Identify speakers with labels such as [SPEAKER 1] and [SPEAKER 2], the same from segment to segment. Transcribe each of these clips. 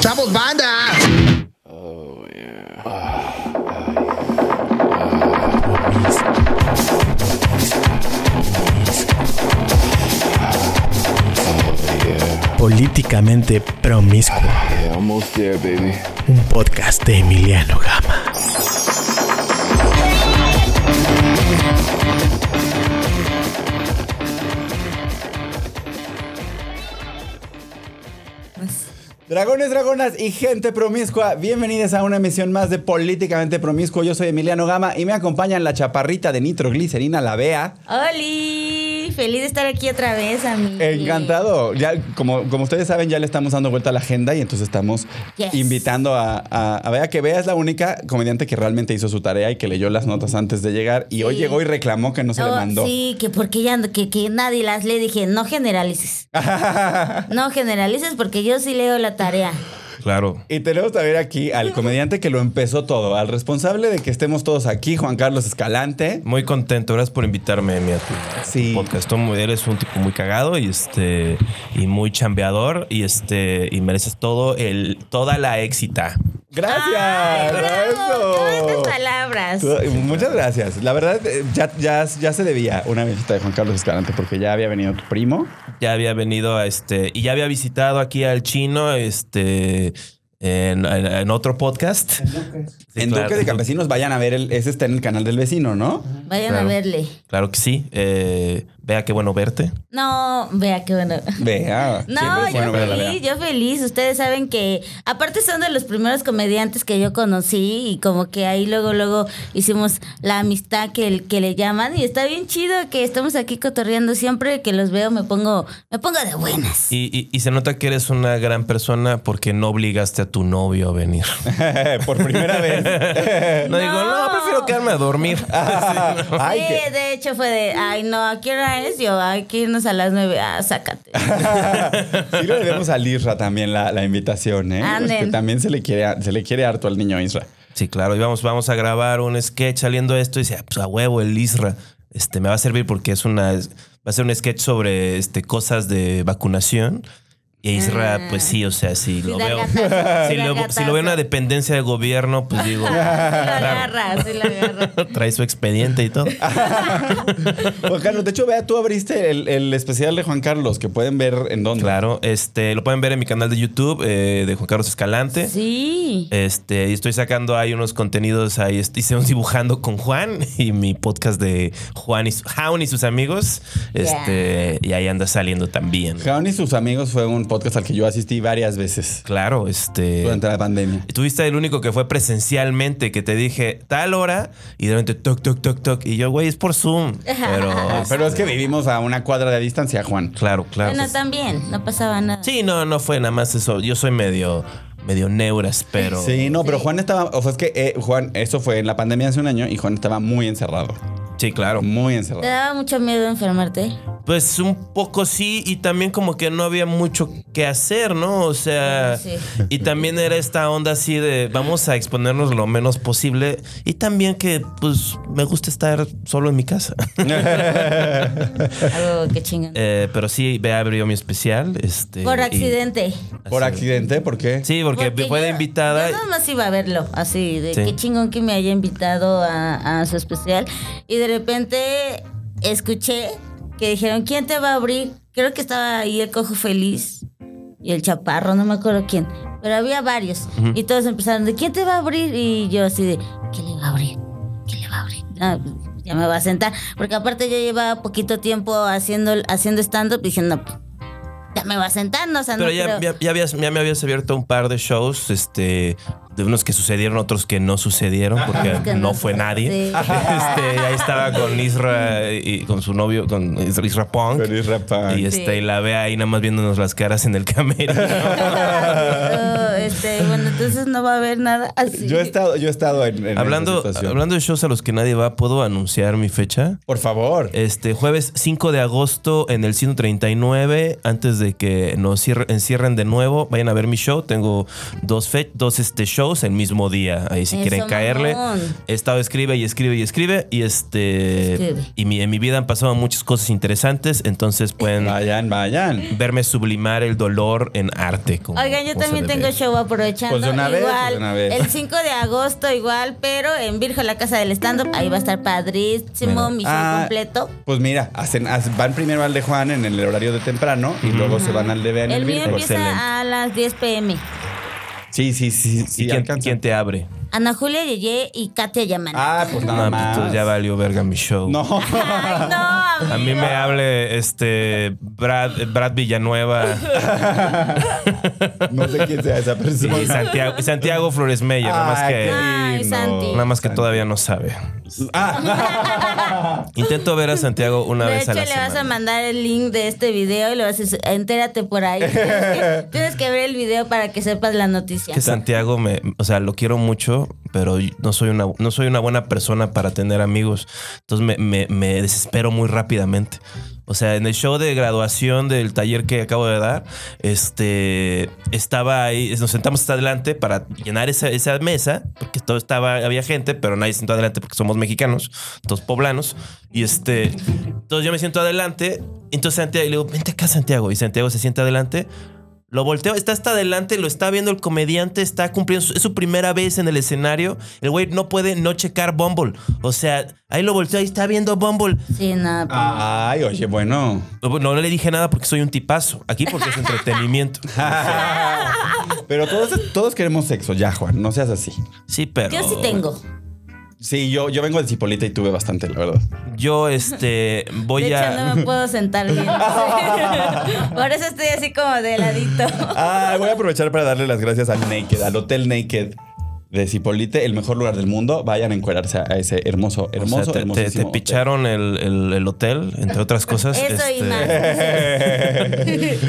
[SPEAKER 1] ¡Chavos, banda!
[SPEAKER 2] Políticamente Promiscuo,
[SPEAKER 3] Yeah, almost there, baby.
[SPEAKER 2] un podcast de Emiliano Gama.
[SPEAKER 4] Dragones, dragonas y gente promiscua, bienvenidos a una emisión más de Políticamente Promiscuo. Yo soy Emiliano Gama y me acompañan la chaparrita de nitroglicerina, la Bea.
[SPEAKER 5] ¡Holi! Feliz de estar aquí otra vez, amigo.
[SPEAKER 4] Encantado. Ya, como, como ustedes saben, ya le estamos dando vuelta a la agenda y entonces estamos
[SPEAKER 5] Yes.
[SPEAKER 4] invitando a, a, a Bea, que Bea es la única comediante que realmente hizo su tarea y que leyó las notas antes de llegar. Y hoy
[SPEAKER 5] Sí.
[SPEAKER 4] llegó y reclamó que no se le
[SPEAKER 5] Oh,
[SPEAKER 4] mandó.
[SPEAKER 5] Sí, que porque ya que, que nadie las lee, dije, no generalices. No generalices porque yo sí leo la tarea.
[SPEAKER 6] Claro.
[SPEAKER 4] Y tenemos también aquí al comediante que lo empezó todo, al responsable de que estemos todos aquí, Juan Carlos Escalante.
[SPEAKER 6] Muy contento, gracias por invitarme Emi, a tu a tu
[SPEAKER 4] Sí.
[SPEAKER 6] podcast. Tú muy- eres un tipo muy cagado y este y muy chambeador y este y mereces todo el toda la éxita.
[SPEAKER 4] Gracias.
[SPEAKER 5] Ay, bravo!
[SPEAKER 4] Eso.
[SPEAKER 5] ¡Qué bonitas palabras!
[SPEAKER 4] Tú- Muchas gracias. La verdad, eh, ya, ya, ya se debía una visita de Juan Carlos Escalante porque ya había venido tu primo.
[SPEAKER 6] Ya había venido a este y ya había visitado aquí al chino este en, en- en otro podcast. Sí,
[SPEAKER 4] en
[SPEAKER 6] claro.
[SPEAKER 4] Duque de Campesinos, vayan a ver, el, ese está en el canal del vecino, ¿no?
[SPEAKER 5] Vayan
[SPEAKER 6] Claro.
[SPEAKER 5] a verle.
[SPEAKER 6] Claro que sí. Eh, vea qué bueno verte.
[SPEAKER 5] No, vea qué bueno.
[SPEAKER 4] Vea.
[SPEAKER 5] No,
[SPEAKER 4] siempre
[SPEAKER 5] yo
[SPEAKER 4] es bueno ver a la
[SPEAKER 5] feliz,
[SPEAKER 4] Bea.
[SPEAKER 5] yo feliz. Ustedes saben que, aparte son de los primeros comediantes que yo conocí y como que ahí luego, luego hicimos la amistad que, el- que le llaman y está bien chido que estamos aquí cotorreando siempre que los veo me pongo, me pongo de buenas.
[SPEAKER 6] Y, y- y se nota que eres una gran persona porque no obligaste a tu novio a venir.
[SPEAKER 4] Por primera vez.
[SPEAKER 6] No, digo, no, prefiero quedarme a dormir.
[SPEAKER 4] Ay,
[SPEAKER 5] sí,
[SPEAKER 4] qué-
[SPEAKER 5] de hecho fue de, ay no, ¿a qué hora es? Yo, hay que irnos a las nueve, ah, sácate.
[SPEAKER 4] sí le debemos al Isra también la, la invitación, ¿eh?
[SPEAKER 5] Anden.
[SPEAKER 4] Es que también se le quiere, se le quiere harto al niño Isra.
[SPEAKER 6] Sí, claro, íbamos, vamos a grabar un sketch saliendo de esto y dice, "Ah, pues a huevo, el Isra, este, me va a servir porque es una, es- va a ser un sketch sobre este, cosas de vacunación. Y Isra, pues sí, o sea, si lo
[SPEAKER 5] Ah. da
[SPEAKER 6] veo,
[SPEAKER 5] gatazo, sí
[SPEAKER 6] si
[SPEAKER 5] da
[SPEAKER 6] lo, si lo veo en una
[SPEAKER 5] gatazo.
[SPEAKER 6] dependencia de gobierno, pues digo,
[SPEAKER 5] Sí lo
[SPEAKER 6] claro,
[SPEAKER 5] agarra, sí lo agarra.
[SPEAKER 6] trae su expediente y todo.
[SPEAKER 4] Juan Carlos, de hecho, vea, tú abriste el, el especial de Juan Carlos que pueden ver en dónde.
[SPEAKER 6] Claro, este, lo pueden ver en mi canal de YouTube eh, de Juan Carlos Escalante.
[SPEAKER 5] Sí.
[SPEAKER 4] Eh,
[SPEAKER 6] Este, y estoy sacando ahí unos contenidos ahí, est- hice un dibujando con Juan y mi podcast de Juan y su- Jaun y sus amigos. Este, y ahí anda saliendo también.
[SPEAKER 4] Jaun y sus amigos fue un podcast al que yo asistí varias veces
[SPEAKER 6] Claro, este.
[SPEAKER 4] durante la pandemia.
[SPEAKER 6] Tuviste el único que fue presencialmente que te dije tal hora y de repente toc, toc, toc, toc. Y yo, güey, es por Zoom. Pero,
[SPEAKER 4] Ah, pero es que vivimos a una cuadra de distancia, Juan.
[SPEAKER 6] Este, Claro, claro.
[SPEAKER 5] Bueno,
[SPEAKER 4] pues,
[SPEAKER 5] también, no pasaba nada.
[SPEAKER 6] sí, no, no fue nada más eso. Yo soy medio, medio neuras, pero.
[SPEAKER 4] Sí, no, pero Juan estaba, o sea, es que eh, Juan, eso fue en la pandemia hace un año y Juan estaba muy encerrado,
[SPEAKER 6] Sí, claro.
[SPEAKER 4] muy
[SPEAKER 5] ¿Te
[SPEAKER 4] encerrado.
[SPEAKER 5] daba mucho miedo enfermarte?
[SPEAKER 6] Pues un poco sí, y también como que no había mucho que hacer, ¿no? O sea,
[SPEAKER 5] Sí.
[SPEAKER 6] y también era esta onda así de vamos a exponernos lo menos posible y también que pues me gusta estar solo en mi casa.
[SPEAKER 5] Ah. Algo que chingón.
[SPEAKER 6] Eh, pero sí, Bea abrió mi especial. Este,
[SPEAKER 5] Por
[SPEAKER 6] y-
[SPEAKER 5] accidente.
[SPEAKER 4] ¿Por accidente? ¿Por qué?
[SPEAKER 6] sí, porque, fue de
[SPEAKER 5] yo-
[SPEAKER 6] invitada.
[SPEAKER 5] Yo nada más iba a verlo, así, de
[SPEAKER 6] Sí.
[SPEAKER 5] qué chingón que me haya invitado a, a su especial. Y de repente escuché que dijeron, ¿quién te va a abrir? Creo que estaba ahí el cojo feliz y el chaparro, no me acuerdo quién. Pero había varios. Y todos empezaron de, ¿quién te va a abrir? Y yo así de, ¿qué le va a abrir? ¿Qué le va a abrir? Ah, ya me va a sentar. Porque aparte yo llevaba poquito tiempo haciendo, haciendo stand-up y dije, no, pues, ya me va a sentar, no, o sea,
[SPEAKER 6] Pero
[SPEAKER 5] Ah, no
[SPEAKER 6] ya,
[SPEAKER 5] creo-
[SPEAKER 6] ya, ya habías- ya me habías abierto un par de shows, este, de unos que sucedieron, otros que no sucedieron, porque
[SPEAKER 5] Unos que
[SPEAKER 6] no
[SPEAKER 5] no
[SPEAKER 6] fue
[SPEAKER 5] sucedieron,
[SPEAKER 6] nadie.
[SPEAKER 5] sí.
[SPEAKER 6] Este, y ahí estaba con Isra y con su novio, con Isra- Isra Punk.
[SPEAKER 4] Con Isra Punk.
[SPEAKER 6] Y este,
[SPEAKER 5] Sí.
[SPEAKER 6] y la ve ahí nada más viéndonos las caras en el camerino.
[SPEAKER 5] Pero, Este, bueno, entonces no va a haber nada así.
[SPEAKER 4] Yo he estado, yo he estado en, en esa
[SPEAKER 6] Hablando,
[SPEAKER 4] situación.
[SPEAKER 6] hablando de shows a los que nadie va, ¿puedo anunciar mi fecha?
[SPEAKER 4] Por favor.
[SPEAKER 6] Este jueves 5 de agosto en el 139, antes de que nos cierre- encierren de nuevo, vayan a ver mi show. Tengo dos, fe- dos este, shows el mismo día. Ahí si
[SPEAKER 5] Eso,
[SPEAKER 6] quieren caerle.
[SPEAKER 5] mamón.
[SPEAKER 6] He estado escribe y escribe y escribe. Y este.
[SPEAKER 5] Escribe.
[SPEAKER 6] Y mi, en mi vida han pasado muchas cosas interesantes. Entonces pueden
[SPEAKER 4] Vayan, vayan.
[SPEAKER 6] verme sublimar el dolor en arte. como-
[SPEAKER 5] Oigan, yo
[SPEAKER 6] como se
[SPEAKER 5] también
[SPEAKER 6] debe.
[SPEAKER 5] tengo show aprovechando.
[SPEAKER 4] Pues de una vez,
[SPEAKER 5] igual,
[SPEAKER 4] pues de una vez.
[SPEAKER 5] El 5 de agosto igual, pero en Virgo, la casa del stand-up, ahí va a estar padrísimo,
[SPEAKER 6] Mira.
[SPEAKER 5] mi show
[SPEAKER 4] Ah.
[SPEAKER 5] completo.
[SPEAKER 4] Pues mira, hacen, hacen- van primero al de Juan en el horario de temprano y luego se van al de Ben.
[SPEAKER 5] el mío
[SPEAKER 4] Virgo.
[SPEAKER 5] empieza a las 10 pm.
[SPEAKER 4] Sí, sí, sí. sí,
[SPEAKER 6] ¿Y quién,
[SPEAKER 4] alcanza.
[SPEAKER 6] quién te abre?
[SPEAKER 5] Ana Julia Yeye y Katia Yamani.
[SPEAKER 4] Ah, pues nada
[SPEAKER 6] No, pues,
[SPEAKER 4] más.
[SPEAKER 6] tú ya valió verga mi show.
[SPEAKER 4] No.
[SPEAKER 5] Ay, no,
[SPEAKER 6] A mí me hable este Brad, Brad Villanueva
[SPEAKER 4] no sé quién sea esa persona.
[SPEAKER 6] y Santiago, y Santiago Flores Meyer, nada más
[SPEAKER 5] Ah,
[SPEAKER 4] Ay,
[SPEAKER 6] que,
[SPEAKER 4] qué
[SPEAKER 5] Ay,
[SPEAKER 4] lindo.
[SPEAKER 5] Santi.
[SPEAKER 6] nada más que todavía no sabe. Ah. Intento ver a Santiago una
[SPEAKER 5] De
[SPEAKER 6] vez
[SPEAKER 5] hecho,
[SPEAKER 6] a la
[SPEAKER 5] le vas a
[SPEAKER 6] semana.
[SPEAKER 5] mandar el link de este video y le vas a decir, entérate por ahí. Tienes que, tienes que ver el video para que sepas la noticia.
[SPEAKER 6] Que Santiago me, o sea, lo quiero mucho, pero yo no soy una, no soy una buena persona para tener amigos. Entonces me, me- me desespero muy rápidamente. O sea, en el show de graduación del taller que acabo de dar, este estaba ahí, es- nos sentamos hasta adelante para llenar esa, esa mesa, porque todo estaba, había gente, pero nadie se sentó adelante porque somos mexicanos, todos poblanos. Y este, entonces yo me siento adelante. Entonces Santiago, y le digo, vente acá, Santiago. Y Santiago se sienta adelante. Lo volteo, está hasta adelante, lo está viendo el comediante, está cumpliendo, su- es su primera vez en el escenario. El güey no puede no checar Bumble. O sea, ahí lo volteo, ahí está viendo Bumble.
[SPEAKER 5] Sí, no.
[SPEAKER 4] Ah, Ay, oye, bueno.
[SPEAKER 6] No, no le dije nada porque soy un tipazo. Aquí porque es entretenimiento.
[SPEAKER 4] Pero todos, todos queremos sexo, ya, Juan. No seas así.
[SPEAKER 6] Sí, pero.
[SPEAKER 5] Yo sí tengo.
[SPEAKER 4] Sí, yo, yo vengo de Cipolita y tuve bastante, la verdad.
[SPEAKER 6] Yo, este, voy
[SPEAKER 5] De
[SPEAKER 6] a.
[SPEAKER 5] hecho, no me puedo sentar bien. Por eso estoy así como de ladito.
[SPEAKER 4] Ah, voy a aprovechar para darle las gracias al Naked, al Hotel Naked de Cipolite, el mejor lugar del mundo. Vayan a encuerarse a ese hermoso,
[SPEAKER 6] O sea,
[SPEAKER 4] hermoso,
[SPEAKER 6] te- te, te
[SPEAKER 4] hermosísimo hotel.
[SPEAKER 6] picharon el, el- el hotel, entre otras cosas.
[SPEAKER 5] Eso y
[SPEAKER 6] Este,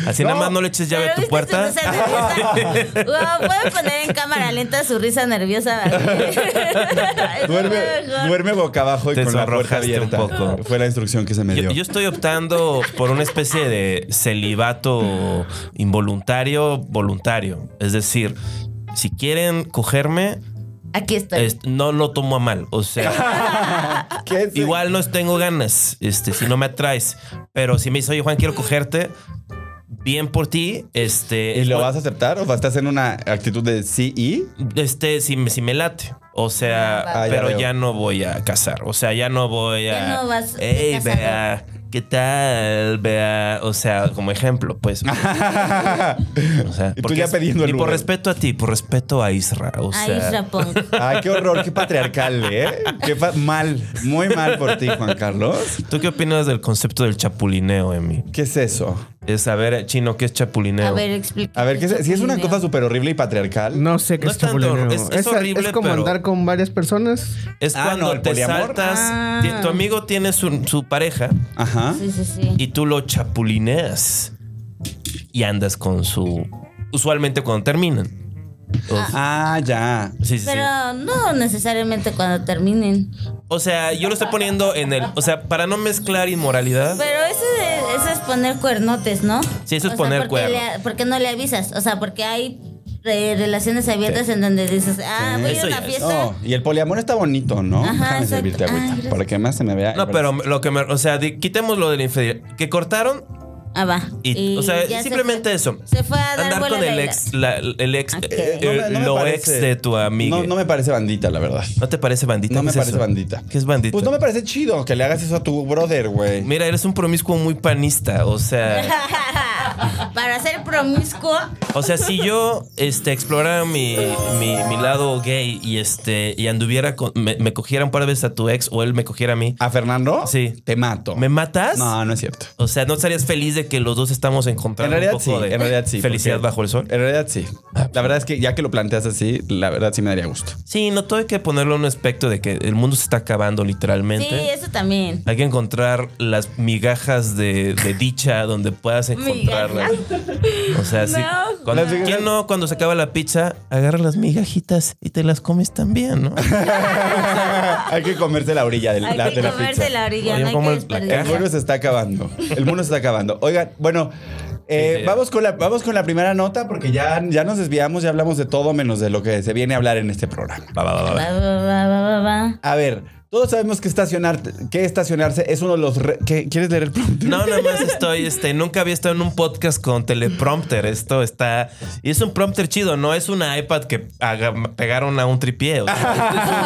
[SPEAKER 6] Así nada más no le eches llave a tu puerta.
[SPEAKER 5] pues, Wow, Pueden poner en cámara lenta su risa nerviosa. Está
[SPEAKER 4] Duerme,
[SPEAKER 5] mejor.
[SPEAKER 4] duerme boca abajo y
[SPEAKER 6] Te
[SPEAKER 4] con la puerta
[SPEAKER 6] sonrojaste un
[SPEAKER 4] abierta.
[SPEAKER 6] poco.
[SPEAKER 4] Fue la instrucción que se me dio.
[SPEAKER 6] Yo, yo estoy optando por una especie de celibato involuntario, voluntario. Es decir, si quieren cogerme,
[SPEAKER 5] Aquí estoy.
[SPEAKER 6] es- no lo tomo a mal. O sea,
[SPEAKER 4] ¿Qué es?
[SPEAKER 6] igual no tengo ganas, este, si no me atraes. Pero si me dices, oye, Juan, quiero cogerte, bien por ti. Este,
[SPEAKER 4] ¿Y
[SPEAKER 6] es
[SPEAKER 4] lo
[SPEAKER 6] bu-
[SPEAKER 4] vas a aceptar o vas a en una actitud de sí y?
[SPEAKER 6] este, si, me- si me late. O sea,
[SPEAKER 5] Ah,
[SPEAKER 4] va.
[SPEAKER 6] pero
[SPEAKER 4] Ah, ya
[SPEAKER 6] ya,
[SPEAKER 4] veo.
[SPEAKER 6] no voy a casar. O sea, ya no voy a.
[SPEAKER 5] Ya no vas de
[SPEAKER 6] Ey,
[SPEAKER 5] casado".
[SPEAKER 6] vea. ¿Qué tal? Vea. O sea, como ejemplo, pues. O sea,
[SPEAKER 4] Y tú
[SPEAKER 6] porque
[SPEAKER 4] ya
[SPEAKER 6] es-
[SPEAKER 4] pidiendo el
[SPEAKER 6] Y por
[SPEAKER 4] Uber.
[SPEAKER 6] respeto a ti, por respeto a Isra. O sea,
[SPEAKER 5] Ahí, Rapón.
[SPEAKER 4] Ay, qué horror, qué patriarcal, ¿eh? Qué fa- mal, muy mal por ti, Juan Carlos.
[SPEAKER 6] ¿tú qué opinas del concepto del chapulineo, Emi?
[SPEAKER 4] ¿Qué es eso?
[SPEAKER 6] Es saber, chino, ¿qué es chapulineo?
[SPEAKER 5] A ver, explica.
[SPEAKER 4] A ver, ¿qué es? si es una cosa súper horrible y patriarcal.
[SPEAKER 7] No sé qué
[SPEAKER 6] No
[SPEAKER 7] es
[SPEAKER 6] es tanto,
[SPEAKER 7] chapulineo.
[SPEAKER 6] es- es horrible,
[SPEAKER 7] es como
[SPEAKER 6] pero-
[SPEAKER 7] andar con varias personas.
[SPEAKER 6] es
[SPEAKER 4] Ah,
[SPEAKER 6] cuando
[SPEAKER 4] no, el
[SPEAKER 6] te
[SPEAKER 4] poliamor.
[SPEAKER 6] saltas.
[SPEAKER 5] Ah.
[SPEAKER 6] ti- Tu amigo tiene su, su pareja
[SPEAKER 4] Ajá.
[SPEAKER 5] Sí, sí, sí.
[SPEAKER 6] y tú lo chapulineas y andas con su. Usualmente cuando terminan. O-
[SPEAKER 4] Ah, ya.
[SPEAKER 6] Sí, sí, sí.
[SPEAKER 5] Pero no necesariamente cuando terminen.
[SPEAKER 6] O sea, yo lo estoy poniendo en el. O sea, para no mezclar inmoralidad.
[SPEAKER 5] Pero eso es, eso es poner cuernotes, ¿no?
[SPEAKER 6] Sí, eso es
[SPEAKER 5] O sea,
[SPEAKER 6] poner
[SPEAKER 5] porque
[SPEAKER 6] cuerno.
[SPEAKER 5] le- porque no le avisas? O sea, porque hay eh, relaciones abiertas en donde dices, ah, voy a ir a
[SPEAKER 6] Eso
[SPEAKER 5] una
[SPEAKER 6] ya es.
[SPEAKER 5] fiesta.
[SPEAKER 4] Oh, y el poliamor está bonito, ¿no?
[SPEAKER 5] Ajá,
[SPEAKER 4] Déjame
[SPEAKER 5] exacto.
[SPEAKER 4] servirte
[SPEAKER 5] Ay,
[SPEAKER 4] agüita
[SPEAKER 5] gracias.
[SPEAKER 4] para que más se me vea.
[SPEAKER 6] No, pero lo que me. O sea, di- quitemos lo de la infidelidad. Que cortaron.
[SPEAKER 5] Ah, va.
[SPEAKER 6] Y, o sea,
[SPEAKER 5] ya se
[SPEAKER 6] simplemente
[SPEAKER 5] fue-
[SPEAKER 6] eso.
[SPEAKER 5] Se fue a Ah, dar
[SPEAKER 6] Andar
[SPEAKER 5] vuelo
[SPEAKER 6] con
[SPEAKER 5] a
[SPEAKER 6] el
[SPEAKER 5] la
[SPEAKER 6] ex.
[SPEAKER 5] isla.
[SPEAKER 6] la- el ex.
[SPEAKER 5] Ok.
[SPEAKER 6] eh,
[SPEAKER 4] No me- no me
[SPEAKER 6] lo
[SPEAKER 4] parece-
[SPEAKER 6] ex de tu amigo.
[SPEAKER 4] No,
[SPEAKER 6] No,
[SPEAKER 4] no me parece bandita, la verdad.
[SPEAKER 6] te parece bandita?
[SPEAKER 4] No
[SPEAKER 6] ¿Qué
[SPEAKER 4] me
[SPEAKER 6] es
[SPEAKER 4] parece
[SPEAKER 6] eso?
[SPEAKER 4] bandita.
[SPEAKER 6] ¿Qué es bandita?
[SPEAKER 4] Pues no me parece chido que le hagas eso a tu brother, güey.
[SPEAKER 6] Mira, eres un promiscuo muy panista. O sea.
[SPEAKER 5] Para ser promiscuo.
[SPEAKER 6] O sea, si yo este, explorara mi, mi, mi lado gay y este y anduviera con. Me, me cogiera un par de veces a tu ex o él me cogiera a mí.
[SPEAKER 4] ¿A Fernando?
[SPEAKER 6] Sí.
[SPEAKER 4] Te mato.
[SPEAKER 6] ¿Me matas?
[SPEAKER 4] Ah, No, no es cierto.
[SPEAKER 6] O sea, ¿no estarías feliz de que los dos estamos
[SPEAKER 4] En
[SPEAKER 6] encontrando
[SPEAKER 4] realidad
[SPEAKER 6] un
[SPEAKER 4] sí,
[SPEAKER 6] poco de
[SPEAKER 4] en realidad sí.
[SPEAKER 6] felicidad
[SPEAKER 4] porque-
[SPEAKER 6] bajo el sol?
[SPEAKER 4] En realidad sí.
[SPEAKER 6] Ah,
[SPEAKER 4] La verdad es que ya que lo planteas así, la verdad sí me daría gusto.
[SPEAKER 6] Sí, no todo hay que ponerlo en un aspecto de que el mundo se está acabando literalmente.
[SPEAKER 5] Sí, eso también.
[SPEAKER 6] Hay que encontrar las migajas de, de dicha donde puedas
[SPEAKER 5] Migajas.
[SPEAKER 6] encontrarlas. O sea, sí.
[SPEAKER 5] No,
[SPEAKER 6] Cuando-
[SPEAKER 4] no.
[SPEAKER 6] ¿Quién no cuando se acaba la pizza agarra las migajitas y te las comes también, no?
[SPEAKER 4] hay que comerse la orilla del-
[SPEAKER 5] Hay
[SPEAKER 4] la-
[SPEAKER 5] que
[SPEAKER 4] de la
[SPEAKER 5] comerse
[SPEAKER 4] pizza.
[SPEAKER 5] la orilla,
[SPEAKER 6] Oye,
[SPEAKER 5] no hay
[SPEAKER 6] como
[SPEAKER 5] que
[SPEAKER 6] la
[SPEAKER 4] El
[SPEAKER 6] caja.
[SPEAKER 5] desperdiciar.
[SPEAKER 4] mundo se está acabando. El mundo se está acabando. Oigan, bueno, eh,
[SPEAKER 6] Sí, sí.
[SPEAKER 4] vamos, con la, vamos con la primera nota porque ya, ya nos desviamos, ya hablamos de todo menos de lo que se viene a hablar en este programa.
[SPEAKER 6] Va, va, va, va.
[SPEAKER 5] Va, va, va, va, va, va.
[SPEAKER 4] A ver, todos sabemos que, estacionar, que estacionarse es uno de los... re- ¿Qué? ¿Quieres leer el prompt?
[SPEAKER 6] No, nada más estoy, este, nunca había estado en un podcast con teleprompter. Esto está. Y es un prompter chido, no es una iPad que haga- pegaron a un tripié. o
[SPEAKER 4] Agarrado
[SPEAKER 6] sea, este es un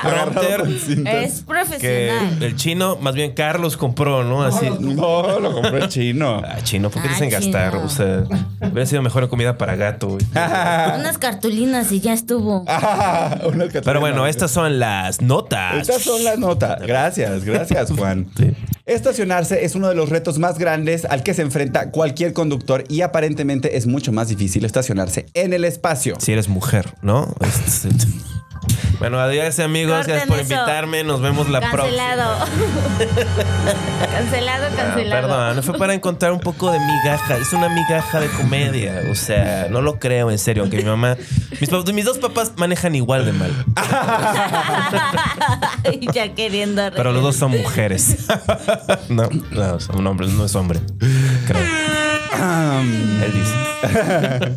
[SPEAKER 4] con
[SPEAKER 6] prompter
[SPEAKER 4] cintas.
[SPEAKER 5] Es
[SPEAKER 6] que
[SPEAKER 5] profesional.
[SPEAKER 6] el chino, más bien Carlos compró, ¿no? Así.
[SPEAKER 4] No, lo compró el chino.
[SPEAKER 6] Ah, chino, ¿por qué
[SPEAKER 5] Ah,
[SPEAKER 6] dicen gastar?
[SPEAKER 5] chino.
[SPEAKER 6] O sea, hubiera sido mejor en comida para gato. güey. eh,
[SPEAKER 5] Unas cartulinas y ya estuvo.
[SPEAKER 6] Ah,
[SPEAKER 4] Unos que
[SPEAKER 6] Pero bueno,
[SPEAKER 4] traen-
[SPEAKER 6] estas son las notas.
[SPEAKER 4] Estas son las notas. Gracias, gracias, Juan.
[SPEAKER 6] Sí.
[SPEAKER 4] Estacionarse es uno de los retos más grandes al que se enfrenta cualquier conductor y aparentemente es mucho más difícil estacionarse en el espacio.
[SPEAKER 6] Si eres mujer, ¿no? Este- este- Bueno, adiós amigos,
[SPEAKER 5] Corten
[SPEAKER 6] gracias por
[SPEAKER 5] eso.
[SPEAKER 6] invitarme, nos vemos la próxima.
[SPEAKER 5] cancelado. cancelado,
[SPEAKER 6] Ah,
[SPEAKER 5] cancelado.
[SPEAKER 6] Perdón, fue para encontrar un poco de migaja. Es una migaja de comedia. O sea, no lo creo, en serio. Aunque mi mamá. Mis, pap- mis dos papás manejan igual de mal.
[SPEAKER 5] Y ya queriendo reír.
[SPEAKER 6] Pero los dos son mujeres. No, no, son hombres, no es hombre. Creo. Él dice.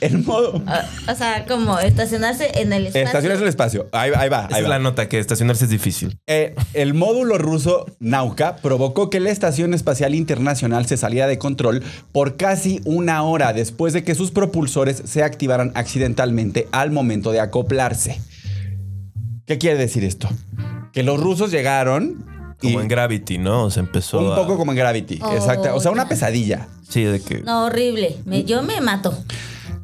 [SPEAKER 4] El modo.
[SPEAKER 5] Ah, O sea, como estacionarse en el espacio.
[SPEAKER 4] Estacionarse en el espacio. Ahí, ahí va,
[SPEAKER 6] Esa
[SPEAKER 4] ahí
[SPEAKER 6] es
[SPEAKER 4] va.
[SPEAKER 6] la nota que estacionarse es difícil.
[SPEAKER 4] Eh, el módulo ruso Nauka provocó que la Estación Espacial Internacional se saliera de control por casi una hora después de que sus propulsores se activaran accidentalmente al momento de acoplarse. ¿Qué quiere decir esto? Que los rusos llegaron y
[SPEAKER 6] Como en Gravity, ¿no? Se empezó.
[SPEAKER 4] un
[SPEAKER 6] a-
[SPEAKER 4] poco como en Gravity,
[SPEAKER 5] Oh,
[SPEAKER 4] exacta, o sea, una
[SPEAKER 5] ya.
[SPEAKER 4] pesadilla.
[SPEAKER 6] Sí, de que.
[SPEAKER 5] No, horrible. Me- yo me mato.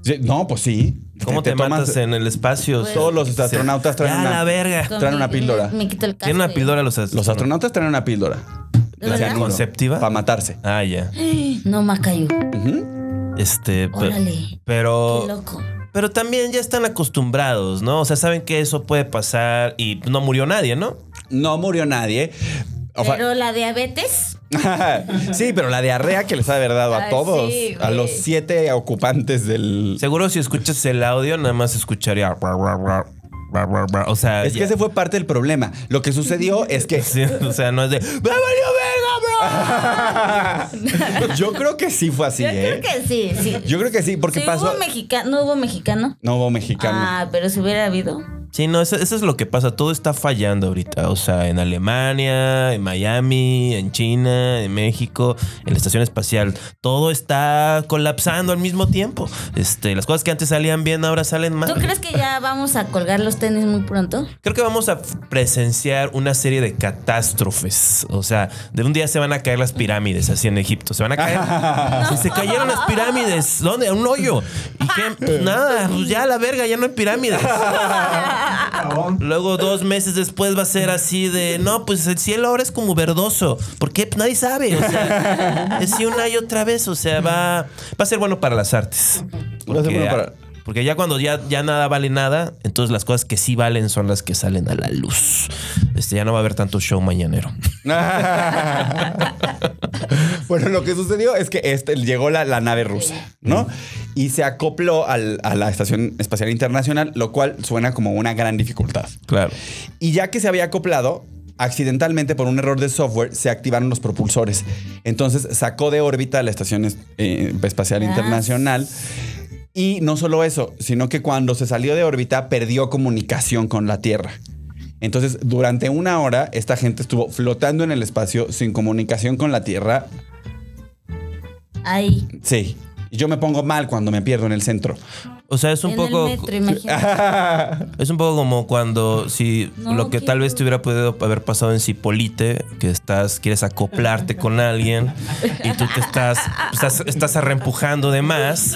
[SPEAKER 4] Sí, No, pues sí.
[SPEAKER 6] ¿Cómo te,
[SPEAKER 4] tomas-
[SPEAKER 6] matas en el espacio?
[SPEAKER 5] Pues-
[SPEAKER 4] Todos los
[SPEAKER 6] O sea,
[SPEAKER 4] astronautas traen
[SPEAKER 6] ya
[SPEAKER 4] una-
[SPEAKER 6] la verga.
[SPEAKER 4] Traen
[SPEAKER 5] mi-
[SPEAKER 4] una píldora.
[SPEAKER 5] Me, me quito el casco.
[SPEAKER 6] Tienen una
[SPEAKER 5] y-
[SPEAKER 6] píldora los astronautas.
[SPEAKER 4] Los astronautas traen una píldora.
[SPEAKER 5] ¿De verdad?
[SPEAKER 6] ¿Conceptiva?
[SPEAKER 4] Para matarse.
[SPEAKER 6] Ah, ya.
[SPEAKER 5] No, Macayo.
[SPEAKER 6] Este. pe-
[SPEAKER 5] Órale.
[SPEAKER 6] Pero.
[SPEAKER 4] Oh.
[SPEAKER 5] Qué loco.
[SPEAKER 6] Pero también ya están acostumbrados, ¿no? O sea, saben que eso puede pasar y no murió nadie, ¿no?
[SPEAKER 4] No murió nadie. O sea,
[SPEAKER 5] Pero la diabetes.
[SPEAKER 4] sí, pero la diarrea que les ha de haber dado a
[SPEAKER 5] Ay,
[SPEAKER 4] todos,
[SPEAKER 5] sí, güey.
[SPEAKER 4] a los siete ocupantes del.
[SPEAKER 6] Seguro si escuchas el audio, nada más escucharía. ra, ra, ra, ra, ra, ra. O sea,
[SPEAKER 4] Es que
[SPEAKER 6] ya.
[SPEAKER 4] ese fue parte del problema. Lo que sucedió es que.
[SPEAKER 6] Sí, o sea, no es de. "Me valió verga,
[SPEAKER 4] Yo creo que sí fue así,
[SPEAKER 5] Yo
[SPEAKER 4] ¿eh?
[SPEAKER 5] creo que sí, sí.
[SPEAKER 4] Yo creo que sí, porque
[SPEAKER 5] Sí,
[SPEAKER 4] pasó.
[SPEAKER 5] hubo mexicano, no hubo mexicano.
[SPEAKER 4] No hubo mexicano.
[SPEAKER 5] Ah, pero si hubiera habido.
[SPEAKER 6] bro". Sí, no, eso, eso es lo que pasa. Todo está fallando ahorita. O sea, en Alemania, en Miami, en China, en México, en la estación espacial. Todo está colapsando al mismo tiempo. Este, las cosas que antes salían bien ahora salen mal.
[SPEAKER 5] ¿Tú crees que ya vamos a colgar los tenis muy pronto?
[SPEAKER 6] Creo que vamos a f- presenciar una serie de catástrofes. O sea, de un día se van a caer las pirámides, así en Egipto. Se van a caer. Se- Se cayeron las pirámides. ¿Dónde? A un hoyo. ¿Y qué? Pues nada, pues ya la verga, ya no hay pirámides. Luego, dos meses después, va a ser así de no, pues el cielo ahora es como verdoso. ¿Por qué? Pues nadie sabe. O sea, es si una y otra vez. O sea, va, va a ser bueno para las artes.
[SPEAKER 4] Va a ser bueno para-
[SPEAKER 6] Porque ya cuando ya, ya nada vale nada, entonces las cosas que sí valen son las que salen a la luz. Este, ya no va a haber tanto show mañanero.
[SPEAKER 4] bueno, lo que sucedió es que este, llegó la, la nave rusa, ¿no? Y se acopló al- a la Estación Espacial Internacional, lo cual suena como una gran dificultad.
[SPEAKER 6] Claro.
[SPEAKER 4] Y ya que se había acoplado, accidentalmente por un error de software se activaron los propulsores. Entonces sacó de órbita la Estación es- eh, Espacial
[SPEAKER 5] Ah.
[SPEAKER 4] Internacional. Y no solo eso, sino que cuando se salió de órbita perdió comunicación con la Tierra. Entonces, durante una hora, esta gente estuvo flotando en el espacio sin comunicación con la Tierra.
[SPEAKER 5] Ahí.
[SPEAKER 4] Sí. Y Yo me pongo mal cuando me pierdo en el centro.
[SPEAKER 6] O sea, es un
[SPEAKER 5] en
[SPEAKER 6] poco.
[SPEAKER 5] el metro, imagínate.
[SPEAKER 6] Es un poco como cuando si
[SPEAKER 5] No,
[SPEAKER 6] lo que tal
[SPEAKER 5] quiero.
[SPEAKER 6] vez te hubiera podido haber pasado en Cipolite, que estás, quieres acoplarte con alguien y tú te estás, estás, estás arrempujando de más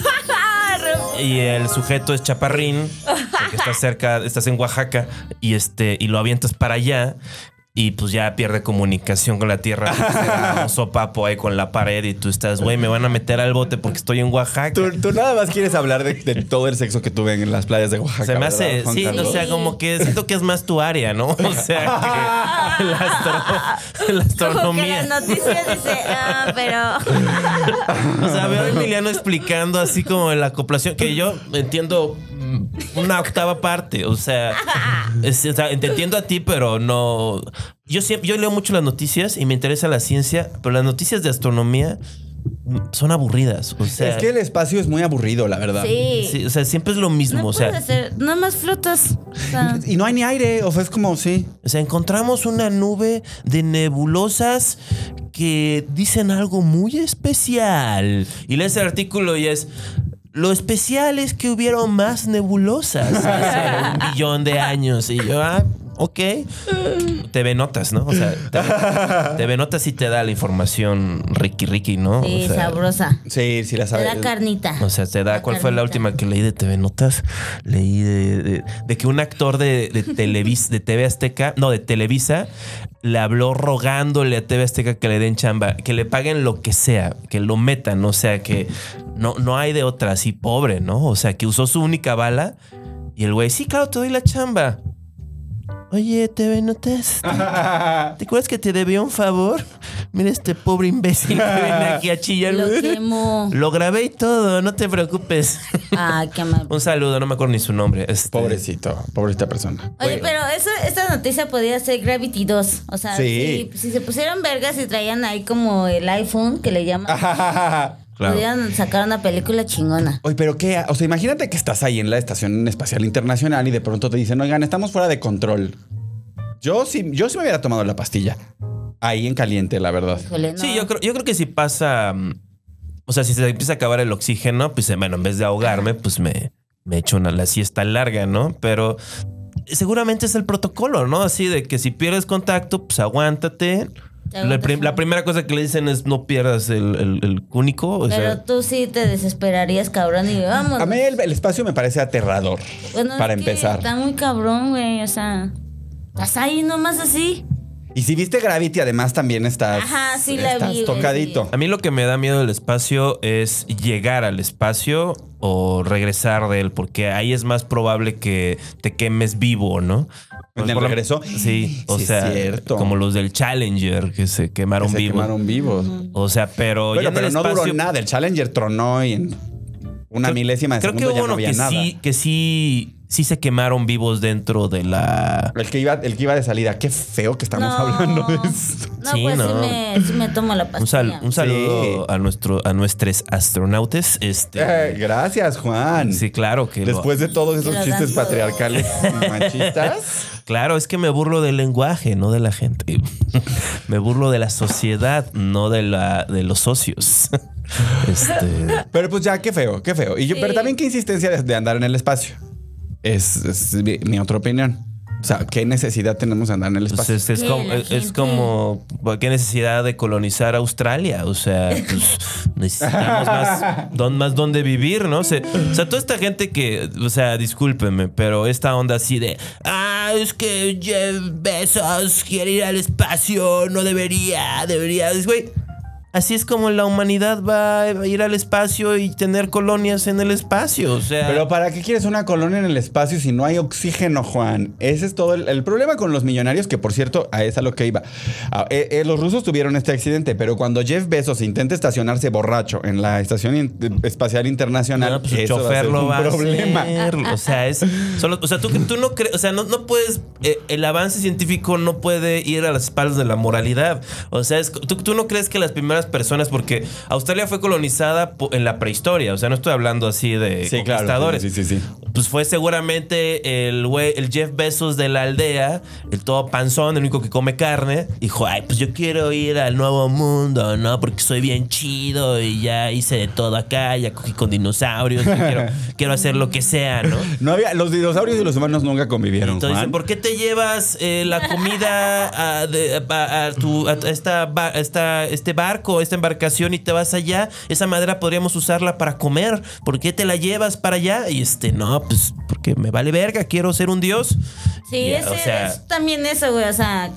[SPEAKER 6] y el sujeto es chaparrín, porque estás cerca, estás en Oaxaca y este, y lo avientas para allá. Y pues ya pierde comunicación con la tierra. Era un sopapo ahí con la pared y tú estás, güey, me van a meter al bote porque estoy en Oaxaca.
[SPEAKER 4] Tú, tú nada más quieres hablar de, de todo el sexo que tuve en las playas de Oaxaca.
[SPEAKER 6] Se me hace,
[SPEAKER 4] ¿verdad, Ah, Juan
[SPEAKER 6] sí,
[SPEAKER 4] Carlos?
[SPEAKER 6] o sea, como que siento que es más tu área, ¿no? O sea, que la, astro- la
[SPEAKER 5] Como que
[SPEAKER 6] astronomía.
[SPEAKER 5] las noticias dice, ah, pero.
[SPEAKER 6] O sea, veo a Emiliano explicando así como la acoplación, que yo entiendo mm, una octava parte. O sea, es- o sea, te entiendo a ti, pero no. Yo siempre, yo leo mucho las noticias y me interesa la ciencia, pero las noticias de astronomía mm, son aburridas. O sea,
[SPEAKER 4] es que el espacio es muy aburrido, la verdad.
[SPEAKER 5] Sí.
[SPEAKER 6] sí, o sea, siempre es lo mismo.
[SPEAKER 5] No
[SPEAKER 6] o sea,
[SPEAKER 5] puede ser. Nada más flotas. O sea,
[SPEAKER 4] Y no hay ni aire, o sea, es como, sí.
[SPEAKER 6] O sea, encontramos una nube de nebulosas que dicen algo muy especial. Y lees el artículo y es. Lo especial es que hubieron más nebulosas hace un billón de años. Y yo, ah, ok. TV Notas, ¿no? O sea, TV, Notas sí te da la información ricky ricky, ¿no?
[SPEAKER 5] sí,
[SPEAKER 6] o sea,
[SPEAKER 5] sabrosa.
[SPEAKER 4] Sí, sí la
[SPEAKER 5] Te
[SPEAKER 4] sabes.
[SPEAKER 5] da carnita.
[SPEAKER 6] o sea, te da. ¿Cuál fue la última que leí de TV Notas? Leí de, de- de que un actor de, de, Televis- de TV Azteca, no, de Televisa, le habló rogándole a TV Azteca que le den chamba, que le paguen lo que sea, que lo metan. O sea, que no, no hay de otra, así pobre, ¿no? O sea, que usó su única bala y el güey, sí, claro, te doy la chamba. Oye, TV Notas, ¿te acuerdas que te debía un favor? Mira este pobre imbécil que viene aquí a chillar.
[SPEAKER 5] Lo quemo.
[SPEAKER 6] Lo grabé y todo, no te preocupes.
[SPEAKER 5] Ay, qué mal.
[SPEAKER 6] Un saludo, no me acuerdo ni su nombre. este,
[SPEAKER 4] Pobrecito, pobrecita persona.
[SPEAKER 5] Oye, pero eso, esta noticia podía ser Gravity 2. O sea,
[SPEAKER 4] Sí.
[SPEAKER 5] si, si se pusieron vergas y traían ahí como el iPhone que le llaman,
[SPEAKER 6] Claro.
[SPEAKER 5] pudieran sacar una película chingona.
[SPEAKER 4] Oye, pero qué, o sea, imagínate que estás ahí en la Estación Espacial Internacional y de pronto te dicen, oigan, estamos fuera de control. Yo sí, yo sí me hubiera tomado la pastilla. Ahí en caliente, la verdad.
[SPEAKER 5] Híjole, no.
[SPEAKER 6] Sí, yo creo, yo creo que si pasa. mm, O sea, si se empieza a acabar el oxígeno, pues bueno, en vez de ahogarme, pues me, me echo una la siesta larga, ¿no? Pero seguramente es el protocolo, ¿no? Así de que si pierdes contacto, pues aguántate.
[SPEAKER 5] Te
[SPEAKER 6] La,
[SPEAKER 5] aguantas
[SPEAKER 6] prim- la
[SPEAKER 5] un-
[SPEAKER 6] primera cosa que le dicen es no pierdas el, el, el cúnico. o
[SPEAKER 5] Pero
[SPEAKER 6] sea,
[SPEAKER 5] tú sí te desesperarías, cabrón, y vamos.
[SPEAKER 4] A mí el, el espacio me parece aterrador.
[SPEAKER 5] Bueno, es
[SPEAKER 4] para
[SPEAKER 5] que
[SPEAKER 4] empezar.
[SPEAKER 5] Está muy cabrón, güey. O sea, estás ahí nomás así.
[SPEAKER 4] Y si viste Gravity, además también estás.
[SPEAKER 5] Ajá, sí la
[SPEAKER 4] estás
[SPEAKER 5] vi, güey,
[SPEAKER 4] tocadito.
[SPEAKER 6] A mí lo que me da miedo del espacio es llegar al espacio o regresar de él, porque ahí es más probable que te quemes vivo, ¿no? Pues,
[SPEAKER 4] ¿En el
[SPEAKER 6] Por lo-
[SPEAKER 4] regreso?
[SPEAKER 6] Sí, o
[SPEAKER 4] Sí, es
[SPEAKER 6] sea,
[SPEAKER 4] cierto.
[SPEAKER 6] como los del Challenger que se
[SPEAKER 4] Que
[SPEAKER 6] quemaron
[SPEAKER 4] se
[SPEAKER 6] vivo.
[SPEAKER 4] quemaron vivos.
[SPEAKER 6] O sea, pero ya
[SPEAKER 4] Bueno,
[SPEAKER 6] en
[SPEAKER 4] pero
[SPEAKER 6] el
[SPEAKER 4] no duró
[SPEAKER 6] espacio-
[SPEAKER 4] nada. El Challenger tronó y en una
[SPEAKER 6] Creo-
[SPEAKER 4] milésima de
[SPEAKER 6] Creo que
[SPEAKER 4] segundo
[SPEAKER 6] hubo
[SPEAKER 4] ya no
[SPEAKER 6] uno
[SPEAKER 4] había
[SPEAKER 6] que
[SPEAKER 4] nada.
[SPEAKER 6] sí, que sí, sí se quemaron vivos dentro de la.
[SPEAKER 4] El que, iba, el que iba de salida. Qué feo que estamos
[SPEAKER 5] No.
[SPEAKER 4] hablando de esto.
[SPEAKER 5] No,
[SPEAKER 6] Sí,
[SPEAKER 5] pues sí,
[SPEAKER 6] no.
[SPEAKER 5] me, sí me tomo la
[SPEAKER 6] Un, sal-
[SPEAKER 5] pastilla.
[SPEAKER 6] un saludo
[SPEAKER 4] Sí.
[SPEAKER 6] a nuestro, a nuestros astronautas.
[SPEAKER 4] Eh,
[SPEAKER 6] Este.
[SPEAKER 4] gracias, Juan.
[SPEAKER 6] sí, claro que lo-
[SPEAKER 4] Después de todos esos
[SPEAKER 5] Pero
[SPEAKER 4] chistes
[SPEAKER 5] dan-
[SPEAKER 4] patriarcales y machistas.
[SPEAKER 6] Claro, es que me burlo del lenguaje, no de la gente. me burlo de la sociedad, no de la de los socios. Este,
[SPEAKER 4] Pero pues ya, qué feo, qué feo. Y yo, Pero también qué insistencia de, de andar en el espacio. Es, es mi, mi otra opinión. O sea, ¿qué necesidad tenemos de andar en el
[SPEAKER 6] pues
[SPEAKER 4] espacio?
[SPEAKER 6] es, es
[SPEAKER 5] Sí,
[SPEAKER 6] como,
[SPEAKER 5] la
[SPEAKER 6] es,
[SPEAKER 5] gente.
[SPEAKER 6] como qué necesidad de colonizar Australia, o sea, pues, necesitamos más don, más donde vivir, ¿no? Se- o sea, toda esta gente que, o sea, discúlpenme, pero esta onda así de, ah, es que Jeff Bezos quiere ir al espacio, no debería, debería, Es, güey. Así es como la humanidad va a ir al espacio y tener colonias en el espacio. O sea,
[SPEAKER 4] Pero ¿para qué quieres una colonia en el espacio si no hay oxígeno, Juan? Ese es todo el, el problema con los millonarios, que por cierto, a esa lo que iba. A- eh, eh, los rusos tuvieron este accidente, pero cuando Jeff Bezos intenta estacionarse borracho en la Estación In- Espacial Internacional,
[SPEAKER 6] no, pues, el
[SPEAKER 4] eso va a
[SPEAKER 6] chofer
[SPEAKER 4] ser
[SPEAKER 6] lo
[SPEAKER 4] un
[SPEAKER 6] va
[SPEAKER 4] problema.
[SPEAKER 6] a hacer. O sea, es solo, o sea, tú, tú no crees, o sea, no, no puedes, eh, el avance científico no puede ir a las espaldas de la moralidad. O sea, es- tú, tú no crees que las primeras personas, porque Australia fue colonizada po- en la prehistoria, o sea, no estoy hablando así de
[SPEAKER 4] Sí, claro.
[SPEAKER 6] conquistadores.
[SPEAKER 4] Sí, sí, sí.
[SPEAKER 6] Pues fue seguramente el güey, el Jeff Bezos de la aldea, el todo panzón, el único que come carne. Dijo, ay, pues yo quiero ir al nuevo mundo, ¿no? Porque soy bien chido y ya hice de todo acá, ya cogí con dinosaurios, y quiero, quiero hacer lo que sea, ¿no?
[SPEAKER 4] No había, los dinosaurios y los humanos nunca convivieron,
[SPEAKER 6] Entonces
[SPEAKER 4] Juan.
[SPEAKER 6] dicen, ¿por qué te llevas eh, la comida a, de- a- a tu, a esta, ba- esta- este barco, esta embarcación y te vas allá? Esa madera podríamos usarla para comer. ¿Por qué te la llevas para allá? Y este, no, pues porque me vale verga, quiero ser un dios.
[SPEAKER 5] Sí,
[SPEAKER 6] Ya,
[SPEAKER 5] ese-
[SPEAKER 6] o sea,
[SPEAKER 5] es también eso, güey. O sea,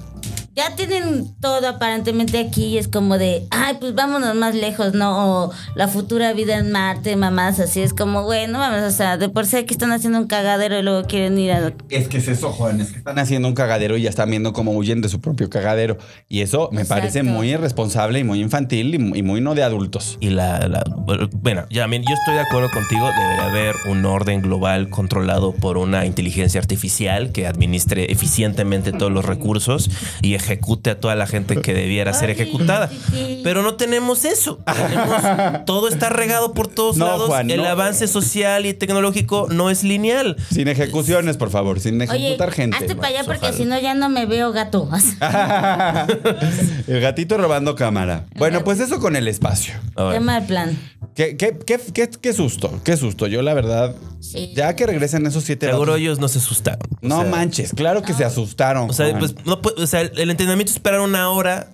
[SPEAKER 5] ya tienen todo aparentemente aquí y es como de, ay, pues vámonos más lejos, ¿no? O la futura vida en Marte, mamás, así es como, güey, no mames, o sea, de por sí aquí están haciendo un cagadero y luego quieren ir a...
[SPEAKER 4] Es que es eso, jóvenes, que están haciendo un cagadero y ya están viendo cómo huyen de su propio cagadero. Y eso me parece
[SPEAKER 5] Exacto.
[SPEAKER 4] muy irresponsable y muy infantil y mu- y muy no de adultos.
[SPEAKER 6] Y la, la- bueno, ya miren, yo estoy de acuerdo contigo, debería haber un orden global controlado por una inteligencia artificial que administre eficientemente todos los recursos y ejecute a toda la gente que debiera ser
[SPEAKER 5] Ay,
[SPEAKER 6] ejecutada.
[SPEAKER 5] sí, sí.
[SPEAKER 6] Pero no tenemos eso. Tenemos- todo está regado por todos
[SPEAKER 4] No,
[SPEAKER 6] lados.
[SPEAKER 4] Juan,
[SPEAKER 6] El
[SPEAKER 4] no.
[SPEAKER 6] avance social y tecnológico no es lineal.
[SPEAKER 4] Sin ejecuciones, por favor, sin
[SPEAKER 5] Oye,
[SPEAKER 4] ejecutar gente.
[SPEAKER 5] hazte para allá porque
[SPEAKER 6] ojalá.
[SPEAKER 5] si no ya no me veo gato.
[SPEAKER 6] Ah,
[SPEAKER 4] El gatito robando cámara. Bueno, pues eso con el espacio.
[SPEAKER 6] A ver.
[SPEAKER 5] Qué mal plan.
[SPEAKER 4] Qué, qué- qué- qué- qué susto, qué susto. Yo, la verdad,
[SPEAKER 5] Sí.
[SPEAKER 4] ya que regresen esos siete
[SPEAKER 6] Seguro
[SPEAKER 4] vatos-
[SPEAKER 6] ellos no se asustaron. O
[SPEAKER 4] No
[SPEAKER 6] sea,
[SPEAKER 4] manches, claro que se asustaron.
[SPEAKER 6] O sea,
[SPEAKER 4] Juan.
[SPEAKER 6] pues, no pu- o sea, el el entrenamiento es esperar una hora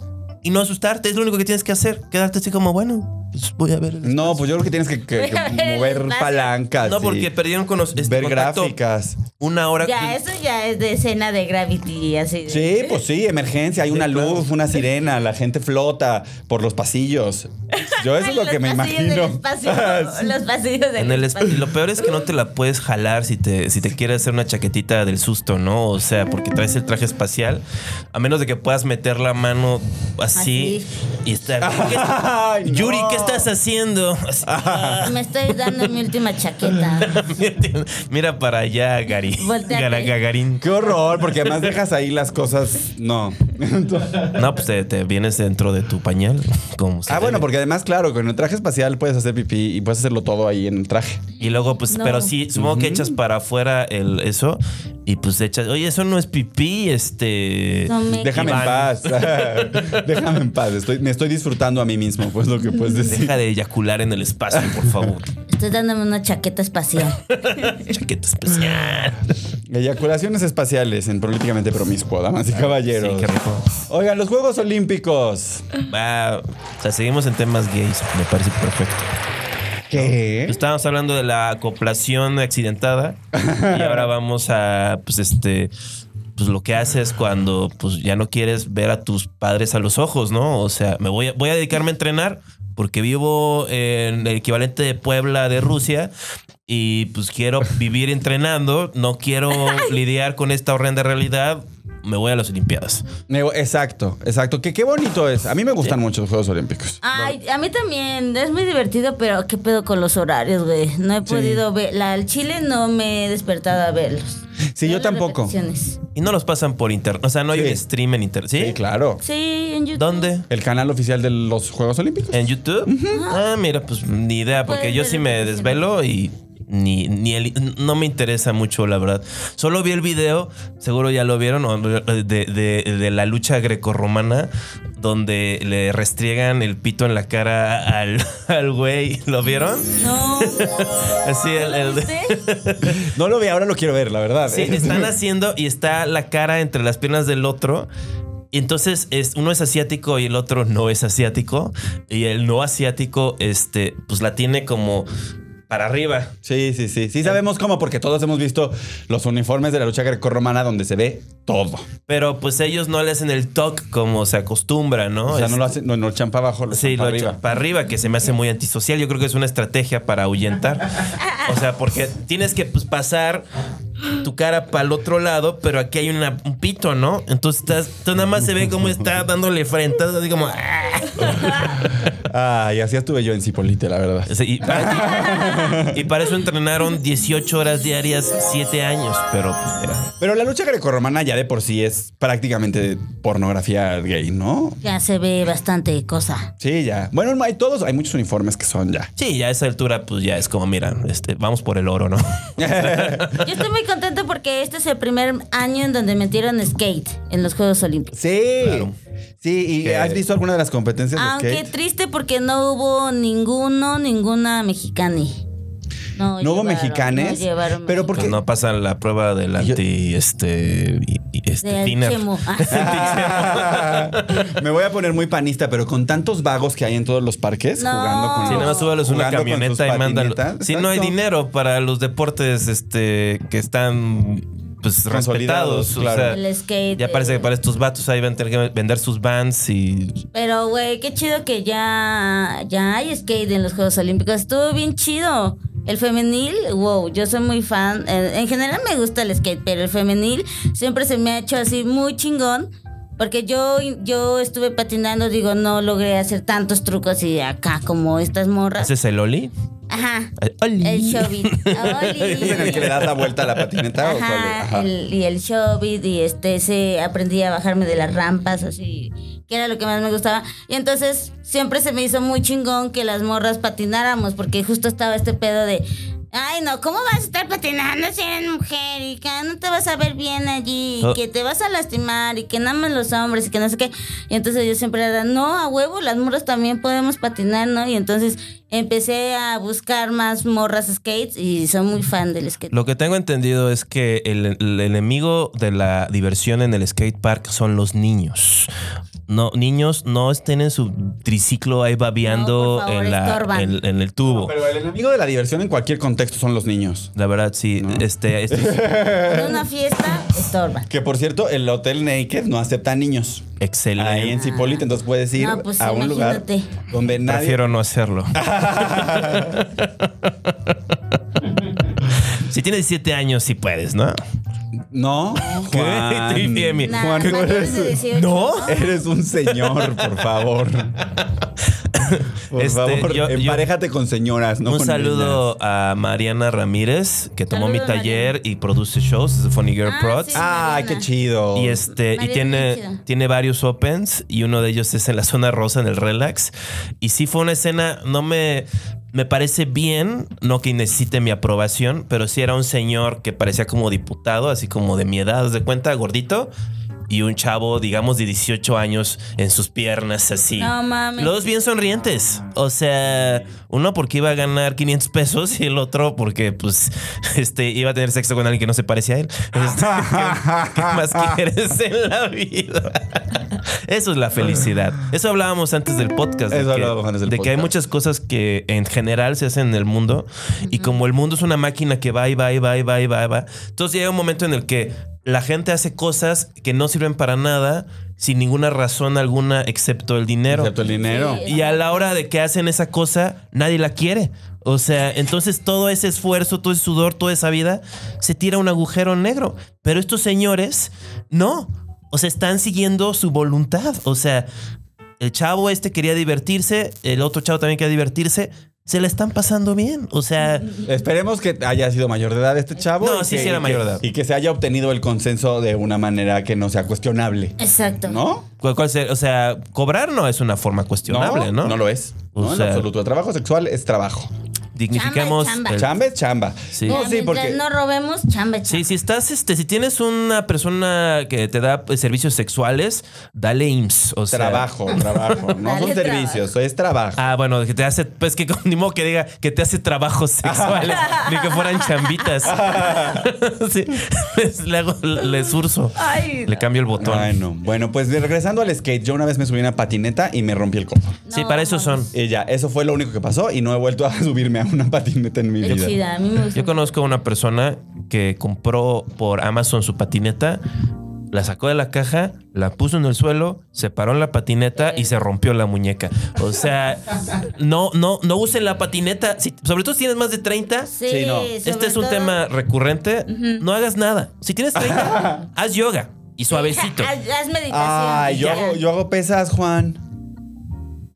[SPEAKER 6] y no asustarte. Es lo único que tienes que hacer. Quedarte así como, bueno, pues voy a ver. el
[SPEAKER 4] no, pues yo creo que tienes que, que- que
[SPEAKER 5] Voy a ver el
[SPEAKER 4] mover
[SPEAKER 5] espacio.
[SPEAKER 4] palancas.
[SPEAKER 6] No,
[SPEAKER 4] y
[SPEAKER 6] porque perdieron con los, este,
[SPEAKER 4] ver
[SPEAKER 6] contacto
[SPEAKER 4] gráficas.
[SPEAKER 6] Una hora.
[SPEAKER 5] Ya, eso ya es de escena de Gravity, así. de-
[SPEAKER 4] Sí, pues sí, emergencia, hay una luz, una sirena, la gente flota por los pasillos. Yo eso
[SPEAKER 5] Ay,
[SPEAKER 4] es lo
[SPEAKER 5] los
[SPEAKER 4] que me
[SPEAKER 5] pasillos del
[SPEAKER 4] imagino. Ah,
[SPEAKER 5] espacio, Los pasillos del
[SPEAKER 6] En el
[SPEAKER 5] espacio.
[SPEAKER 6] esp- lo peor es que no te la puedes jalar si te, si te quieres hacer una chaquetita del susto, ¿no? O sea, porque traes el traje espacial, a menos de que puedas meter la mano
[SPEAKER 5] Así.
[SPEAKER 6] así, y estar. ¿Qué-
[SPEAKER 4] Ay, no.
[SPEAKER 6] Yuri, ¿qué estás haciendo? Así,
[SPEAKER 5] Me estoy dando mi última chaqueta.
[SPEAKER 6] Mira para allá, Gary.
[SPEAKER 5] Volteate.
[SPEAKER 6] Gara- Gagarín.
[SPEAKER 4] Qué horror, porque además dejas ahí las cosas. No.
[SPEAKER 6] No, pues te, te vienes dentro de tu pañal. Como se
[SPEAKER 4] Ah, bueno,
[SPEAKER 6] debe.
[SPEAKER 4] porque además, claro, con el traje espacial puedes hacer pipí y puedes hacerlo todo ahí en el traje.
[SPEAKER 6] Y luego, pues,
[SPEAKER 5] No.
[SPEAKER 6] pero sí, supongo que echas para afuera el, eso y pues echas, oye, eso no es pipí, este.
[SPEAKER 5] No me-
[SPEAKER 4] Déjame en
[SPEAKER 6] Iván.
[SPEAKER 4] paz. Déjame en paz. Estoy, me estoy disfrutando a mí mismo, pues lo que puedes decir.
[SPEAKER 6] Deja de eyacular en el espacio, por favor.
[SPEAKER 5] Estoy dándome una chaqueta espacial.
[SPEAKER 6] Chaqueta especial.
[SPEAKER 4] Eyaculaciones espaciales en políticamente promiscuo, damas y caballeros.
[SPEAKER 6] Sí, qué rico.
[SPEAKER 4] Oigan, los Juegos Olímpicos.
[SPEAKER 6] Va, o sea, seguimos en temas gays, me parece perfecto.
[SPEAKER 4] ¿Qué?
[SPEAKER 6] Estábamos hablando de la acoplación accidentada y ahora vamos a, pues, este, pues lo que haces cuando, pues, ya no quieres ver a tus padres a los ojos, ¿no? O sea, me voy a, voy a dedicarme a entrenar porque vivo en el equivalente de Puebla de Rusia y, pues, quiero vivir entrenando, no quiero lidiar con esta horrenda realidad, me voy a las Olimpiadas.
[SPEAKER 4] Exacto, exacto. Que qué bonito es. A mí me gustan mucho los Juegos Olímpicos.
[SPEAKER 5] Ay, a mí también. Es muy divertido, pero ¿qué pedo con los horarios, güey? No he podido ver. La, al chile no me he despertado a verlos.
[SPEAKER 4] Sí, yo
[SPEAKER 5] Veo las
[SPEAKER 4] tampoco.
[SPEAKER 5] repeticiones.
[SPEAKER 6] Y no los pasan por internet, o sea, no hay
[SPEAKER 4] Sí.
[SPEAKER 6] un stream en internet, ¿sí?
[SPEAKER 4] Sí, claro.
[SPEAKER 5] Sí, en YouTube.
[SPEAKER 6] ¿Dónde?
[SPEAKER 4] El canal oficial de los Juegos Olímpicos.
[SPEAKER 6] ¿En YouTube? Ah, mira, pues ni idea, porque
[SPEAKER 5] Puedes
[SPEAKER 6] yo
[SPEAKER 5] ver
[SPEAKER 6] sí
[SPEAKER 5] lo
[SPEAKER 6] me
[SPEAKER 5] que sea.
[SPEAKER 6] desvelo y ni, ni el- no me interesa mucho, la verdad. Solo vi el video, seguro ya lo vieron, o de, de- de la lucha grecorromana, donde le restriegan el pito en la cara al, al güey. ¿Lo vieron?
[SPEAKER 5] No.
[SPEAKER 6] Así el- el-
[SPEAKER 5] ¿Viste?
[SPEAKER 4] No lo vi, ahora lo quiero ver, la verdad. eh.
[SPEAKER 6] Sí, están haciendo y está la cara entre las piernas del otro. Y entonces es, uno es asiático y el otro no es asiático. Y el no asiático, este, pues la tiene como para arriba.
[SPEAKER 4] Sí, sí, sí. Sí sabemos cómo, porque todos hemos visto los uniformes de la lucha grecorromana donde se ve todo.
[SPEAKER 6] Pero pues ellos no le hacen el toque como se acostumbra, ¿no?
[SPEAKER 4] O sea,
[SPEAKER 6] Es-
[SPEAKER 4] no lo hacen, no, no lo echan para abajo, lo
[SPEAKER 6] Sí,
[SPEAKER 4] echan para
[SPEAKER 6] lo echan
[SPEAKER 4] arriba.
[SPEAKER 6] para arriba, que se me hace muy antisocial. Yo creo que es una estrategia para ahuyentar. O sea, porque tienes que pues, pasar tu cara para el otro lado, pero aquí hay una, un pito, ¿no? Entonces estás, tú nada más se ve cómo está dándole frente, así como... "Ah".
[SPEAKER 4] Ay, así estuve yo en Cipolite, la verdad.
[SPEAKER 6] O sea, Y para, y para eso entrenaron 18 horas diarias, 7 años, pero pues mira.
[SPEAKER 4] Pero la lucha grecorromana ya de por sí es prácticamente pornografía gay, ¿no?
[SPEAKER 5] Ya se ve bastante cosa.
[SPEAKER 4] Sí, ya. Bueno, hay todos, hay muchos uniformes que son ya.
[SPEAKER 6] Sí, ya a esa altura pues ya es como, mira, este, vamos por el oro, ¿no?
[SPEAKER 5] Yo estoy muy contento porque este es el primer año en donde metieron skate en los Juegos Olímpicos.
[SPEAKER 4] Sí.
[SPEAKER 6] Claro.
[SPEAKER 4] Sí, ¿y
[SPEAKER 6] Que-
[SPEAKER 4] has visto alguna de las competencias de
[SPEAKER 5] Aunque
[SPEAKER 4] skate?
[SPEAKER 5] Ah, triste porque no hubo ninguno, ninguna mexicani.
[SPEAKER 4] No hubo
[SPEAKER 5] llevaron-
[SPEAKER 4] mexicanes,
[SPEAKER 5] no llevaron
[SPEAKER 4] pero porque-
[SPEAKER 6] Pues no pasan la prueba del
[SPEAKER 4] Yo-
[SPEAKER 6] anti este, y- y- este
[SPEAKER 5] De
[SPEAKER 6] thinner.
[SPEAKER 5] Chemo. Ah,
[SPEAKER 4] Me voy a poner muy panista, pero con tantos vagos que hay en todos los parques
[SPEAKER 5] No.
[SPEAKER 4] jugando con
[SPEAKER 5] Sí,
[SPEAKER 6] Si nada más súbalos una
[SPEAKER 4] jugando con sus
[SPEAKER 6] camioneta y mándalo.
[SPEAKER 4] patinetas.
[SPEAKER 6] Si no hay
[SPEAKER 4] Exacto.
[SPEAKER 6] dinero para los deportes este, que están pues
[SPEAKER 4] Consolidados,
[SPEAKER 6] respetados. o
[SPEAKER 4] claro.
[SPEAKER 6] sea,
[SPEAKER 5] El skate.
[SPEAKER 6] ya parece que
[SPEAKER 5] el-
[SPEAKER 6] para estos vatos ahí van a tener que vender sus bands y
[SPEAKER 5] Pero, güey, qué chido que ya, ya hay skate en los Juegos Olímpicos. Estuvo bien chido. El femenil, wow, yo soy muy fan. Eh, En general me gusta el skate, pero el femenil siempre se me ha hecho así muy chingón. Porque yo, yo estuve patinando, digo, no logré hacer tantos trucos y acá como estas morras.
[SPEAKER 6] haces el Oli.
[SPEAKER 5] Ajá.
[SPEAKER 6] Eh, Oli.
[SPEAKER 5] El showbiz. Oli.
[SPEAKER 4] ¿Es en el que le das la vuelta a la patineta o cuál es?
[SPEAKER 5] Ajá,
[SPEAKER 4] Ajá.
[SPEAKER 5] el- y el showbiz y este se aprendí a bajarme de las rampas así que era lo que más me gustaba y entonces siempre se me hizo muy chingón que las morras patináramos porque justo estaba este pedo de Ay, no, ¿cómo vas a estar patinando si eres mujer y que no te vas a ver bien allí y
[SPEAKER 6] Oh.
[SPEAKER 5] que te vas a lastimar y que nada más los hombres y que no sé qué? Y entonces yo siempre era, no, a huevo, las morras también podemos patinar, ¿no? Y entonces empecé a buscar más morras skates y soy muy fan del skate.
[SPEAKER 6] Lo que tengo entendido es que el, el enemigo de la diversión en el skate park son los niños. No, niños no estén en su triciclo ahí
[SPEAKER 5] No, por
[SPEAKER 6] babeando
[SPEAKER 5] favor,
[SPEAKER 6] en, la,
[SPEAKER 5] estorban.
[SPEAKER 6] en, en el tubo.
[SPEAKER 4] Pero el enemigo de la diversión en cualquier contexto son los niños.
[SPEAKER 6] La verdad, sí. Este, este es
[SPEAKER 5] En una fiesta estorba.
[SPEAKER 4] Que por cierto, el Hotel Naked no acepta niños.
[SPEAKER 6] excelente.
[SPEAKER 4] Ahí en Cipolite, entonces puedes ir
[SPEAKER 5] No, pues,
[SPEAKER 4] a un lugar
[SPEAKER 5] imagínate.
[SPEAKER 4] donde nadie.
[SPEAKER 6] Prefiero no hacerlo. si tienes 17 años, sí puedes, ¿no?
[SPEAKER 4] No, Juan.
[SPEAKER 6] Te dije a mí.
[SPEAKER 5] Nah, mayores de 18,
[SPEAKER 6] ¿No?
[SPEAKER 4] Eres un señor, por favor. Por
[SPEAKER 6] Este,
[SPEAKER 4] favor,
[SPEAKER 6] yo- yo-
[SPEAKER 4] emparejate con señoras, no
[SPEAKER 6] Un
[SPEAKER 4] con
[SPEAKER 6] saludo a Mariana Ramírez, que tomó mi
[SPEAKER 5] Saludos,
[SPEAKER 6] taller y produce shows, es Funny Girl
[SPEAKER 5] Ah,
[SPEAKER 6] Prods.
[SPEAKER 5] sí.
[SPEAKER 4] niñas. Ah, qué chido.
[SPEAKER 6] Y este, y
[SPEAKER 5] Mariana
[SPEAKER 6] tiene,
[SPEAKER 5] Ramírez.
[SPEAKER 6] tiene varios opens, y uno de ellos es en la zona rosa, en el relax. Y sí fue una escena, no me. Me parece bien, no que necesite mi aprobación, pero sí era un señor que parecía como diputado, así como de mi edad, haz de cuenta, gordito, y un chavo, digamos, de 18 años en sus piernas, así.
[SPEAKER 5] No mames.
[SPEAKER 6] Los dos bien sonrientes. O sea, uno porque iba a ganar 500 pesos y el otro porque, pues, este, iba a tener sexo con alguien que no se parecía a él. Este, ¿qué, qué más quieres en la vida? Eso es la felicidad. Eso hablábamos antes del podcast.
[SPEAKER 4] Eso
[SPEAKER 6] de que,
[SPEAKER 4] hablábamos antes del
[SPEAKER 6] de que hay
[SPEAKER 4] podcast.
[SPEAKER 6] muchas cosas que en general se hacen en el mundo y como el mundo es una máquina que va y va y va y va y va y va, entonces llega un momento en el que la gente hace cosas que no sirven para nada sin ninguna razón alguna excepto el dinero.
[SPEAKER 4] Excepto el dinero.
[SPEAKER 5] Sí.
[SPEAKER 6] Y a la hora de que hacen esa cosa, nadie la quiere. O sea, entonces todo ese esfuerzo, todo ese sudor, toda esa vida se tira a un agujero negro. Pero estos señores, no. O sea, están siguiendo su voluntad. O sea, el chavo este quería divertirse, el otro chavo también quería divertirse. Se la están pasando bien. O sea,
[SPEAKER 4] mm. Esperemos que haya sido mayor de edad este chavo.
[SPEAKER 6] No,
[SPEAKER 4] y
[SPEAKER 6] sí,
[SPEAKER 4] que-
[SPEAKER 6] sí era
[SPEAKER 4] y
[SPEAKER 6] mayor
[SPEAKER 4] que-
[SPEAKER 6] de edad.
[SPEAKER 4] Y que se haya obtenido el consenso de una manera que no sea cuestionable.
[SPEAKER 5] Exacto.
[SPEAKER 4] ¿No?
[SPEAKER 6] ¿cuál, cuál se- o sea, cobrar no es una forma cuestionable, ¿no?
[SPEAKER 4] No lo es.
[SPEAKER 6] O
[SPEAKER 4] No, en
[SPEAKER 6] sea-
[SPEAKER 4] absoluto. El trabajo sexual es trabajo.
[SPEAKER 6] Dignifiquemos.
[SPEAKER 5] Chamba, chamba.
[SPEAKER 6] el-
[SPEAKER 4] Chamba es chamba.
[SPEAKER 6] Sí.
[SPEAKER 5] Ya,
[SPEAKER 4] No, sí,
[SPEAKER 5] mientras
[SPEAKER 4] porque.
[SPEAKER 5] no robemos, chamba, chamba.
[SPEAKER 6] Sí, si estás, este, si tienes una persona que te da pues, servicios sexuales, dale IMSS. O sea,
[SPEAKER 4] Trabajo, trabajo. No
[SPEAKER 5] Dale
[SPEAKER 4] son servicios, es trabajo.
[SPEAKER 6] Ah, bueno, que te hace, pues que con- ni modo que diga que te hace trabajos sexuales, ni que fueran chambitas. Sí, les, le hago- les urso.
[SPEAKER 5] Ay,
[SPEAKER 6] le cambio el botón.
[SPEAKER 4] Ay, no. Bueno, pues regresando al skate, yo una vez me subí a una patineta y me rompí el codo.
[SPEAKER 6] Sí,
[SPEAKER 5] No,
[SPEAKER 6] para eso
[SPEAKER 5] mames.
[SPEAKER 6] son.
[SPEAKER 4] Y ya, eso fue lo único que pasó y no he vuelto a subirme a una patineta en mi
[SPEAKER 5] Qué
[SPEAKER 4] vida.
[SPEAKER 5] chida, a mí me gusta.
[SPEAKER 6] Yo conozco a una persona que compró por Amazon su patineta, la sacó de la caja, la puso en el suelo, se paró en la patineta y se rompió la muñeca. O sea, no, no, no usen la patineta. Si- sobre todo si tienes más de 30.
[SPEAKER 5] Sí,
[SPEAKER 4] Sí, no.
[SPEAKER 5] sobre
[SPEAKER 6] Este es un
[SPEAKER 5] todo-
[SPEAKER 6] tema recurrente. No hagas nada. Si tienes 30, haz yoga y suavecito.
[SPEAKER 5] Haz, haz meditación.
[SPEAKER 4] Ay, yo
[SPEAKER 5] ya.
[SPEAKER 4] hago, yo hago pesas, Juan.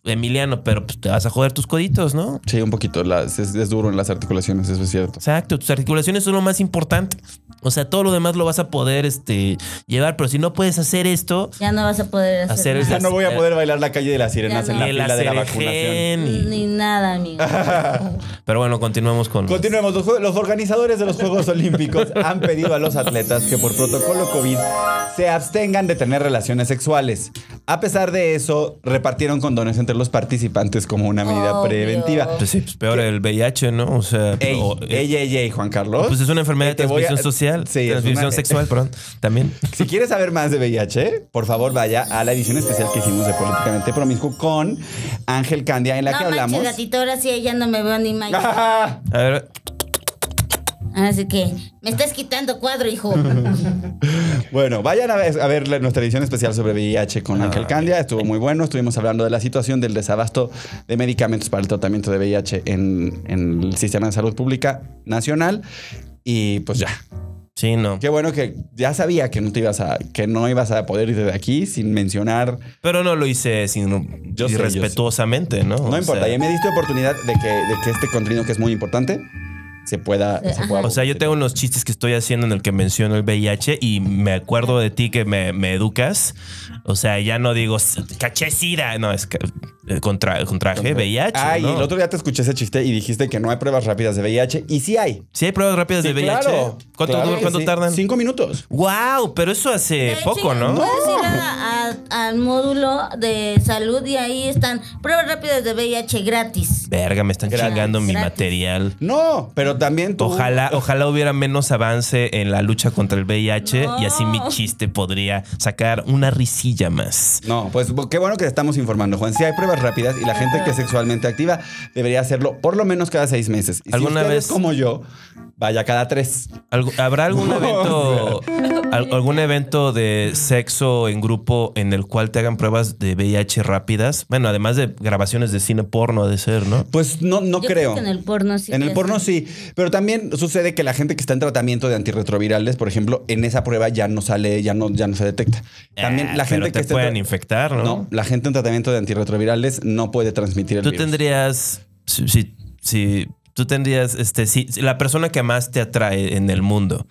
[SPEAKER 6] Emiliano, pero pues, te vas a joder tus coditos, ¿no?
[SPEAKER 4] Sí, un poquito. Las, es, es duro en las articulaciones, eso es cierto.
[SPEAKER 6] Exacto, tus articulaciones son lo más importante. O sea, todo lo demás lo vas a poder este, llevar, pero si no puedes hacer esto,
[SPEAKER 5] Ya no vas a poder hacer,
[SPEAKER 6] Hacer
[SPEAKER 4] Ya no
[SPEAKER 5] nada.
[SPEAKER 4] voy a poder bailar la calle de las sirenas
[SPEAKER 5] Ya
[SPEAKER 4] en
[SPEAKER 5] no.
[SPEAKER 4] la
[SPEAKER 6] ni el
[SPEAKER 4] fila eh, de la vacunación.
[SPEAKER 6] acergen, ni-
[SPEAKER 5] Ni nada, amigo.
[SPEAKER 6] Pero bueno, continuamos con.
[SPEAKER 4] Continuemos. Los, jue- los organizadores de los Juegos Olímpicos han pedido a los atletas que por protocolo COVID se abstengan de tener relaciones sexuales. A pesar de eso, repartieron condones entre los participantes como una medida
[SPEAKER 5] Obvio.
[SPEAKER 4] preventiva.
[SPEAKER 6] Pues sí, pues peor el VIH, ¿no? O sea,
[SPEAKER 4] Ey,
[SPEAKER 6] o-
[SPEAKER 4] ey, ey, ey, Juan Carlos.
[SPEAKER 6] pues es una enfermedad de
[SPEAKER 4] Te voy a-
[SPEAKER 6] transmisión social,
[SPEAKER 4] Sí, es
[SPEAKER 6] transmisión
[SPEAKER 4] una-
[SPEAKER 6] sexual, perdón, también.
[SPEAKER 4] Si quieres saber más de VIH, por favor vaya a la edición especial que hicimos de Políticamente Promiscuo con Ángel Candia, en la
[SPEAKER 5] no
[SPEAKER 4] que
[SPEAKER 5] manches,
[SPEAKER 4] hablamos.
[SPEAKER 5] gatito, ahora sí, ya no me veo ni mal.
[SPEAKER 6] A ver,
[SPEAKER 5] Así que, me estás quitando cuadro, hijo.
[SPEAKER 6] Eh,
[SPEAKER 4] Bueno, vayan a ver, a ver la- nuestra edición especial sobre VIH con
[SPEAKER 6] Ah,
[SPEAKER 4] Ángel Candia. Estuvo muy bueno. Estuvimos hablando de la situación del desabasto de medicamentos para el tratamiento de VIH en, en el sistema de salud pública nacional. Y pues ya.
[SPEAKER 6] Sí, no.
[SPEAKER 4] Qué bueno que ya sabía que no te ibas a, que no ibas a poder ir de aquí sin mencionar.
[SPEAKER 6] Pero no lo hice sin,
[SPEAKER 4] Yo sé, yo
[SPEAKER 6] irrespetuosamente, ¿no?
[SPEAKER 4] No
[SPEAKER 6] O
[SPEAKER 4] importa.
[SPEAKER 6] sea,
[SPEAKER 4] Ya me diste oportunidad de que, de que este contenido que es muy importante se pueda. se pueda
[SPEAKER 6] O sea, yo tengo unos chistes que estoy haciendo en el que menciono el VIH y me acuerdo de ti que me, me educas. O sea, ya no digo "S- caché sida. No, es que, eh, contra, contraje VIH.
[SPEAKER 4] Ay,
[SPEAKER 6] ¿no?
[SPEAKER 4] el otro día te escuché ese chiste y dijiste que no hay pruebas rápidas de VIH. Y sí hay.
[SPEAKER 6] Sí, hay pruebas rápidas
[SPEAKER 4] Sí,
[SPEAKER 6] de VIH.
[SPEAKER 4] claro.
[SPEAKER 6] E? ¿Cuánto,
[SPEAKER 4] Claro
[SPEAKER 6] dura-
[SPEAKER 4] que
[SPEAKER 6] cuánto
[SPEAKER 4] sí.
[SPEAKER 6] tardan?
[SPEAKER 4] Cinco minutos.
[SPEAKER 6] Wow, pero eso hace
[SPEAKER 5] De hecho,
[SPEAKER 6] poco, ¿no?
[SPEAKER 5] Puedes ir a- a- al módulo de salud y ahí están pruebas rápidas de VIH gratis.
[SPEAKER 6] Verga, me están
[SPEAKER 5] Gratis.
[SPEAKER 6] chingando mi
[SPEAKER 5] Gratis.
[SPEAKER 6] material.
[SPEAKER 4] No, pero también tú.
[SPEAKER 6] Ojalá, ojalá hubiera menos avance en la lucha contra el VIH y así mi
[SPEAKER 5] No.
[SPEAKER 6] chiste podría sacar una risilla más.
[SPEAKER 4] No, pues qué bueno que te estamos informando, Juan. Si hay pruebas rápidas y la gente que es sexualmente activa debería hacerlo por lo menos cada seis meses. Y si
[SPEAKER 6] ¿Alguna
[SPEAKER 4] ustedes
[SPEAKER 6] vez?
[SPEAKER 4] como yo, vaya cada tres.
[SPEAKER 6] Algu- ¿Habrá algún evento, al- algún evento de sexo en grupo en el cual te hagan pruebas de VIH rápidas? Bueno, además de grabaciones de cine porno, ha de ser, ¿no?
[SPEAKER 4] Pues no, no
[SPEAKER 5] Yo
[SPEAKER 4] creo.
[SPEAKER 5] que en el porno sí.
[SPEAKER 4] En el
[SPEAKER 5] te
[SPEAKER 4] porno
[SPEAKER 5] hacen.
[SPEAKER 4] sí, pero también sucede que la gente que está en tratamiento de antirretrovirales, por ejemplo, en esa prueba ya no sale, ya no, ya no se detecta. También
[SPEAKER 6] Ah,
[SPEAKER 4] la gente
[SPEAKER 6] pero
[SPEAKER 4] que
[SPEAKER 6] te
[SPEAKER 4] está en
[SPEAKER 6] pueden
[SPEAKER 4] tra-
[SPEAKER 6] infectar, ¿no?
[SPEAKER 4] No, la gente en tratamiento de antirretrovirales no puede transmitir el
[SPEAKER 6] Tú
[SPEAKER 4] virus.
[SPEAKER 6] tendrías, si, si, si- tú tendrías, este, si, si la persona que más te atrae en el mundo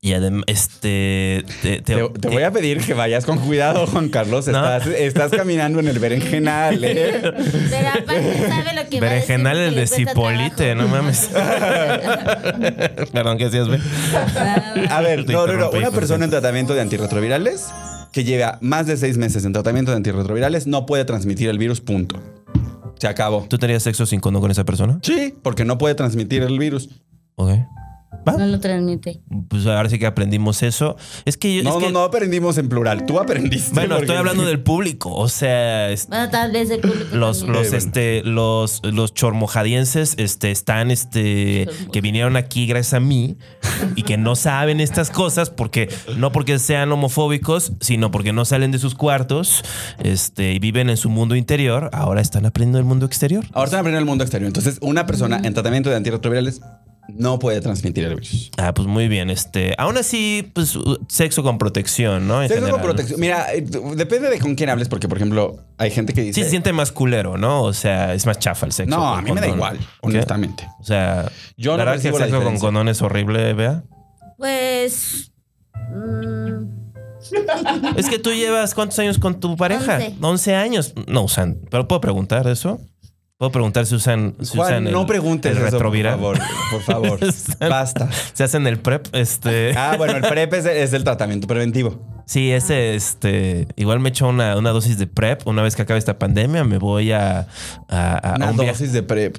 [SPEAKER 6] y además, este, te, te-
[SPEAKER 4] Te, te voy a pedir que vayas con cuidado, Juan Carlos. Estás, estás caminando en el berenjenal, ¿eh?
[SPEAKER 5] Pero aparte sabe lo que va a decir
[SPEAKER 6] Berenjenal
[SPEAKER 5] porque
[SPEAKER 6] el
[SPEAKER 5] le
[SPEAKER 6] de
[SPEAKER 5] cuesta
[SPEAKER 6] Cipolite, no
[SPEAKER 5] trabajo.
[SPEAKER 6] mames. Perdón que decías, güey.
[SPEAKER 4] A ver,
[SPEAKER 6] Te
[SPEAKER 4] no, no, no.
[SPEAKER 6] interrumpí,
[SPEAKER 4] Una persona
[SPEAKER 6] perfecto.
[SPEAKER 4] en tratamiento de antirretrovirales que lleva más de seis meses en tratamiento de antirretrovirales no puede transmitir el virus, punto. Se acabó.
[SPEAKER 6] ¿Tú tenías sexo sin condón con esa persona?
[SPEAKER 4] Sí, porque no puede transmitir el virus.
[SPEAKER 6] Ok.
[SPEAKER 5] No lo transmite.
[SPEAKER 6] Pues ahora sí que aprendimos eso. Es que yo.
[SPEAKER 4] No,
[SPEAKER 6] es que-
[SPEAKER 4] no, no aprendimos en plural. Tú aprendiste.
[SPEAKER 6] Bueno,
[SPEAKER 4] porque-
[SPEAKER 6] estoy hablando del público. O sea, es-
[SPEAKER 5] Bueno, tal vez el público.
[SPEAKER 6] los,
[SPEAKER 5] también.
[SPEAKER 6] los,
[SPEAKER 4] bueno.
[SPEAKER 6] este, los, los chormojadienses este, están, este, que vinieron aquí gracias a mí y que no saben estas cosas porque no porque sean homofóbicos, sino porque no salen de sus cuartos este, y viven en su mundo interior. Ahora están aprendiendo del mundo exterior.
[SPEAKER 4] Ahora están aprendiendo el mundo exterior. Entonces, una persona en tratamiento de antirretrovirales no puede transmitir el virus.
[SPEAKER 6] Ah, pues muy bien. Este, aún así, pues uh, sexo con protección, ¿no? En
[SPEAKER 4] Sexo con
[SPEAKER 6] general.
[SPEAKER 4] protección. Mira, eh, depende de con quién hables, porque, por ejemplo, hay gente que dice.
[SPEAKER 6] Sí, se siente más culero, ¿no? O sea, es más chafa el sexo.
[SPEAKER 4] No,
[SPEAKER 6] con
[SPEAKER 4] a mí me da
[SPEAKER 6] condón.
[SPEAKER 4] igual,
[SPEAKER 6] ¿Qué?
[SPEAKER 4] honestamente.
[SPEAKER 6] O sea,
[SPEAKER 4] Yo no
[SPEAKER 6] la verdad es que el
[SPEAKER 4] percibo la
[SPEAKER 6] sexo con
[SPEAKER 4] diferencia.
[SPEAKER 6] condón es horrible, vea.
[SPEAKER 5] Pues. mm,
[SPEAKER 6] Es que tú llevas cuántos años con tu pareja?
[SPEAKER 5] Once.
[SPEAKER 6] 11 años. No usan. Pero puedo preguntar eso. Puedo preguntar si usan. Si
[SPEAKER 4] Juan,
[SPEAKER 6] usan el-
[SPEAKER 4] no preguntes
[SPEAKER 6] el
[SPEAKER 4] eso,
[SPEAKER 6] retroviral.
[SPEAKER 4] por favor. Por favor. Basta.
[SPEAKER 6] Se hacen el prep, este.
[SPEAKER 4] Ah, bueno, el PrEP es, es el tratamiento preventivo.
[SPEAKER 6] Sí, ese, este. Igual me echo una, una dosis de prep. Una vez que acabe esta pandemia, me voy a. a, a- a
[SPEAKER 4] Una
[SPEAKER 6] Ah, un viaje.
[SPEAKER 4] dosis de PrEP.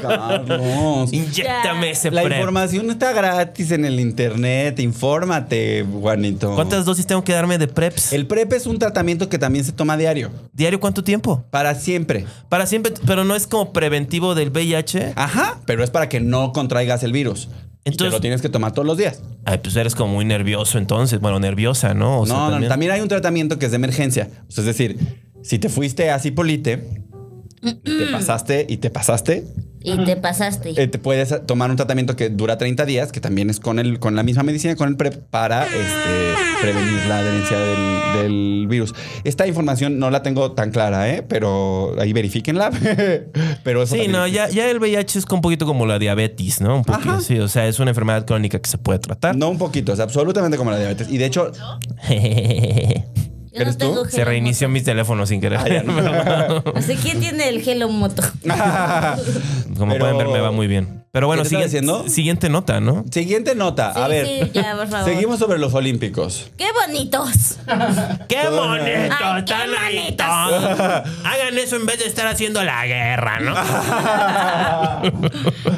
[SPEAKER 4] Carlos.
[SPEAKER 6] Inyéctame ese
[SPEAKER 4] La
[SPEAKER 6] prep.
[SPEAKER 4] información está gratis en el internet. Infórmate, Juanito.
[SPEAKER 6] ¿Cuántas dosis tengo que darme de preps?
[SPEAKER 4] El PrEP es un tratamiento que también se toma diario.
[SPEAKER 6] ¿Diario cuánto tiempo?
[SPEAKER 4] Para siempre.
[SPEAKER 6] Para siempre, pero no es como preventivo del VIH.
[SPEAKER 4] Ajá. Pero es para que no contraigas el virus. Y te
[SPEAKER 6] Entonces-
[SPEAKER 4] lo tienes que tomar todos los días.
[SPEAKER 6] Ay, pues eres como muy nervioso entonces. Bueno, nerviosa, ¿no? O sea,
[SPEAKER 4] no, no, también. hay un tratamiento que es de emergencia. O sea, es decir, si te fuiste a Cipolite, te pasaste y te pasaste,
[SPEAKER 5] y te pasaste.
[SPEAKER 4] eh, te puedes tomar un tratamiento que dura 30 días, que también es con, el, con la misma medicina, con el PrEP, para este, prevenir la adherencia del, del virus. Esta información no la tengo tan clara, ¿eh? pero ahí verifíquenla. pero eso
[SPEAKER 6] Sí,
[SPEAKER 4] también
[SPEAKER 6] no,
[SPEAKER 4] existe.
[SPEAKER 6] ya, ya el VIH es un poquito como la diabetes, ¿no? Un poquito,
[SPEAKER 4] Ajá.
[SPEAKER 6] sí. O sea, es una enfermedad crónica que se puede tratar.
[SPEAKER 4] No un poquito, es absolutamente como la diabetes. Y de hecho,
[SPEAKER 5] Yo no
[SPEAKER 4] ¿eres tú?
[SPEAKER 5] tengo
[SPEAKER 6] se
[SPEAKER 5] gel
[SPEAKER 6] reinició mi teléfono sin querer.
[SPEAKER 4] Ah,
[SPEAKER 5] moto. Así que tiene el gelo moto.
[SPEAKER 6] como
[SPEAKER 4] Pero-
[SPEAKER 6] pueden ver, me va muy bien. Pero bueno,
[SPEAKER 4] ¿Qué te estaba
[SPEAKER 6] siguiente,
[SPEAKER 4] diciendo?
[SPEAKER 6] siguiente nota, ¿no?
[SPEAKER 4] siguiente nota. a
[SPEAKER 5] Sí,
[SPEAKER 4] ver,
[SPEAKER 5] sí, ya, por favor.
[SPEAKER 4] seguimos sobre los olímpicos.
[SPEAKER 5] ¡Qué bonitos!
[SPEAKER 6] ¡Qué bonito!
[SPEAKER 5] Ay, qué
[SPEAKER 6] ¡Tan bonito!
[SPEAKER 5] bonitos.
[SPEAKER 6] Hagan eso en vez de estar haciendo la guerra, ¿no?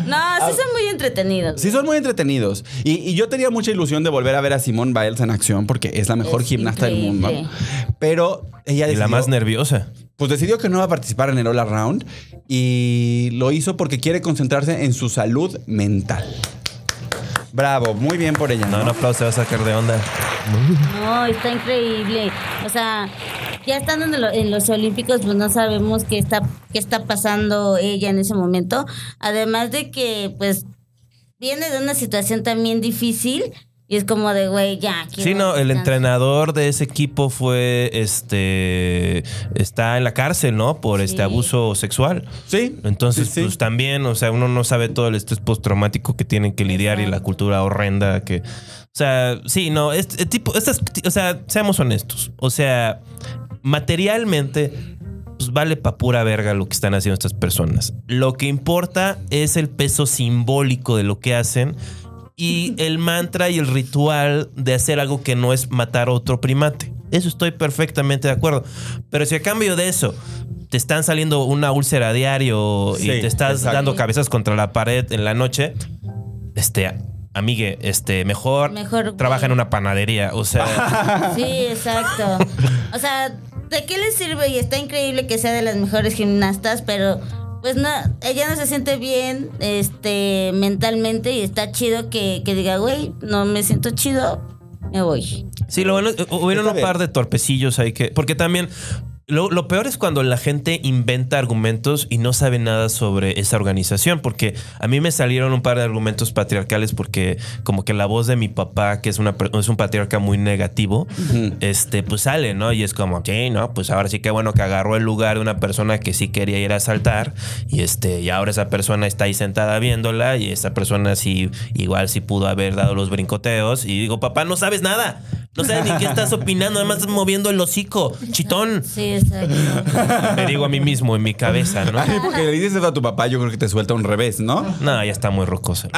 [SPEAKER 5] No,
[SPEAKER 4] Ah.
[SPEAKER 5] sí son muy entretenidos.
[SPEAKER 4] Sí, son muy entretenidos. Y, y yo tenía mucha ilusión de volver a ver a Simone Biles en acción porque es la mejor
[SPEAKER 5] Es
[SPEAKER 4] gimnasta del
[SPEAKER 5] increíble.
[SPEAKER 4] mundo. Pero ella
[SPEAKER 6] y
[SPEAKER 4] decidió,
[SPEAKER 6] la más nerviosa.
[SPEAKER 4] pues decidió que no va a participar en el All Around y lo hizo porque quiere concentrarse en su salud mental. Bravo, muy bien por ella.
[SPEAKER 6] No,
[SPEAKER 4] ¿no?
[SPEAKER 6] un aplauso se va a sacar de onda.
[SPEAKER 5] No, está increíble. O sea, ya estando en, lo- en los Olímpicos, pues no sabemos qué está, qué está pasando ella en ese momento. Además de que, pues, viene de una situación también difícil y es como de, güey, ya. quiero
[SPEAKER 6] Sí, no, el
[SPEAKER 5] descansar".
[SPEAKER 6] entrenador de ese equipo fue, este, está en la cárcel, ¿no? Por
[SPEAKER 5] Sí.
[SPEAKER 6] este abuso sexual.
[SPEAKER 4] Sí.
[SPEAKER 6] Entonces,
[SPEAKER 4] sí, sí.
[SPEAKER 6] pues también, o sea, uno no sabe todo el estrés postraumático que tienen que lidiar y la cultura horrenda que. O sea, sí, no, este, este tipo, estas, o sea, seamos honestos. O sea, materialmente, pues vale pa' pura verga lo que están haciendo estas personas. Lo que importa es el peso simbólico de lo que hacen y el mantra y el ritual de hacer algo que no es matar a otro primate. Eso estoy perfectamente de acuerdo. Pero si a cambio de eso te están saliendo una úlcera a diario
[SPEAKER 4] Sí,
[SPEAKER 6] y te estás
[SPEAKER 4] exacto.
[SPEAKER 6] dando cabezas contra la pared en la noche, este, amigue, este, mejor,
[SPEAKER 5] Mejor, güey.
[SPEAKER 6] trabaja en una panadería. O sea,
[SPEAKER 5] Sí, exacto. O sea, ¿de qué le sirve? Y está increíble que sea de las mejores gimnastas, pero pues no, ella no se siente bien este, mentalmente y está chido que, que diga, güey, no me siento chido, me voy.
[SPEAKER 6] sí, lo bueno, hubieron
[SPEAKER 4] Está
[SPEAKER 6] un par de torpecillos ahí que. Porque también. Lo, lo peor es cuando la gente inventa argumentos y no sabe nada sobre esa organización, porque a mí me salieron un par de argumentos patriarcales porque como que la voz de mi papá, que es, una, per- es un patriarca muy negativo, este, pues sale, ¿no? Y es como, sí, ¿no? Pues ahora sí que bueno que agarró el lugar de una persona que sí quería ir a saltar y este, y ahora esa persona está ahí sentada viéndola y esa persona sí, igual sí pudo haber dado los brincoteos y digo, papá, no sabes nada. No sabes ni qué estás opinando, además estás moviendo el hocico, chitón.
[SPEAKER 5] Sí, exacto.
[SPEAKER 6] Me digo a mí mismo en mi cabeza, ¿no?
[SPEAKER 4] Ay, porque le dices eso a tu papá, yo creo que te suelta un revés, ¿no?
[SPEAKER 6] No, ya está muy rocoso.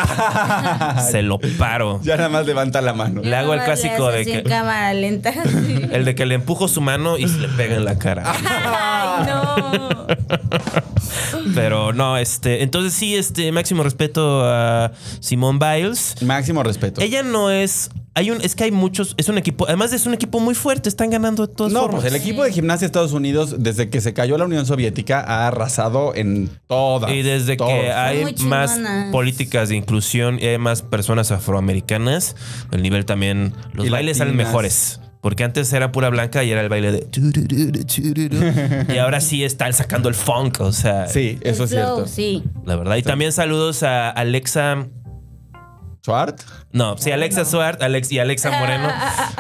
[SPEAKER 6] Se lo paro.
[SPEAKER 4] Ya nada más levanta la mano.
[SPEAKER 6] Le hago el
[SPEAKER 5] Nomás le
[SPEAKER 6] clásico
[SPEAKER 5] haces
[SPEAKER 6] de
[SPEAKER 5] así en
[SPEAKER 6] que-
[SPEAKER 5] cámara lenta.
[SPEAKER 6] El de que le empujo su mano y se le pega en la cara.
[SPEAKER 5] Ay, no.
[SPEAKER 6] Pero no, este. Entonces sí, este, máximo respeto a Simone Biles.
[SPEAKER 4] Máximo respeto.
[SPEAKER 6] Ella no es. Hay un, es que hay muchos. Es un equipo. Además, es un equipo muy fuerte. Están ganando de todas
[SPEAKER 4] No,
[SPEAKER 6] formas.
[SPEAKER 4] pues el equipo de gimnasia de Estados Unidos, desde que se cayó la Unión Soviética, ha arrasado en todas.
[SPEAKER 6] Y desde
[SPEAKER 4] todas.
[SPEAKER 6] que
[SPEAKER 5] Muy
[SPEAKER 6] hay
[SPEAKER 5] chingonas.
[SPEAKER 6] más políticas de inclusión y hay más personas afroamericanas, el nivel también, los
[SPEAKER 4] Y
[SPEAKER 6] bailes salen
[SPEAKER 4] latinas.
[SPEAKER 6] mejores. Porque antes era pura blanca y era el baile de... turururu, turururu. Y ahora sí están sacando el funk, o sea,
[SPEAKER 4] Sí, eso
[SPEAKER 5] El
[SPEAKER 4] es cierto.
[SPEAKER 5] flow, Sí.
[SPEAKER 6] la verdad. Y también saludos a Alexa...
[SPEAKER 4] ¿Schwartz?
[SPEAKER 6] No, sí, Alexa Suart Alex, y Alexa
[SPEAKER 5] Ah.
[SPEAKER 6] Moreno.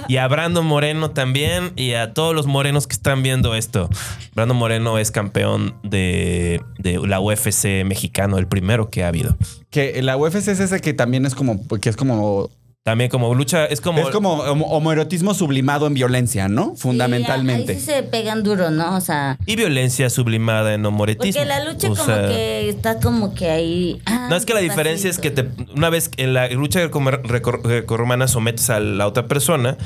[SPEAKER 6] Y a Brando Moreno también. Y a todos los morenos que están viendo esto. Brando Moreno es campeón de, de la UFC mexicano, el primero que ha habido.
[SPEAKER 4] Que la UFC es ese que también es como, que es como,
[SPEAKER 6] También como lucha, es como...
[SPEAKER 4] es como homo- homoerotismo sublimado en violencia, ¿no? Fundamentalmente.
[SPEAKER 5] Sí, ahí sí se pegan duro, ¿no? O sea,
[SPEAKER 6] Y violencia sublimada en homoretismo.
[SPEAKER 5] porque la lucha
[SPEAKER 6] O
[SPEAKER 5] como
[SPEAKER 6] sea,
[SPEAKER 5] que está como que ahí. ah,
[SPEAKER 6] No, es que la diferencia es que
[SPEAKER 5] despacito.
[SPEAKER 6] te, una vez que en la lucha grecorromana recor- grecorromana sometes a la otra persona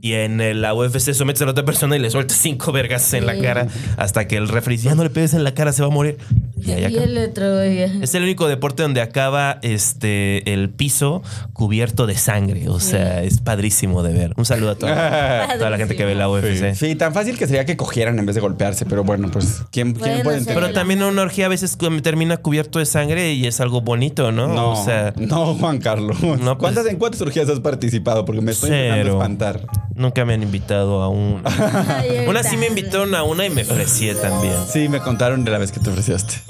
[SPEAKER 6] y en el- la UFC sometes a la otra persona y le sueltas cinco vergas en la
[SPEAKER 5] Sí.
[SPEAKER 6] cara hasta que el refri dice, ya no le pegues en la cara, se va a morir. Y ahí
[SPEAKER 5] Y
[SPEAKER 6] acaba.
[SPEAKER 5] el otro, oye.
[SPEAKER 6] Es el único deporte donde acaba este el piso cubierto de sangre. O sea, es padrísimo de ver. Un saludo a toda, toda la gente que ve la UFC.
[SPEAKER 4] Sí, tan fácil que sería que cogieran en vez de golpearse, pero bueno, pues, ¿quién, quién
[SPEAKER 5] Bueno,
[SPEAKER 4] puede
[SPEAKER 5] sí.
[SPEAKER 4] entender?
[SPEAKER 6] Pero también una orgía a veces cu- termina cubierto de sangre y es algo bonito, ¿no?
[SPEAKER 4] No,
[SPEAKER 6] O sea,
[SPEAKER 4] no, Juan Carlos.
[SPEAKER 6] No, pues-
[SPEAKER 4] ¿Cuántas, ¿En cuántas orgías has participado? Porque me estoy empezando
[SPEAKER 6] Cero.
[SPEAKER 4] a espantar.
[SPEAKER 6] nunca me han invitado a un.
[SPEAKER 5] Ay,
[SPEAKER 6] Una
[SPEAKER 5] ahorita.
[SPEAKER 6] sí me invitaron a una y me ofrecí también.
[SPEAKER 4] Sí, me contaron de la vez que te ofreciste.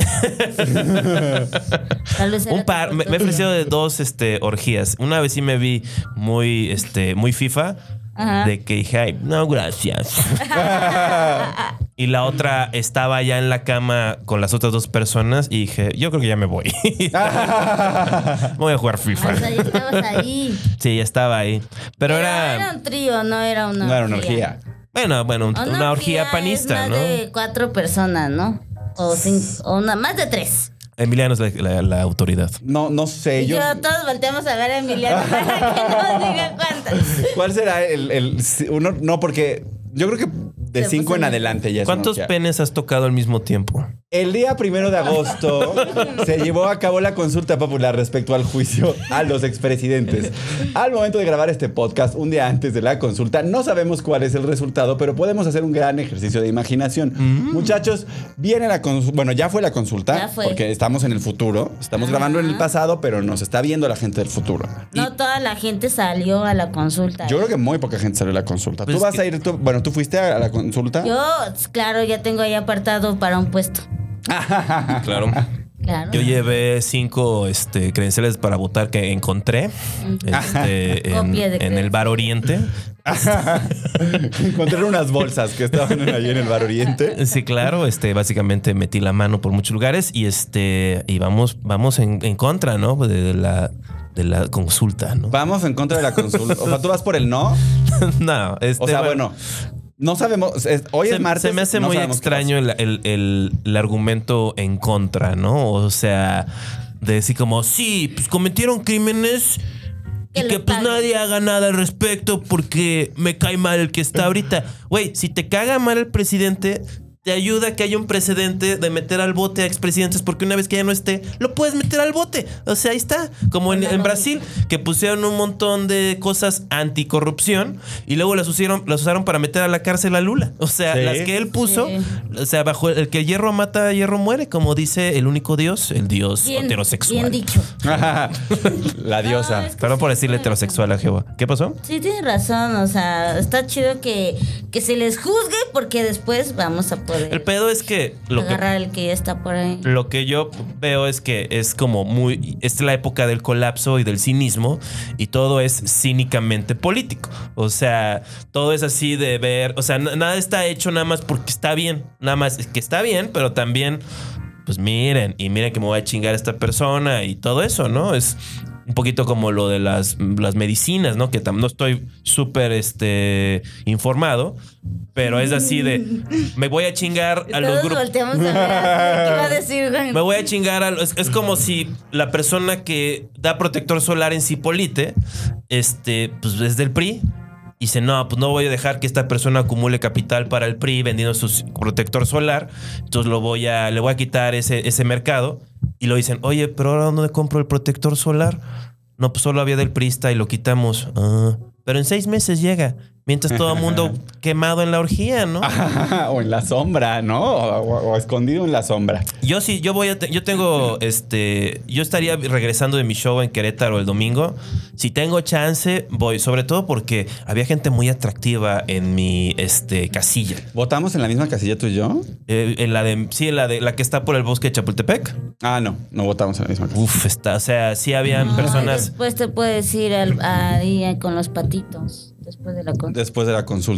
[SPEAKER 5] Tal vez era
[SPEAKER 6] Un par,
[SPEAKER 5] tu
[SPEAKER 6] me, me he ofrecido de dos este, orgías. Una vez sí me vi muy, este, muy FIFA,
[SPEAKER 5] Ajá.
[SPEAKER 6] de que dije, ay, no, gracias. y la otra estaba ya en la cama con las otras dos personas y dije, yo creo que ya me voy. voy a jugar
[SPEAKER 5] Ah,
[SPEAKER 6] FIFA.
[SPEAKER 5] o sea, ya estabas ahí.
[SPEAKER 6] Sí, ya estaba ahí. Pero
[SPEAKER 5] Era
[SPEAKER 6] era,
[SPEAKER 5] un trío, no era una.
[SPEAKER 4] No era una orgía.
[SPEAKER 6] bueno, bueno, un- una, orgía
[SPEAKER 5] es
[SPEAKER 6] panista,
[SPEAKER 5] más
[SPEAKER 6] ¿no?
[SPEAKER 5] de cuatro personas, ¿no? O cinco, o una, más de tres.
[SPEAKER 6] Emiliano es la, la- la autoridad.
[SPEAKER 4] No, no sé.
[SPEAKER 5] Y
[SPEAKER 4] Yo,
[SPEAKER 5] yo todos volteamos a ver a Emiliano para que nos diga cuántas.
[SPEAKER 4] ¿Cuál será el, el- si uno? No, porque yo creo que de
[SPEAKER 5] Se
[SPEAKER 4] cinco en
[SPEAKER 5] puso-
[SPEAKER 4] adelante ya es una
[SPEAKER 6] ¿Cuántos
[SPEAKER 4] orgía.
[SPEAKER 6] penes has tocado al mismo tiempo?
[SPEAKER 4] El día primero de agosto se llevó a cabo la consulta popular respecto al juicio a los expresidentes. Al momento de grabar este podcast, un día antes de la consulta, no sabemos cuál es el resultado, pero podemos hacer un gran ejercicio de imaginación. Muchachos, viene la consulta. Bueno, ya fue la consulta,
[SPEAKER 5] Ya fue.
[SPEAKER 4] porque estamos en el futuro. Estamos grabando en el
[SPEAKER 5] Ajá.
[SPEAKER 4] pasado, pero nos está viendo la gente del futuro. Y
[SPEAKER 5] No toda la gente salió a la consulta.
[SPEAKER 4] yo creo que muy poca gente salió a la consulta.
[SPEAKER 6] Pues
[SPEAKER 4] tú
[SPEAKER 6] es
[SPEAKER 4] vas
[SPEAKER 6] que-
[SPEAKER 4] a ir, tú- bueno, tú fuiste a la consulta.
[SPEAKER 5] Yo, claro, ya tengo ahí apartado para un puesto.
[SPEAKER 6] Claro.
[SPEAKER 5] Claro.
[SPEAKER 6] Yo llevé cinco este, credenciales para votar que encontré este, en,
[SPEAKER 5] Copia de
[SPEAKER 6] en el Bar Oriente.
[SPEAKER 4] Encontraron unas bolsas que estaban ahí en el bar oriente.
[SPEAKER 6] Sí, claro, este, básicamente metí la mano por muchos lugares y este, y vamos, vamos en, en contra, ¿no? Pues De, de la, de la consulta, ¿no?
[SPEAKER 4] Vamos en contra de la consulta. O sea, tú vas por el no.
[SPEAKER 6] no, este,
[SPEAKER 4] O sea, bueno, no sabemos. es- hoy
[SPEAKER 6] se,
[SPEAKER 4] es martes.
[SPEAKER 6] se me hace
[SPEAKER 4] no
[SPEAKER 6] muy
[SPEAKER 4] sabemos qué
[SPEAKER 6] extraño el, el- el- el argumento en contra, ¿no? O sea, de decir como, sí, pues cometieron crímenes
[SPEAKER 5] Que
[SPEAKER 6] y
[SPEAKER 5] los
[SPEAKER 6] que pues
[SPEAKER 5] paguen".
[SPEAKER 6] nadie haga nada al respecto porque me cae mal el que está ahorita. Güey, si te caga mal el presidente, te ayuda que haya un precedente de meter al bote a expresidentes porque una vez que ya no esté, lo puedes meter al bote. O sea, ahí está. Como en,
[SPEAKER 5] Una
[SPEAKER 6] en
[SPEAKER 5] lógica.
[SPEAKER 6] Brasil, que pusieron un montón de cosas anticorrupción y luego las usaron, las usaron para meter a la cárcel a Lula. O sea,
[SPEAKER 4] Sí.
[SPEAKER 6] las que él puso,
[SPEAKER 5] Sí.
[SPEAKER 6] o sea, bajo el, el que hierro mata, hierro muere, como dice el único dios, el dios
[SPEAKER 5] Bien-
[SPEAKER 6] heterosexual.
[SPEAKER 5] Bien dicho.
[SPEAKER 4] pasa. la diosa.
[SPEAKER 5] No, es que
[SPEAKER 6] Perdón
[SPEAKER 5] sí
[SPEAKER 6] por decirle
[SPEAKER 5] tiene
[SPEAKER 6] heterosexual a Jehová. ¿Qué pasó?
[SPEAKER 5] Sí, tienes razón, o sea, está chido que, que se les juzgue porque después vamos a poder
[SPEAKER 6] El pedo es que lo que
[SPEAKER 5] agarrar el que ya está por ahí.
[SPEAKER 6] Lo que yo veo es que es como muy. Es la época del colapso y del cinismo y todo es cínicamente político. O sea, todo es así de ver. O sea, n- nada está hecho nada más porque está bien. Nada más es que está bien, pero también, pues miren, y miren que me voy a chingar a esta persona y todo eso, ¿no? Es. Un poquito como lo de las, las medicinas, ¿no? Que tam- no estoy súper este, informado, pero es así de, me voy a chingar a los
[SPEAKER 5] Todos
[SPEAKER 6] grupos.
[SPEAKER 5] volteamos a ver así, ¿qué va a decir, güey?
[SPEAKER 6] Me voy a chingar a los- Es como si la persona que da protector solar en Cipolite, este, pues es del PRI. Y dice, no, pues no voy a dejar que esta persona acumule capital para el PRI vendiendo su ci- protector solar. Entonces lo voy a, le voy a quitar ese, ese mercado. Y lo dicen, oye, pero ahora ¿dónde compro el protector solar? No, pues solo había del PRIsta y lo quitamos. Ah, pero en seis meses llega. Mientras todo el mundo quemado en la orgía, ¿no?
[SPEAKER 4] o en la sombra, ¿no? O, o- o escondido en la sombra.
[SPEAKER 6] Yo sí, yo voy a. te- yo tengo. Este. Yo estaría regresando de mi show en Querétaro el domingo. Si tengo chance, voy. Sobre todo porque había gente muy atractiva en mi este, casilla.
[SPEAKER 4] ¿Votamos en la misma casilla tú y yo?
[SPEAKER 6] Eh, en la de. Sí, en la de la que está por el bosque de Chapultepec.
[SPEAKER 4] Ah, no, no votamos en la misma casilla.
[SPEAKER 6] Uf, está. O sea, sí habían
[SPEAKER 5] No,
[SPEAKER 6] personas.
[SPEAKER 5] Después te puedes ir al, ahí con los patitos, después de la consulta.
[SPEAKER 4] Después de la consulta.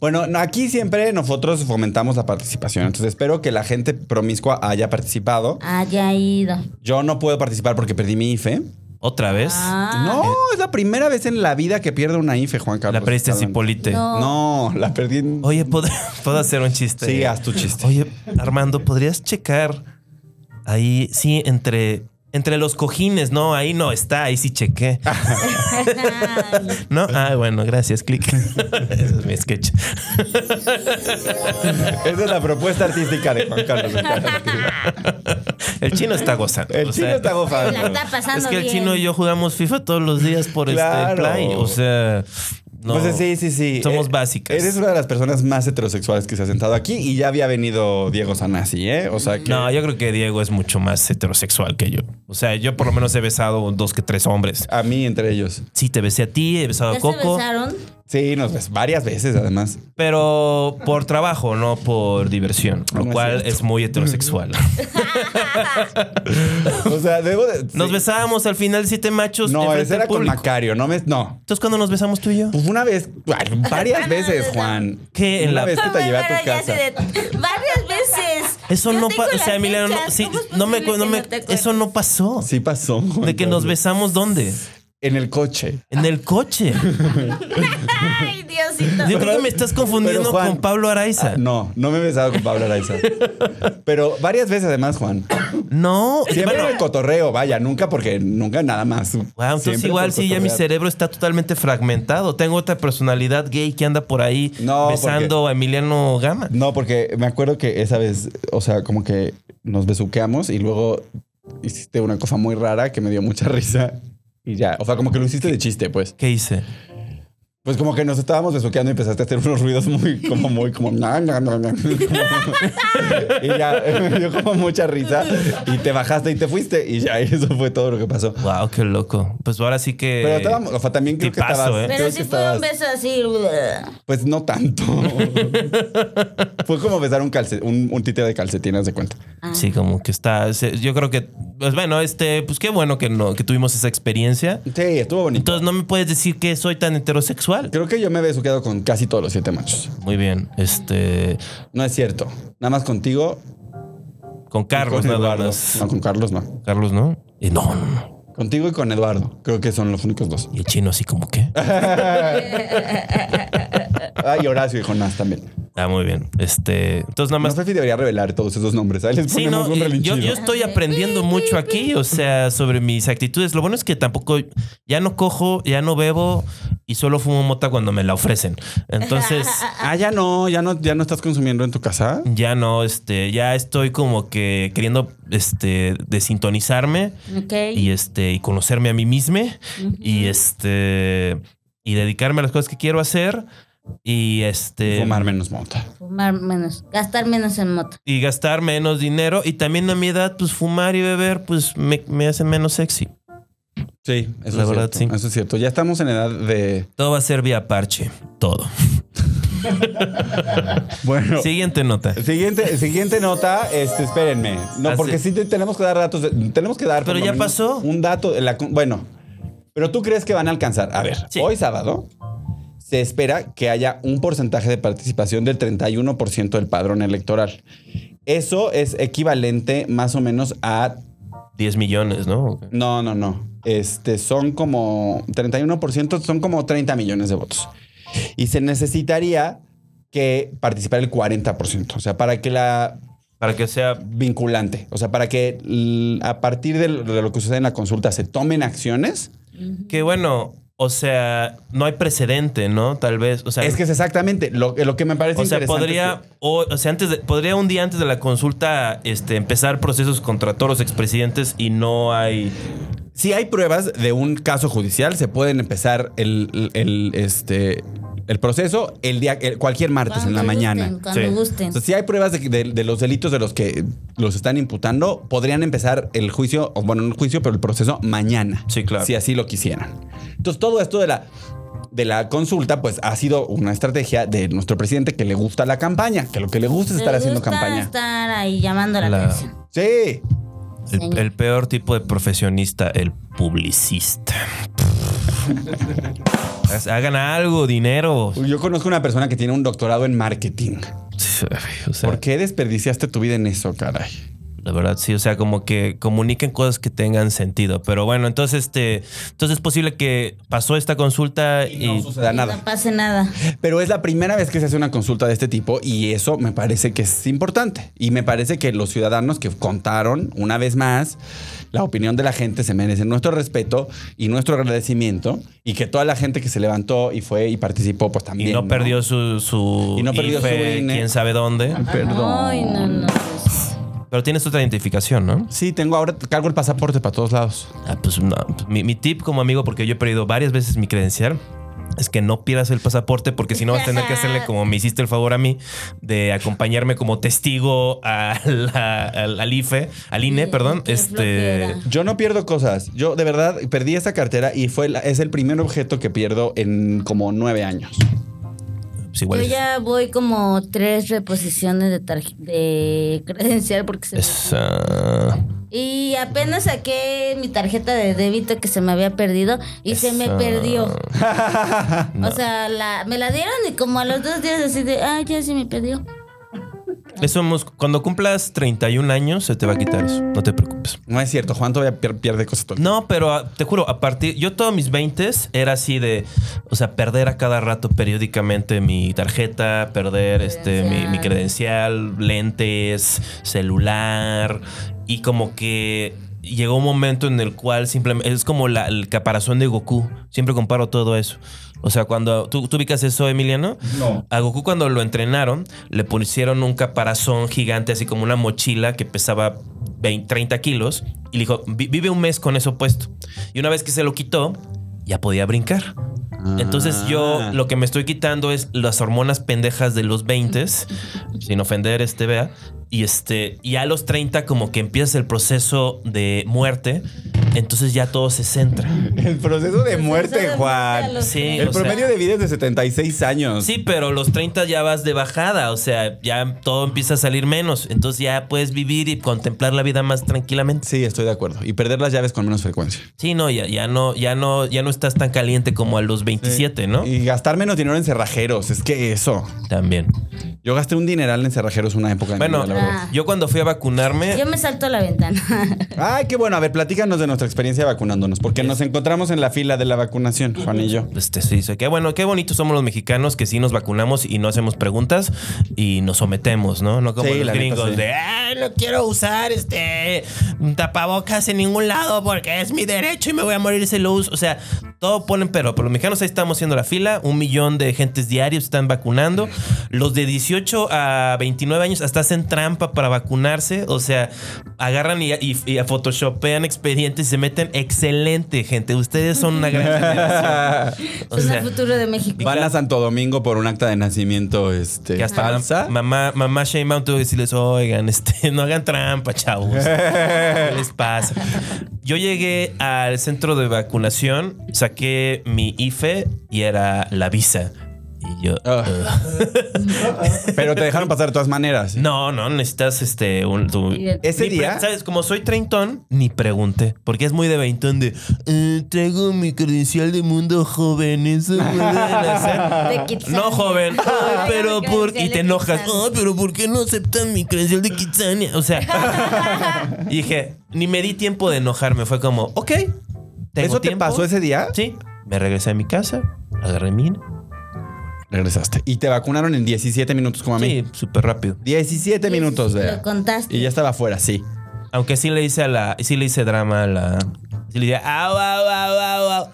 [SPEAKER 4] Bueno, no, aquí siempre nosotros fomentamos la participación. Entonces espero que la gente promiscua haya participado.
[SPEAKER 5] Haya Ah, ido.
[SPEAKER 4] Yo no puedo participar porque perdí mi IFE.
[SPEAKER 6] Otra vez.
[SPEAKER 5] Ah,
[SPEAKER 4] No, es la primera vez en la vida que pierdo una IFE, Juan Carlos.
[SPEAKER 6] la perdiste en
[SPEAKER 4] Calante.
[SPEAKER 6] Cipolite.
[SPEAKER 5] No.
[SPEAKER 4] No, la perdí en...
[SPEAKER 6] Oye, ¿pod- ¿puedo hacer un chiste?
[SPEAKER 4] Sí, haz tu chiste.
[SPEAKER 6] Oye, Armando, ¿podrías checar ahí? Sí, entre, entre los cojines, no, ahí no está, ahí sí chequé.
[SPEAKER 4] Pues
[SPEAKER 6] no, ah, bueno, gracias, clic. Ese es mi sketch.
[SPEAKER 4] Esa es la propuesta artística de Juan Carlos.
[SPEAKER 6] El chino está gozando.
[SPEAKER 4] El
[SPEAKER 6] o
[SPEAKER 4] chino
[SPEAKER 6] sea,
[SPEAKER 4] está gofando.
[SPEAKER 5] La está pasando
[SPEAKER 6] Es que el
[SPEAKER 5] bien.
[SPEAKER 6] chino y yo jugamos FIFA todos los días por
[SPEAKER 4] Claro.
[SPEAKER 6] este play. O sea, no.
[SPEAKER 4] Pues sí, sí, sí.
[SPEAKER 6] Somos
[SPEAKER 4] Eh,
[SPEAKER 6] básicas.
[SPEAKER 4] Eres una de las personas más heterosexuales que se ha sentado aquí y ya había venido Diego Sanasi, ¿eh? O sea que.
[SPEAKER 6] No, yo creo que Diego es mucho más heterosexual que yo. O sea, yo por lo menos he besado dos que tres hombres.
[SPEAKER 4] A mí, entre ellos.
[SPEAKER 6] Sí, te besé a ti, he besado
[SPEAKER 5] ¿Ya
[SPEAKER 6] a
[SPEAKER 5] se
[SPEAKER 6] Coco.
[SPEAKER 5] besaron?
[SPEAKER 4] Sí, nos ves varias veces, además.
[SPEAKER 6] Pero por trabajo, no por diversión. Lo
[SPEAKER 4] No es
[SPEAKER 6] cual
[SPEAKER 4] cierto.
[SPEAKER 6] es, muy heterosexual.
[SPEAKER 4] O sea, debo de.
[SPEAKER 6] Nos
[SPEAKER 4] sí.
[SPEAKER 6] besábamos al final siete machos.
[SPEAKER 4] No,
[SPEAKER 6] enfrente
[SPEAKER 4] ese
[SPEAKER 6] del
[SPEAKER 4] era con
[SPEAKER 6] público.
[SPEAKER 4] Macario. No me. No.
[SPEAKER 6] Entonces, ¿cuándo nos besamos tú y yo?
[SPEAKER 4] Pues una vez. ay, Varias veces, Juan.
[SPEAKER 6] ¿Qué? En
[SPEAKER 4] Una
[SPEAKER 6] la-
[SPEAKER 4] vez que Este te llevé a
[SPEAKER 5] Pero
[SPEAKER 4] tu
[SPEAKER 5] ya
[SPEAKER 4] casa.
[SPEAKER 5] así de- varias veces.
[SPEAKER 6] Eso
[SPEAKER 5] Yo
[SPEAKER 6] no
[SPEAKER 5] tengo
[SPEAKER 6] pasó. O
[SPEAKER 5] las
[SPEAKER 6] sea, Emiliano, no,
[SPEAKER 5] fechas,
[SPEAKER 6] sí,
[SPEAKER 5] ¿cómo es
[SPEAKER 6] no me,
[SPEAKER 5] posible
[SPEAKER 6] no
[SPEAKER 5] que
[SPEAKER 6] me-
[SPEAKER 5] no te acuerdes?
[SPEAKER 6] eso no pasó.
[SPEAKER 4] Sí pasó. Juan
[SPEAKER 6] De que nos
[SPEAKER 4] Carlos.
[SPEAKER 6] besamos dónde?
[SPEAKER 4] en el coche.
[SPEAKER 6] En el coche.
[SPEAKER 5] Ay, Diosito.
[SPEAKER 6] Yo creo que me estás confundiendo
[SPEAKER 4] Pero, Juan,
[SPEAKER 6] con Pablo Araiza.
[SPEAKER 4] Ah, no, no me he besado con Pablo Araiza. Pero varias veces además, Juan.
[SPEAKER 6] No,
[SPEAKER 4] Siempre
[SPEAKER 6] bueno,
[SPEAKER 4] en el cotorreo, vaya, nunca porque nunca nada más.
[SPEAKER 6] Wow, entonces
[SPEAKER 4] Siempre
[SPEAKER 6] igual
[SPEAKER 4] por
[SPEAKER 6] sí, ya mi
[SPEAKER 4] cotorrear.
[SPEAKER 6] cerebro está totalmente fragmentado. Tengo otra personalidad gay que anda por ahí
[SPEAKER 4] No,
[SPEAKER 6] besando a Emiliano Gama.
[SPEAKER 4] No, porque me acuerdo que esa vez, o sea, como que nos besuqueamos y luego hiciste una cosa muy rara que me dio mucha risa y ya. O sea, como que lo hiciste de chiste, pues.
[SPEAKER 6] ¿Qué hice?
[SPEAKER 4] Pues como que nos estábamos besuqueando y empezaste a hacer unos ruidos muy, como muy, como. na, na, na, na. y ya me dio como mucha risa y te bajaste y te fuiste y ya eso fue todo lo que pasó.
[SPEAKER 6] Wow, qué loco. Pues ahora sí que.
[SPEAKER 4] Pero estábamos, o sea, también creo que
[SPEAKER 6] tipazo,
[SPEAKER 4] estabas.
[SPEAKER 6] ¿eh?
[SPEAKER 4] creo
[SPEAKER 5] Pero
[SPEAKER 4] que
[SPEAKER 5] sí fue
[SPEAKER 4] estabas-
[SPEAKER 5] un beso así. uh,
[SPEAKER 4] Pues no tanto. fue como besar un, calce- un, un títere de calcetines de cuenta.
[SPEAKER 5] Ah.
[SPEAKER 6] Sí, como que está. se- Yo creo que. Pues bueno, este, pues qué bueno que no, que tuvimos esa experiencia.
[SPEAKER 4] Sí, estuvo bonito.
[SPEAKER 6] Entonces no me puedes decir que soy tan heterosexual.
[SPEAKER 4] Creo que yo me he besuqueado con casi todos los siete machos.
[SPEAKER 6] Muy bien. Este.
[SPEAKER 4] No es cierto. Nada más contigo.
[SPEAKER 6] Con Carlos,
[SPEAKER 4] con
[SPEAKER 6] nada
[SPEAKER 4] Eduardo.
[SPEAKER 6] más.
[SPEAKER 4] No, con Carlos no.
[SPEAKER 6] Carlos, ¿no? Y no, no, no.
[SPEAKER 4] Contigo y con Eduardo. Creo que son los únicos dos.
[SPEAKER 6] Y el chino así como que.
[SPEAKER 4] Ah, y Horacio y Jonás también.
[SPEAKER 6] Ah, muy bien. Este. Entonces nada
[SPEAKER 4] No
[SPEAKER 6] más.
[SPEAKER 4] sé si debería revelar todos esos nombres. Ahí les
[SPEAKER 6] Sí,
[SPEAKER 4] ponemos un
[SPEAKER 6] no, eh, yo,
[SPEAKER 4] relinchito.
[SPEAKER 6] yo estoy aprendiendo mucho aquí, o sea, sobre mis actitudes. Lo bueno es que tampoco, ya no cojo, ya no bebo y solo fumo mota cuando me la ofrecen. Entonces,
[SPEAKER 4] Ah, ya no, ya no, ya no estás consumiendo en tu casa.
[SPEAKER 6] ya no, este, ya estoy como que queriendo, este, desintonizarme
[SPEAKER 5] Ok.
[SPEAKER 6] y este, y conocerme a mí mismo y este, y dedicarme a las cosas que quiero hacer y este,
[SPEAKER 4] Fumar menos monta.
[SPEAKER 5] Fumar menos. Gastar menos en moto.
[SPEAKER 6] y gastar menos dinero y también a mi edad, pues fumar y beber, pues me, me hace menos sexy.
[SPEAKER 4] Sí, eso
[SPEAKER 6] La
[SPEAKER 4] es
[SPEAKER 6] verdad,
[SPEAKER 4] cierto.
[SPEAKER 6] sí.
[SPEAKER 4] Eso es cierto. Ya estamos en edad de.
[SPEAKER 6] Todo va a ser vía parche. Todo.
[SPEAKER 4] Bueno.
[SPEAKER 6] Siguiente nota.
[SPEAKER 4] Siguiente, siguiente nota, este, espérenme. No,
[SPEAKER 6] Ah,
[SPEAKER 4] porque sí,
[SPEAKER 6] sí.
[SPEAKER 4] te- tenemos que dar datos. de- tenemos que dar. por
[SPEAKER 6] Pero
[SPEAKER 4] lo
[SPEAKER 6] ya
[SPEAKER 4] menos
[SPEAKER 6] pasó.
[SPEAKER 4] Un dato. de la con- bueno, pero tú crees que van a alcanzar. A ver,
[SPEAKER 6] Sí.
[SPEAKER 4] hoy sábado se espera que haya un porcentaje de participación del 31% del padrón electoral. Eso es equivalente más o menos a.
[SPEAKER 6] 10 millones, ¿no?
[SPEAKER 4] No, no, no. Este son como 31%, son como 30 millones de votos. Y se necesitaría que participara el 40%. O sea, para que la
[SPEAKER 6] Para que sea.
[SPEAKER 4] vinculante. O sea, para que l- a partir de lo- de lo que sucede en la consulta se tomen acciones.
[SPEAKER 6] Que bueno, o sea, no hay precedente, ¿no? Tal vez. O sea,
[SPEAKER 4] Es que es exactamente lo, lo que me parece
[SPEAKER 6] o sea
[SPEAKER 4] interesante
[SPEAKER 6] podría.
[SPEAKER 4] es
[SPEAKER 6] O, o sea, antes de- podría un día antes de la consulta este, empezar procesos contra todos los expresidentes y no hay.
[SPEAKER 4] que si hay pruebas de un caso judicial, se pueden empezar el, el- este, el proceso el día, el- cualquier martes en la
[SPEAKER 5] Cuando
[SPEAKER 4] mañana.
[SPEAKER 5] gusten, cuando
[SPEAKER 6] Sí.
[SPEAKER 5] gusten.
[SPEAKER 4] O sea, si hay pruebas de, de- de los delitos de los que los están imputando, podrían empezar el juicio, o bueno, no el juicio, pero el proceso mañana.
[SPEAKER 6] Sí, claro.
[SPEAKER 4] Si así lo quisieran. Entonces, todo esto de la, de la consulta, pues ha sido una estrategia de nuestro presidente que le gusta la campaña, que lo que le gusta es estar
[SPEAKER 5] Le
[SPEAKER 4] haciendo
[SPEAKER 5] gusta
[SPEAKER 4] campaña.
[SPEAKER 5] estar ahí llamando la,
[SPEAKER 6] La-
[SPEAKER 5] atención.
[SPEAKER 4] Sí.
[SPEAKER 6] El, el peor tipo de profesionista, el publicista. Hagan algo, dinero.
[SPEAKER 4] Yo conozco una persona que tiene un doctorado en marketing.
[SPEAKER 6] O sea,
[SPEAKER 4] ¿Por qué desperdiciaste tu vida en eso, caray?
[SPEAKER 6] La verdad, sí, o sea, como que comuniquen cosas que tengan sentido. Pero bueno, entonces este, entonces es posible que pasó esta consulta y,
[SPEAKER 4] No suceda nada.
[SPEAKER 5] No pase nada.
[SPEAKER 4] Pero es la primera vez que se hace una consulta de este tipo y eso me parece que es importante. Y me parece que los ciudadanos que contaron una vez más la opinión de la gente se merecen nuestro respeto y nuestro agradecimiento y que toda la gente que se levantó y fue y participó pues
[SPEAKER 6] y
[SPEAKER 4] también.
[SPEAKER 6] no perdió su, su
[SPEAKER 4] Y no perdió su E.
[SPEAKER 6] IFE,
[SPEAKER 4] INE.
[SPEAKER 6] quién sabe dónde.
[SPEAKER 4] Perdón.
[SPEAKER 5] Ay, no, no. pues.
[SPEAKER 6] Pero tienes otra identificación, ¿no?
[SPEAKER 4] Sí, tengo ahora, cargo el pasaporte para todos lados.
[SPEAKER 6] Ah, pues no. pues, Mi, mi tip como amigo, porque yo he perdido varias veces mi credencial. Es que no pierdas el pasaporte porque si no vas a tener que hacerle como me hiciste el favor a mí de acompañarme como testigo a la- al, al IFE, al INE,
[SPEAKER 5] Sí,
[SPEAKER 6] perdón.
[SPEAKER 5] qué
[SPEAKER 6] Este,
[SPEAKER 5] flojera.
[SPEAKER 4] Yo no pierdo cosas. Yo de verdad perdí esa cartera y fue la- es el primer objeto que pierdo en como nueve años.
[SPEAKER 6] pues, igual
[SPEAKER 5] Yo
[SPEAKER 6] es-
[SPEAKER 5] ya voy como tres reposiciones de, tarje- de credencial porque se me-
[SPEAKER 6] es, ah,
[SPEAKER 5] Y apenas saqué mi tarjeta de débito que se me había perdido y se me
[SPEAKER 6] Esa-
[SPEAKER 5] perdió. O sea, la, me la dieron y como a los dos días así de, ah, ya se me perdió.
[SPEAKER 6] Eso hemos- cuando cumplas 31 años se te va a quitar eso. No te preocupes.
[SPEAKER 4] No es cierto, Juan todavía pier- pierde cosas todo el
[SPEAKER 6] No, pero ah, te juro, a partir. Yo todos mis 20 era así de. O sea, perder a cada rato periódicamente mi tarjeta, perder este, mi, mi credencial, lentes, celular. Y como que llegó un momento en el cual simplemente. Es como la, el caparazón de Goku. Siempre comparo todo eso. O sea, cuando tú, tú ubicas eso, Emiliano,
[SPEAKER 4] No.
[SPEAKER 6] a Goku cuando lo entrenaron, le pusieron un caparazón gigante, así como una mochila que pesaba 20, 30 kilos, y le dijo, "Vi- vive un mes con eso puesto. Y una vez que se lo quitó, ya podía brincar. Entonces yo lo que me estoy quitando es las hormonas pendejas de los 20, sin ofender este vea, y este y a los 30 como que empiezas el proceso de muerte, entonces ya todo se centra.
[SPEAKER 4] El proceso de muerte,
[SPEAKER 5] Eso de a
[SPEAKER 4] Juan.
[SPEAKER 5] los
[SPEAKER 6] Sí,
[SPEAKER 5] treinta.
[SPEAKER 4] El
[SPEAKER 6] o sea-
[SPEAKER 4] promedio de vida es de 76 años.
[SPEAKER 6] Sí, pero los 30 ya vas de bajada, o sea, ya todo empieza a salir menos, entonces ya puedes vivir y contemplar la vida más tranquilamente.
[SPEAKER 4] Sí, estoy de acuerdo. Y perder las llaves con menos frecuencia.
[SPEAKER 6] Sí, no, ya, ya no, ya no, ya no estás tan caliente como a los 27, ¿no?
[SPEAKER 4] Y gastar menos dinero en cerrajeros. Es que eso.
[SPEAKER 6] También.
[SPEAKER 4] Yo gasté un dineral en cerrajeros una época. de mi
[SPEAKER 6] Bueno,
[SPEAKER 4] vida, la verdad.
[SPEAKER 5] Ah.
[SPEAKER 6] yo cuando fui a vacunarme,
[SPEAKER 5] Yo me salto a la ventana.
[SPEAKER 6] ah.
[SPEAKER 4] Ay, qué bueno. A ver, platícanos de nuestra experiencia vacunándonos, porque nos encontramos en la fila de la vacunación, Juan y yo.
[SPEAKER 6] Este, sí, sí, qué bueno, qué bonitos somos los mexicanos que sí nos vacunamos y no hacemos preguntas y nos sometemos, ¿no? No como
[SPEAKER 4] Sí,
[SPEAKER 6] los
[SPEAKER 4] la neta,
[SPEAKER 6] gringos
[SPEAKER 4] sí.
[SPEAKER 6] de, "Ay, no quiero usar este tapabocas en ningún lado porque es mi derecho y me voy a morir si lo uso. O sea, todo ponen pero, pero los mexicanos ahí estamos haciendo la fila, un millón de gentes diarios están vacunando, los de 18 a 29 años hasta hacen trampa para vacunarse, o sea, agarran y, y, y photoshopean expedientes y se meten. Excelente, gente, ustedes son una gran generación. O
[SPEAKER 5] es
[SPEAKER 6] sea,
[SPEAKER 5] el futuro de México.
[SPEAKER 4] Van a Santo Domingo por un acta de nacimiento este,
[SPEAKER 6] que hasta
[SPEAKER 4] falsa.
[SPEAKER 6] mamá, mamá Sheinbaum tuvo que decirles, oigan, este, no hagan trampa, chavos. ¿Qué les pasa? Yo llegué al centro de vacunación, saqué mi IFE y era la visa. Y yo,
[SPEAKER 4] Ah. Pero te dejaron pasar de todas maneras.
[SPEAKER 6] no, no, necesitas este un tu-
[SPEAKER 4] Ese
[SPEAKER 6] Ni pre-
[SPEAKER 4] día-
[SPEAKER 6] ¿Sabes? Como soy treintón, ni pregunté. Porque es muy de veintón de. "Eh, traigo mi credencial de mundo joven. Eso pueden hacer.
[SPEAKER 5] De Kitsania.
[SPEAKER 6] No, joven.
[SPEAKER 5] Ay,
[SPEAKER 6] "Ay, pero
[SPEAKER 5] mi
[SPEAKER 6] por.
[SPEAKER 5] credencial
[SPEAKER 6] Y
[SPEAKER 5] de
[SPEAKER 6] te enojas.
[SPEAKER 5] Kitsania.
[SPEAKER 6] "Ay, pero ¿por qué no aceptan mi credencial de Kitsania? O sea. y dije, ni me di tiempo de enojarme. Fue como, ok. tengo
[SPEAKER 4] ¿Eso te
[SPEAKER 6] tiempo".
[SPEAKER 4] pasó ese día?
[SPEAKER 6] Sí. Me regresé a mi casa, agarré mi.
[SPEAKER 4] Regresaste. Y te vacunaron en 17 minutos como a mí.
[SPEAKER 6] Sí, súper rápido.
[SPEAKER 4] 17 minutos,
[SPEAKER 5] Lo
[SPEAKER 4] vea.
[SPEAKER 5] contaste.
[SPEAKER 4] Y ya estaba afuera, sí.
[SPEAKER 6] Aunque sí le hice a la. Sí le hice drama a la. Sí le dije, au, au, au, au, au".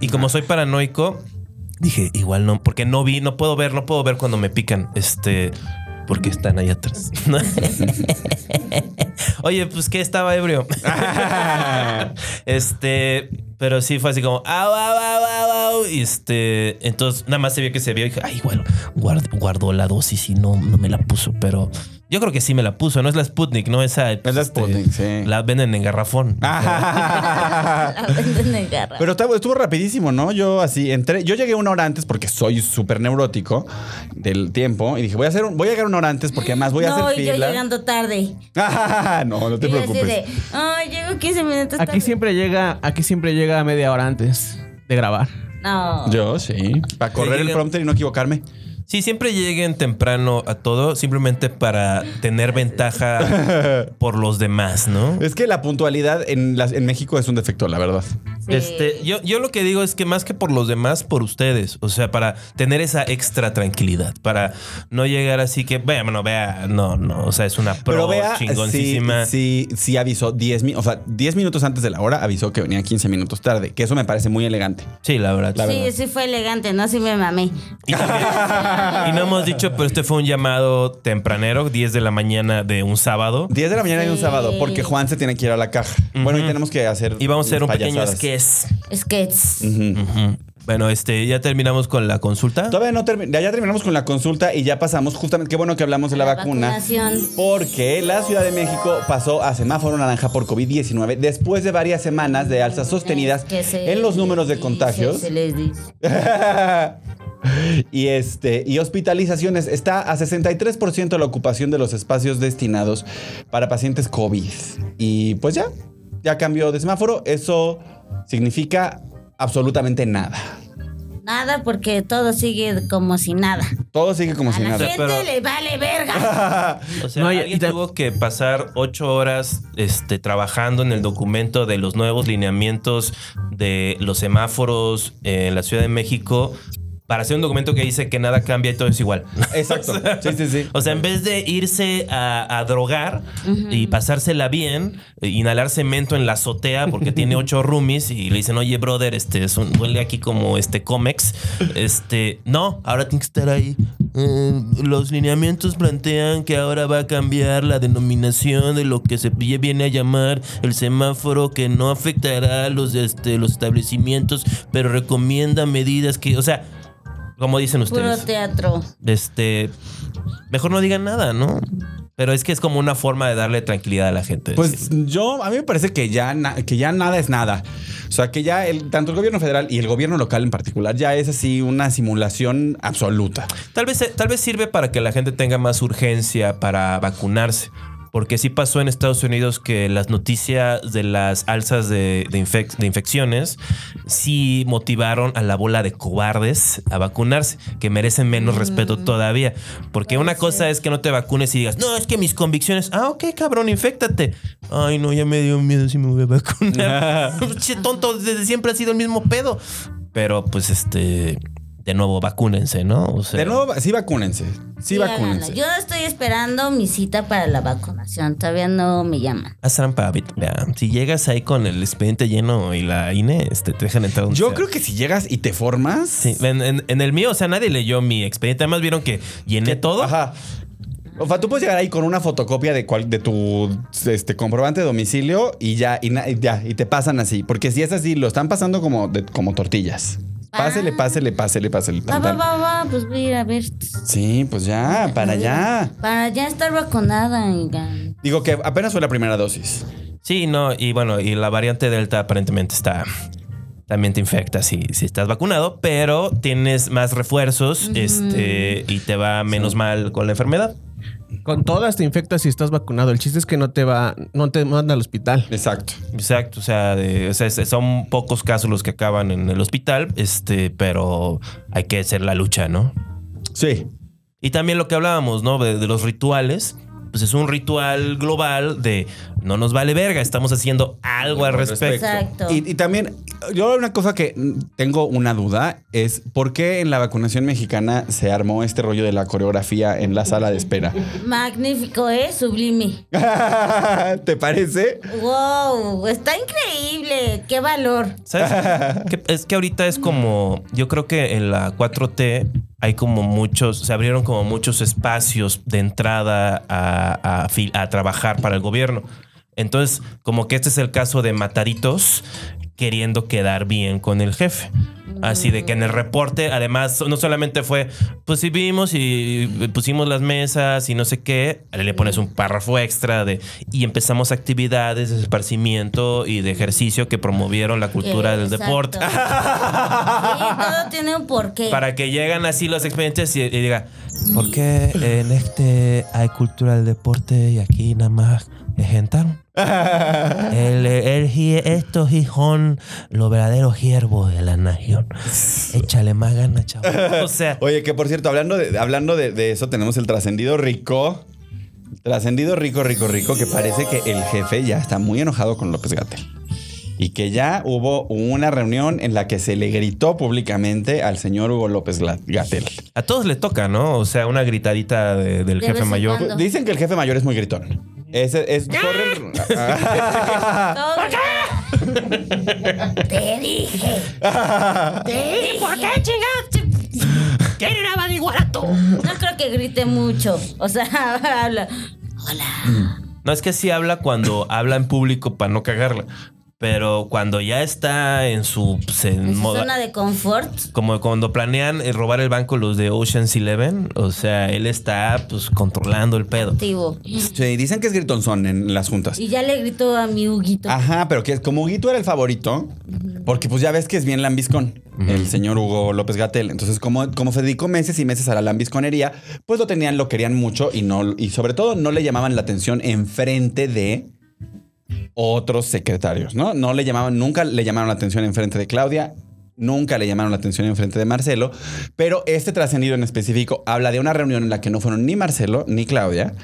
[SPEAKER 6] Y como soy paranoico, dije, igual no, porque no vi, no puedo ver, no puedo ver cuando me pican. Este. Porque están ahí atrás. Oye, pues que estaba ebrio. este. Pero sí fue así como, au, au, au, au, au. Y este. Entonces, nada más se vio que se vio. Y dije, ay, bueno, guard- guardó la dosis y no, no me la puso, pero. Yo creo que sí me la puso, no es la Sputnik, no esa. este,
[SPEAKER 4] Es la Sputnik, sí.
[SPEAKER 6] La venden en garrafón.
[SPEAKER 5] La venden en garra.
[SPEAKER 4] Pero estuvo, estuvo rapidísimo, ¿no? Yo así entré. Yo llegué una hora antes porque soy súper neurótico del tiempo. Y dije, voy a hacer un- voy a llegar una hora antes porque además voy a
[SPEAKER 5] no,
[SPEAKER 4] hacer
[SPEAKER 5] y yo
[SPEAKER 4] fila.
[SPEAKER 5] llegando tarde.
[SPEAKER 4] no, no te
[SPEAKER 5] Y yo así
[SPEAKER 4] preocupes.
[SPEAKER 5] de, Ay, llego 15 minutos tarde.
[SPEAKER 7] Aquí siempre llega, aquí siempre llega a media hora antes de grabar.
[SPEAKER 5] No.
[SPEAKER 4] Yo, sí. Para
[SPEAKER 6] Yo
[SPEAKER 4] correr el
[SPEAKER 6] llegué-
[SPEAKER 4] prompter y no equivocarme.
[SPEAKER 6] Sí, siempre lleguen temprano a todo, simplemente para tener ventaja por los demás, ¿no?
[SPEAKER 4] Es que la puntualidad en, las- en México es un defecto, la verdad.
[SPEAKER 5] Sí.
[SPEAKER 6] Este, yo, yo lo que digo es que más que por los demás, por ustedes. O sea, para tener esa extra tranquilidad, para no llegar así que, vea, bueno, vea, no, no, o sea, es una pro
[SPEAKER 4] Pero vea, sí,
[SPEAKER 6] chingoncísima.
[SPEAKER 4] sí, sí avisó 10 mi- o sea, 10 minutos antes de la hora avisó que venía 15 minutos tarde, que eso me parece muy elegante.
[SPEAKER 6] Sí, la verdad.
[SPEAKER 4] La
[SPEAKER 5] Sí,
[SPEAKER 4] verdad.
[SPEAKER 5] sí fue elegante, no, sí me mamé.
[SPEAKER 6] Y, también- y no hemos dicho, pero este fue un llamado tempranero, 10 de la mañana de un sábado.
[SPEAKER 4] 10 de la mañana y un
[SPEAKER 5] Sí.
[SPEAKER 4] sábado, porque Juan se tiene que ir a la caja. Bueno, y tenemos que hacer.
[SPEAKER 6] Y vamos a hacer un pequeño
[SPEAKER 4] payasadas.
[SPEAKER 6] sketch.
[SPEAKER 5] Sketch.
[SPEAKER 6] Ujú. Bueno, este, ya terminamos con la consulta.
[SPEAKER 4] Todavía no termi- ya, ya terminamos con la consulta y ya pasamos justamente. Qué bueno que hablamos de la,
[SPEAKER 5] La
[SPEAKER 4] vacuna.
[SPEAKER 5] vacunación.
[SPEAKER 4] Porque la Ciudad de México pasó a semáforo naranja por COVID-19 después de varias semanas de alzas sostenidas
[SPEAKER 5] Que se
[SPEAKER 4] en los números de
[SPEAKER 5] dice,
[SPEAKER 4] contagios.
[SPEAKER 5] Se les dice.
[SPEAKER 4] y este y hospitalizaciones está a 63% la ocupación de los espacios destinados para pacientes COVID. Y pues ya, ya cambió de semáforo, eso significa absolutamente nada.
[SPEAKER 5] Nada, porque todo sigue como si nada.
[SPEAKER 4] Todo sigue como
[SPEAKER 5] A
[SPEAKER 4] si
[SPEAKER 5] la
[SPEAKER 4] nada.
[SPEAKER 5] gente
[SPEAKER 6] Pero-
[SPEAKER 5] le vale verga.
[SPEAKER 6] O sea,
[SPEAKER 7] No, y-
[SPEAKER 6] alguien
[SPEAKER 7] y te-
[SPEAKER 6] tuvo que pasar ocho horas este, trabajando en el documento de los nuevos lineamientos de los semáforos eh, en la Ciudad de México para hacer un documento que dice que nada cambia y todo es igual.
[SPEAKER 4] Exacto. Sí, sí, sí.
[SPEAKER 6] O sea, en vez de irse a, a drogar y pasársela bien, e inhalar cemento en la azotea porque tiene ocho roomies y le dicen, oye, brother, este es un- huele aquí como este cómex. Este, no, ahora tiene que estar ahí. Eh, los lineamientos plantean que ahora va a cambiar la denominación de lo que se vi- viene a llamar el semáforo que no afectará a los, este, los establecimientos, pero recomienda medidas que, o sea, como dicen
[SPEAKER 5] Puro
[SPEAKER 6] ustedes
[SPEAKER 5] teatro.
[SPEAKER 6] este mejor no digan nada, ¿no? Pero es que es como una forma de darle tranquilidad a la gente.
[SPEAKER 4] Pues yo, a mí me parece que ya, na- que ya nada es nada. O sea, que ya el, tanto el gobierno federal y el gobierno local en particular ya es así una simulación absoluta.
[SPEAKER 6] tal vez tal vez sirve para que la gente tenga más urgencia para vacunarse. Porque sí pasó en Estados Unidos que las noticias de las alzas de, de infec- de infecciones sí motivaron a la bola de cobardes a vacunarse, que merecen menos respeto
[SPEAKER 4] Mm.
[SPEAKER 6] todavía. Porque una cosa es que no te vacunes y digas, no, es que mis convicciones, ah, ok, cabrón, infectate. Ay, no, ya me dio miedo si me voy a vacunar. che, tonto, desde siempre ha sido el mismo pedo. Pero pues este, de nuevo, vacúnense, ¿no? O sea,
[SPEAKER 4] De nuevo, sí vacúnense. Sí,
[SPEAKER 5] háganlo.
[SPEAKER 4] vacúnense.
[SPEAKER 5] Yo estoy esperando mi cita para la vacunación. Todavía no me llaman.
[SPEAKER 6] Haz trampa, Vit- vea, Si llegas ahí con el expediente lleno y la INE, este, te dejan entrar donde
[SPEAKER 4] Yo
[SPEAKER 6] sea.
[SPEAKER 4] creo que si llegas y te formas...
[SPEAKER 6] Sí, en, en- en el mío, o sea, nadie leyó mi expediente. Además, vieron que llené todo.
[SPEAKER 4] Ajá. O sea, tú puedes llegar ahí con una fotocopia de cual, de tu este, comprobante de domicilio y ya, y na- y ya, y te pasan así. Porque si es así, lo están pasando como, de- como tortillas. Pásele,
[SPEAKER 5] Ah.
[SPEAKER 4] pásele, pásele, pásele.
[SPEAKER 5] Va,
[SPEAKER 4] tan,
[SPEAKER 5] va,
[SPEAKER 4] tan.
[SPEAKER 5] va, va. Pues voy a ir a ver.
[SPEAKER 4] Sí, pues ya, para allá.
[SPEAKER 5] Para ya estar vacunada. oigan.
[SPEAKER 4] Digo que apenas fue la primera dosis.
[SPEAKER 6] Sí, no, y bueno, y la variante Delta aparentemente está. También te infecta si, si estás vacunado, pero tienes más refuerzos este, y te va menos mal con la enfermedad.
[SPEAKER 7] Con todas te infectas si estás vacunado. El chiste es que no te va, no te manda al hospital.
[SPEAKER 4] Exacto.
[SPEAKER 6] Exacto, o sea, de- o sea, es- son pocos casos los que acaban en el hospital, este, pero hay que hacer la lucha, ¿no?
[SPEAKER 4] Sí.
[SPEAKER 6] Y también lo que hablábamos, ¿no? De, de los rituales. Pues es un ritual global de no nos vale verga, estamos haciendo algo al respecto.
[SPEAKER 5] Exacto.
[SPEAKER 4] Y, y también, yo una cosa que mm, tengo una duda es por qué en la vacunación mexicana se armó este rollo de la coreografía en la sala de espera.
[SPEAKER 5] Magnífico, ¿eh? Sublime.
[SPEAKER 4] ¿Te parece?
[SPEAKER 5] ¡Wow! Está increíble. ¡Qué valor!
[SPEAKER 6] ¿Sabes? Que- es que ahorita es como, yo creo que en la 4T hay como muchos, se abrieron como muchos espacios de entrada a, a fil- a trabajar para el gobierno. Entonces, como que este es el caso de Mataritos queriendo quedar bien con el jefe. Así de que en el reporte, además, no solamente fue, pues sí vimos y pusimos las mesas y no sé qué, le pones un párrafo extra de, y empezamos actividades de esparcimiento y de ejercicio que promovieron la cultura del
[SPEAKER 5] Eh, Exacto.
[SPEAKER 6] deporte.
[SPEAKER 5] Sí, todo tiene un porqué.
[SPEAKER 6] Para que llegan así los expedientes y, y diga, ¿por qué en este hay cultura del deporte y aquí nada más ejentaron? El, el hie- estos hijón, los verdaderos hiervos de la nación. Échale más ganas, chaval. O sea,
[SPEAKER 4] Oye, que por cierto, hablando de, hablando de, de eso, tenemos el trascendido rico. Trascendido rico, rico, rico, que parece que el jefe ya está muy enojado con López Gatel. Y que ya hubo una reunión en la que se le gritó públicamente al señor Hugo López Gatel.
[SPEAKER 6] a todos le toca, ¿no? O sea, una gritadita de- del
[SPEAKER 5] De
[SPEAKER 6] jefe
[SPEAKER 5] vez en
[SPEAKER 6] mayor.
[SPEAKER 5] cuando.
[SPEAKER 4] Dicen que el jefe mayor es muy gritón. Ese es. corre el-
[SPEAKER 5] Todo- Te dije. Te dije. ¿Por qué chingados? No creo que grite mucho. O sea, habla. Hola.
[SPEAKER 6] No, es que sí habla cuando habla en público para no cagarla. Pero cuando ya está en su... pues, en
[SPEAKER 5] En su
[SPEAKER 6] moda-
[SPEAKER 5] zona de confort.
[SPEAKER 6] Como cuando planean eh, robar el banco los de Ocean's Eleven. O sea, él está pues controlando el pedo.
[SPEAKER 5] activo.
[SPEAKER 4] Sí, dicen que es gritonzón en las juntas.
[SPEAKER 5] Y ya le gritó a mi Huguito.
[SPEAKER 6] Ah.
[SPEAKER 4] Ajá, pero que como Huguito era el favorito, porque pues ya ves que es bien lambiscón, el señor Hugo López Gatel. Entonces, como, como se dedicó meses y meses a la lambisconería, pues lo tenían, lo querían mucho y no, y sobre todo no le llamaban la atención enfrente de otros secretarios, ¿no? No le llamaban, nunca le llamaron la atención enfrente de Claudia. Nunca le llamaron la atención en frente de Marcelo, pero este trascendido en específico habla de una reunión en la que no fueron ni Marcelo ni Claudia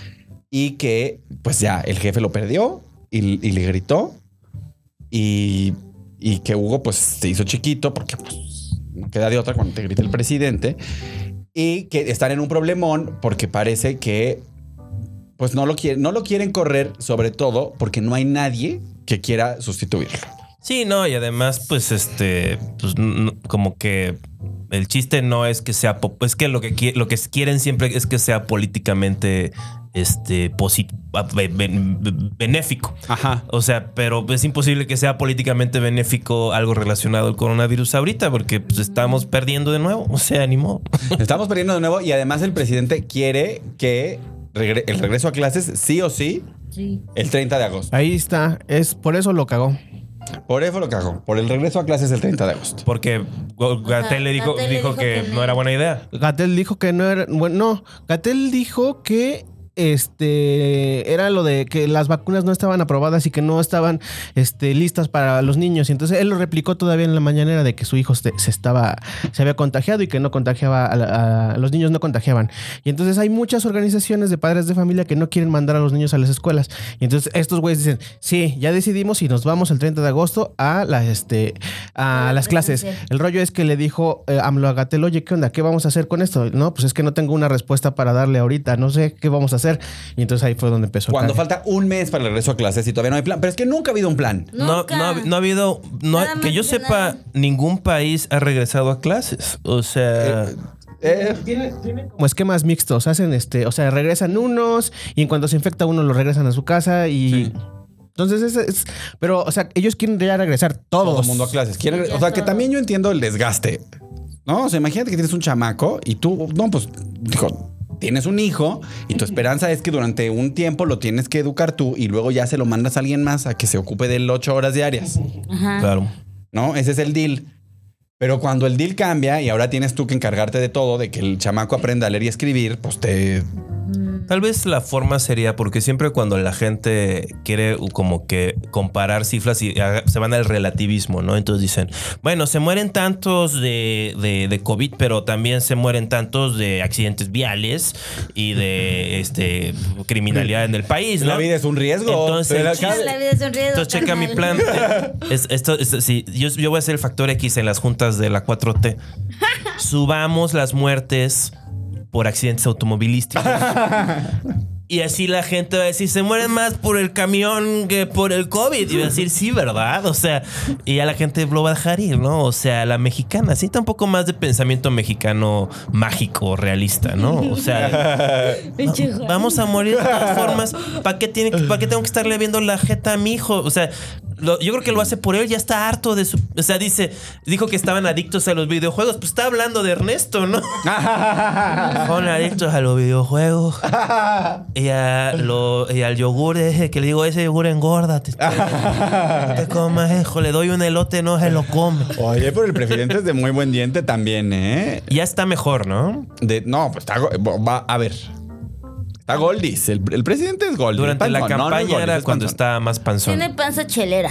[SPEAKER 4] y que pues ya el jefe lo perdió y, y le gritó y, y que Hugo pues se hizo chiquito porque pues, no queda de otra cuando te grita el presidente y que están en un problemón porque parece que pues no lo quieren, no lo quieren correr, sobre todo porque no hay nadie que quiera sustituirlo.
[SPEAKER 6] Sí, no, y además, pues, este, pues, n- n- como que el chiste no es que sea, po- es que lo que, qui- lo que quieren siempre es que sea políticamente, este, posi- be- ben- benéfico.
[SPEAKER 4] Ajá.
[SPEAKER 6] O sea, pero es imposible que sea políticamente benéfico algo relacionado al coronavirus ahorita, porque pues, estamos perdiendo de nuevo. O sea, animó.
[SPEAKER 4] Estamos perdiendo de nuevo y además el presidente quiere que regre- el regreso a clases sí o sí
[SPEAKER 5] Sí.
[SPEAKER 4] el 30 de agosto.
[SPEAKER 7] Ahí está. Es por eso lo cagó.
[SPEAKER 4] Por eso lo cago, por el regreso a clases el 30 de agosto.
[SPEAKER 6] Porque Gatel le dijo,
[SPEAKER 5] Gatell le
[SPEAKER 6] dijo
[SPEAKER 5] dijo
[SPEAKER 6] que,
[SPEAKER 5] que no.
[SPEAKER 6] no era buena idea.
[SPEAKER 7] Gatel dijo que no era. Bueno, no. Gatel dijo que este era lo de que las vacunas no estaban aprobadas y que no estaban este, listas para los niños. Y entonces él lo replicó todavía en la mañanera de que su hijo se, se estaba. se había contagiado y que no contagiaba a, la- a- los niños no contagiaban. Y entonces hay muchas organizaciones de padres de familia que no quieren mandar a los niños a las escuelas. Y entonces estos güeyes dicen, sí, ya decidimos y nos vamos el 30 de agosto a la, este, a
[SPEAKER 5] A la
[SPEAKER 7] las clases.
[SPEAKER 5] presencial.
[SPEAKER 7] El rollo es que le dijo eh, AMLO a Gatel, oye, ¿qué onda? ¿Qué vamos a hacer con esto? No, pues es que no tengo una respuesta para darle ahorita, no sé qué vamos a hacer. Y entonces ahí fue donde empezó. el
[SPEAKER 4] Cuando
[SPEAKER 7] cague.
[SPEAKER 4] falta un mes para el regreso a clases y todavía no hay plan, pero es que nunca ha habido un plan.
[SPEAKER 6] No,
[SPEAKER 5] Nunca.
[SPEAKER 6] no ha- no ha habido, no ha-
[SPEAKER 5] Nada
[SPEAKER 6] que
[SPEAKER 5] más
[SPEAKER 6] yo
[SPEAKER 5] que
[SPEAKER 6] sepa,
[SPEAKER 5] nada.
[SPEAKER 6] ningún país ha regresado a clases. O sea,
[SPEAKER 4] Eh,
[SPEAKER 7] Como esquemas mixtos, hacen este, o sea, regresan unos y en cuanto se infecta uno lo regresan a su casa y... Entonces es, es- Pero, o sea, ellos quieren ya regresar todos.
[SPEAKER 4] todo el mundo a clases. Quieren-
[SPEAKER 5] Sí, ya
[SPEAKER 4] o sea, que
[SPEAKER 5] todo.
[SPEAKER 4] también yo entiendo el desgaste. No, o sea, imagínate que tienes un chamaco y tú, no, pues, digo, tienes un hijo y tu esperanza es que durante un tiempo lo tienes que educar tú y luego ya se lo mandas a alguien más a que se ocupe de él ocho horas diarias.
[SPEAKER 5] Ajá.
[SPEAKER 6] claro.
[SPEAKER 4] ¿no? Ese es el deal. Pero cuando el deal cambia y ahora tienes tú que encargarte de todo, de que el chamaco aprenda a leer y escribir, pues te...
[SPEAKER 6] Tal vez la forma sería porque siempre cuando la gente quiere como que comparar cifras y haga- se van al relativismo, ¿no? Entonces dicen, bueno, se mueren tantos de, de- de COVID, pero también se mueren tantos de accidentes viales y de este criminalidad en el país, ¿no?
[SPEAKER 4] La vida es un riesgo.
[SPEAKER 6] Entonces,
[SPEAKER 4] Pero
[SPEAKER 6] chis-
[SPEAKER 4] acá-
[SPEAKER 5] La vida es un riesgo,
[SPEAKER 6] Entonces checa mi
[SPEAKER 5] carnal.
[SPEAKER 6] plan. Es- esto, esto- sí, yo, yo voy a ser el factor X en las juntas de la 4T. Subamos las muertes por accidentes automovilísticos. Y así la gente va a decir, se mueren más por el camión que por el COVID. Y va a decir, sí, ¿verdad? O sea, y ya la gente lo va a dejar ir, ¿no? O sea, la mexicana, sí, un poco más de pensamiento mexicano mágico, realista, ¿no? O sea,
[SPEAKER 5] Pinche Juan.
[SPEAKER 6] Vamos a morir de todas formas. ¿Para qué, tiene que- para qué tengo que estarle viendo la jeta a mi hijo? O sea, lo- yo creo que lo hace por él. Ya está harto de su. O sea, dice, dijo que estaban adictos a los videojuegos. Pues está hablando de Ernesto, ¿no? Son adictos a los videojuegos. Y, a lo- y al yogur ese que le digo, ese yogur engorda. Te, no te comas, hijo. Le doy un elote, no se lo come.
[SPEAKER 4] Oye, pero el presidente es de muy buen diente también, ¿eh?
[SPEAKER 6] Ya está mejor, ¿no?
[SPEAKER 4] De, no, pues está... go- Va, a ver. Está Goldis. El, el presidente es Goldis.
[SPEAKER 6] Durante la
[SPEAKER 4] Panzón, no, no es
[SPEAKER 6] campaña
[SPEAKER 4] Goldis,
[SPEAKER 6] era
[SPEAKER 4] es
[SPEAKER 6] cuando
[SPEAKER 4] Panzón.
[SPEAKER 6] estaba más panzón.
[SPEAKER 5] Tiene panza chelera.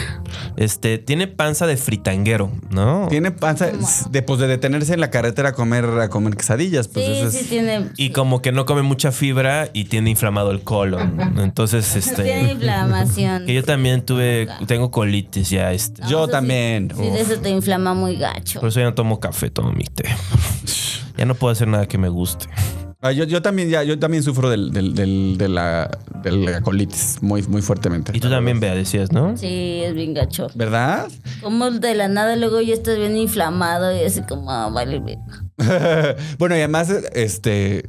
[SPEAKER 6] Este, tiene panza de fritanguero, ¿no?
[SPEAKER 4] Tiene panza de, pues, de detenerse en la carretera a comer, a comer quesadillas. Pues
[SPEAKER 5] Sí,
[SPEAKER 4] eso
[SPEAKER 5] sí,
[SPEAKER 4] es-
[SPEAKER 5] tiene.
[SPEAKER 6] Y como que no come mucha fibra y tiene inflamado el colon. Entonces,
[SPEAKER 5] Tiene
[SPEAKER 6] este.
[SPEAKER 5] inflamación.
[SPEAKER 6] Que yo también tuve. Tengo colitis ya, este.
[SPEAKER 4] Yo
[SPEAKER 5] eso sí-
[SPEAKER 4] también.
[SPEAKER 5] Sí, de eso te inflama muy gacho.
[SPEAKER 6] Por eso ya no tomo café, tomo mi té. Ya no puedo hacer nada que me guste.
[SPEAKER 4] Ah, yo, yo también ya, yo también sufro del, del- del- de, la, de la colitis muy, muy fuertemente.
[SPEAKER 6] Y tú también, Bea, decías, ¿no?
[SPEAKER 5] Sí, es bien gacho.
[SPEAKER 4] ¿Verdad?
[SPEAKER 5] Como de la nada luego ya estás bien inflamado y así como, ah, vale, verga.
[SPEAKER 4] bueno, y además, este.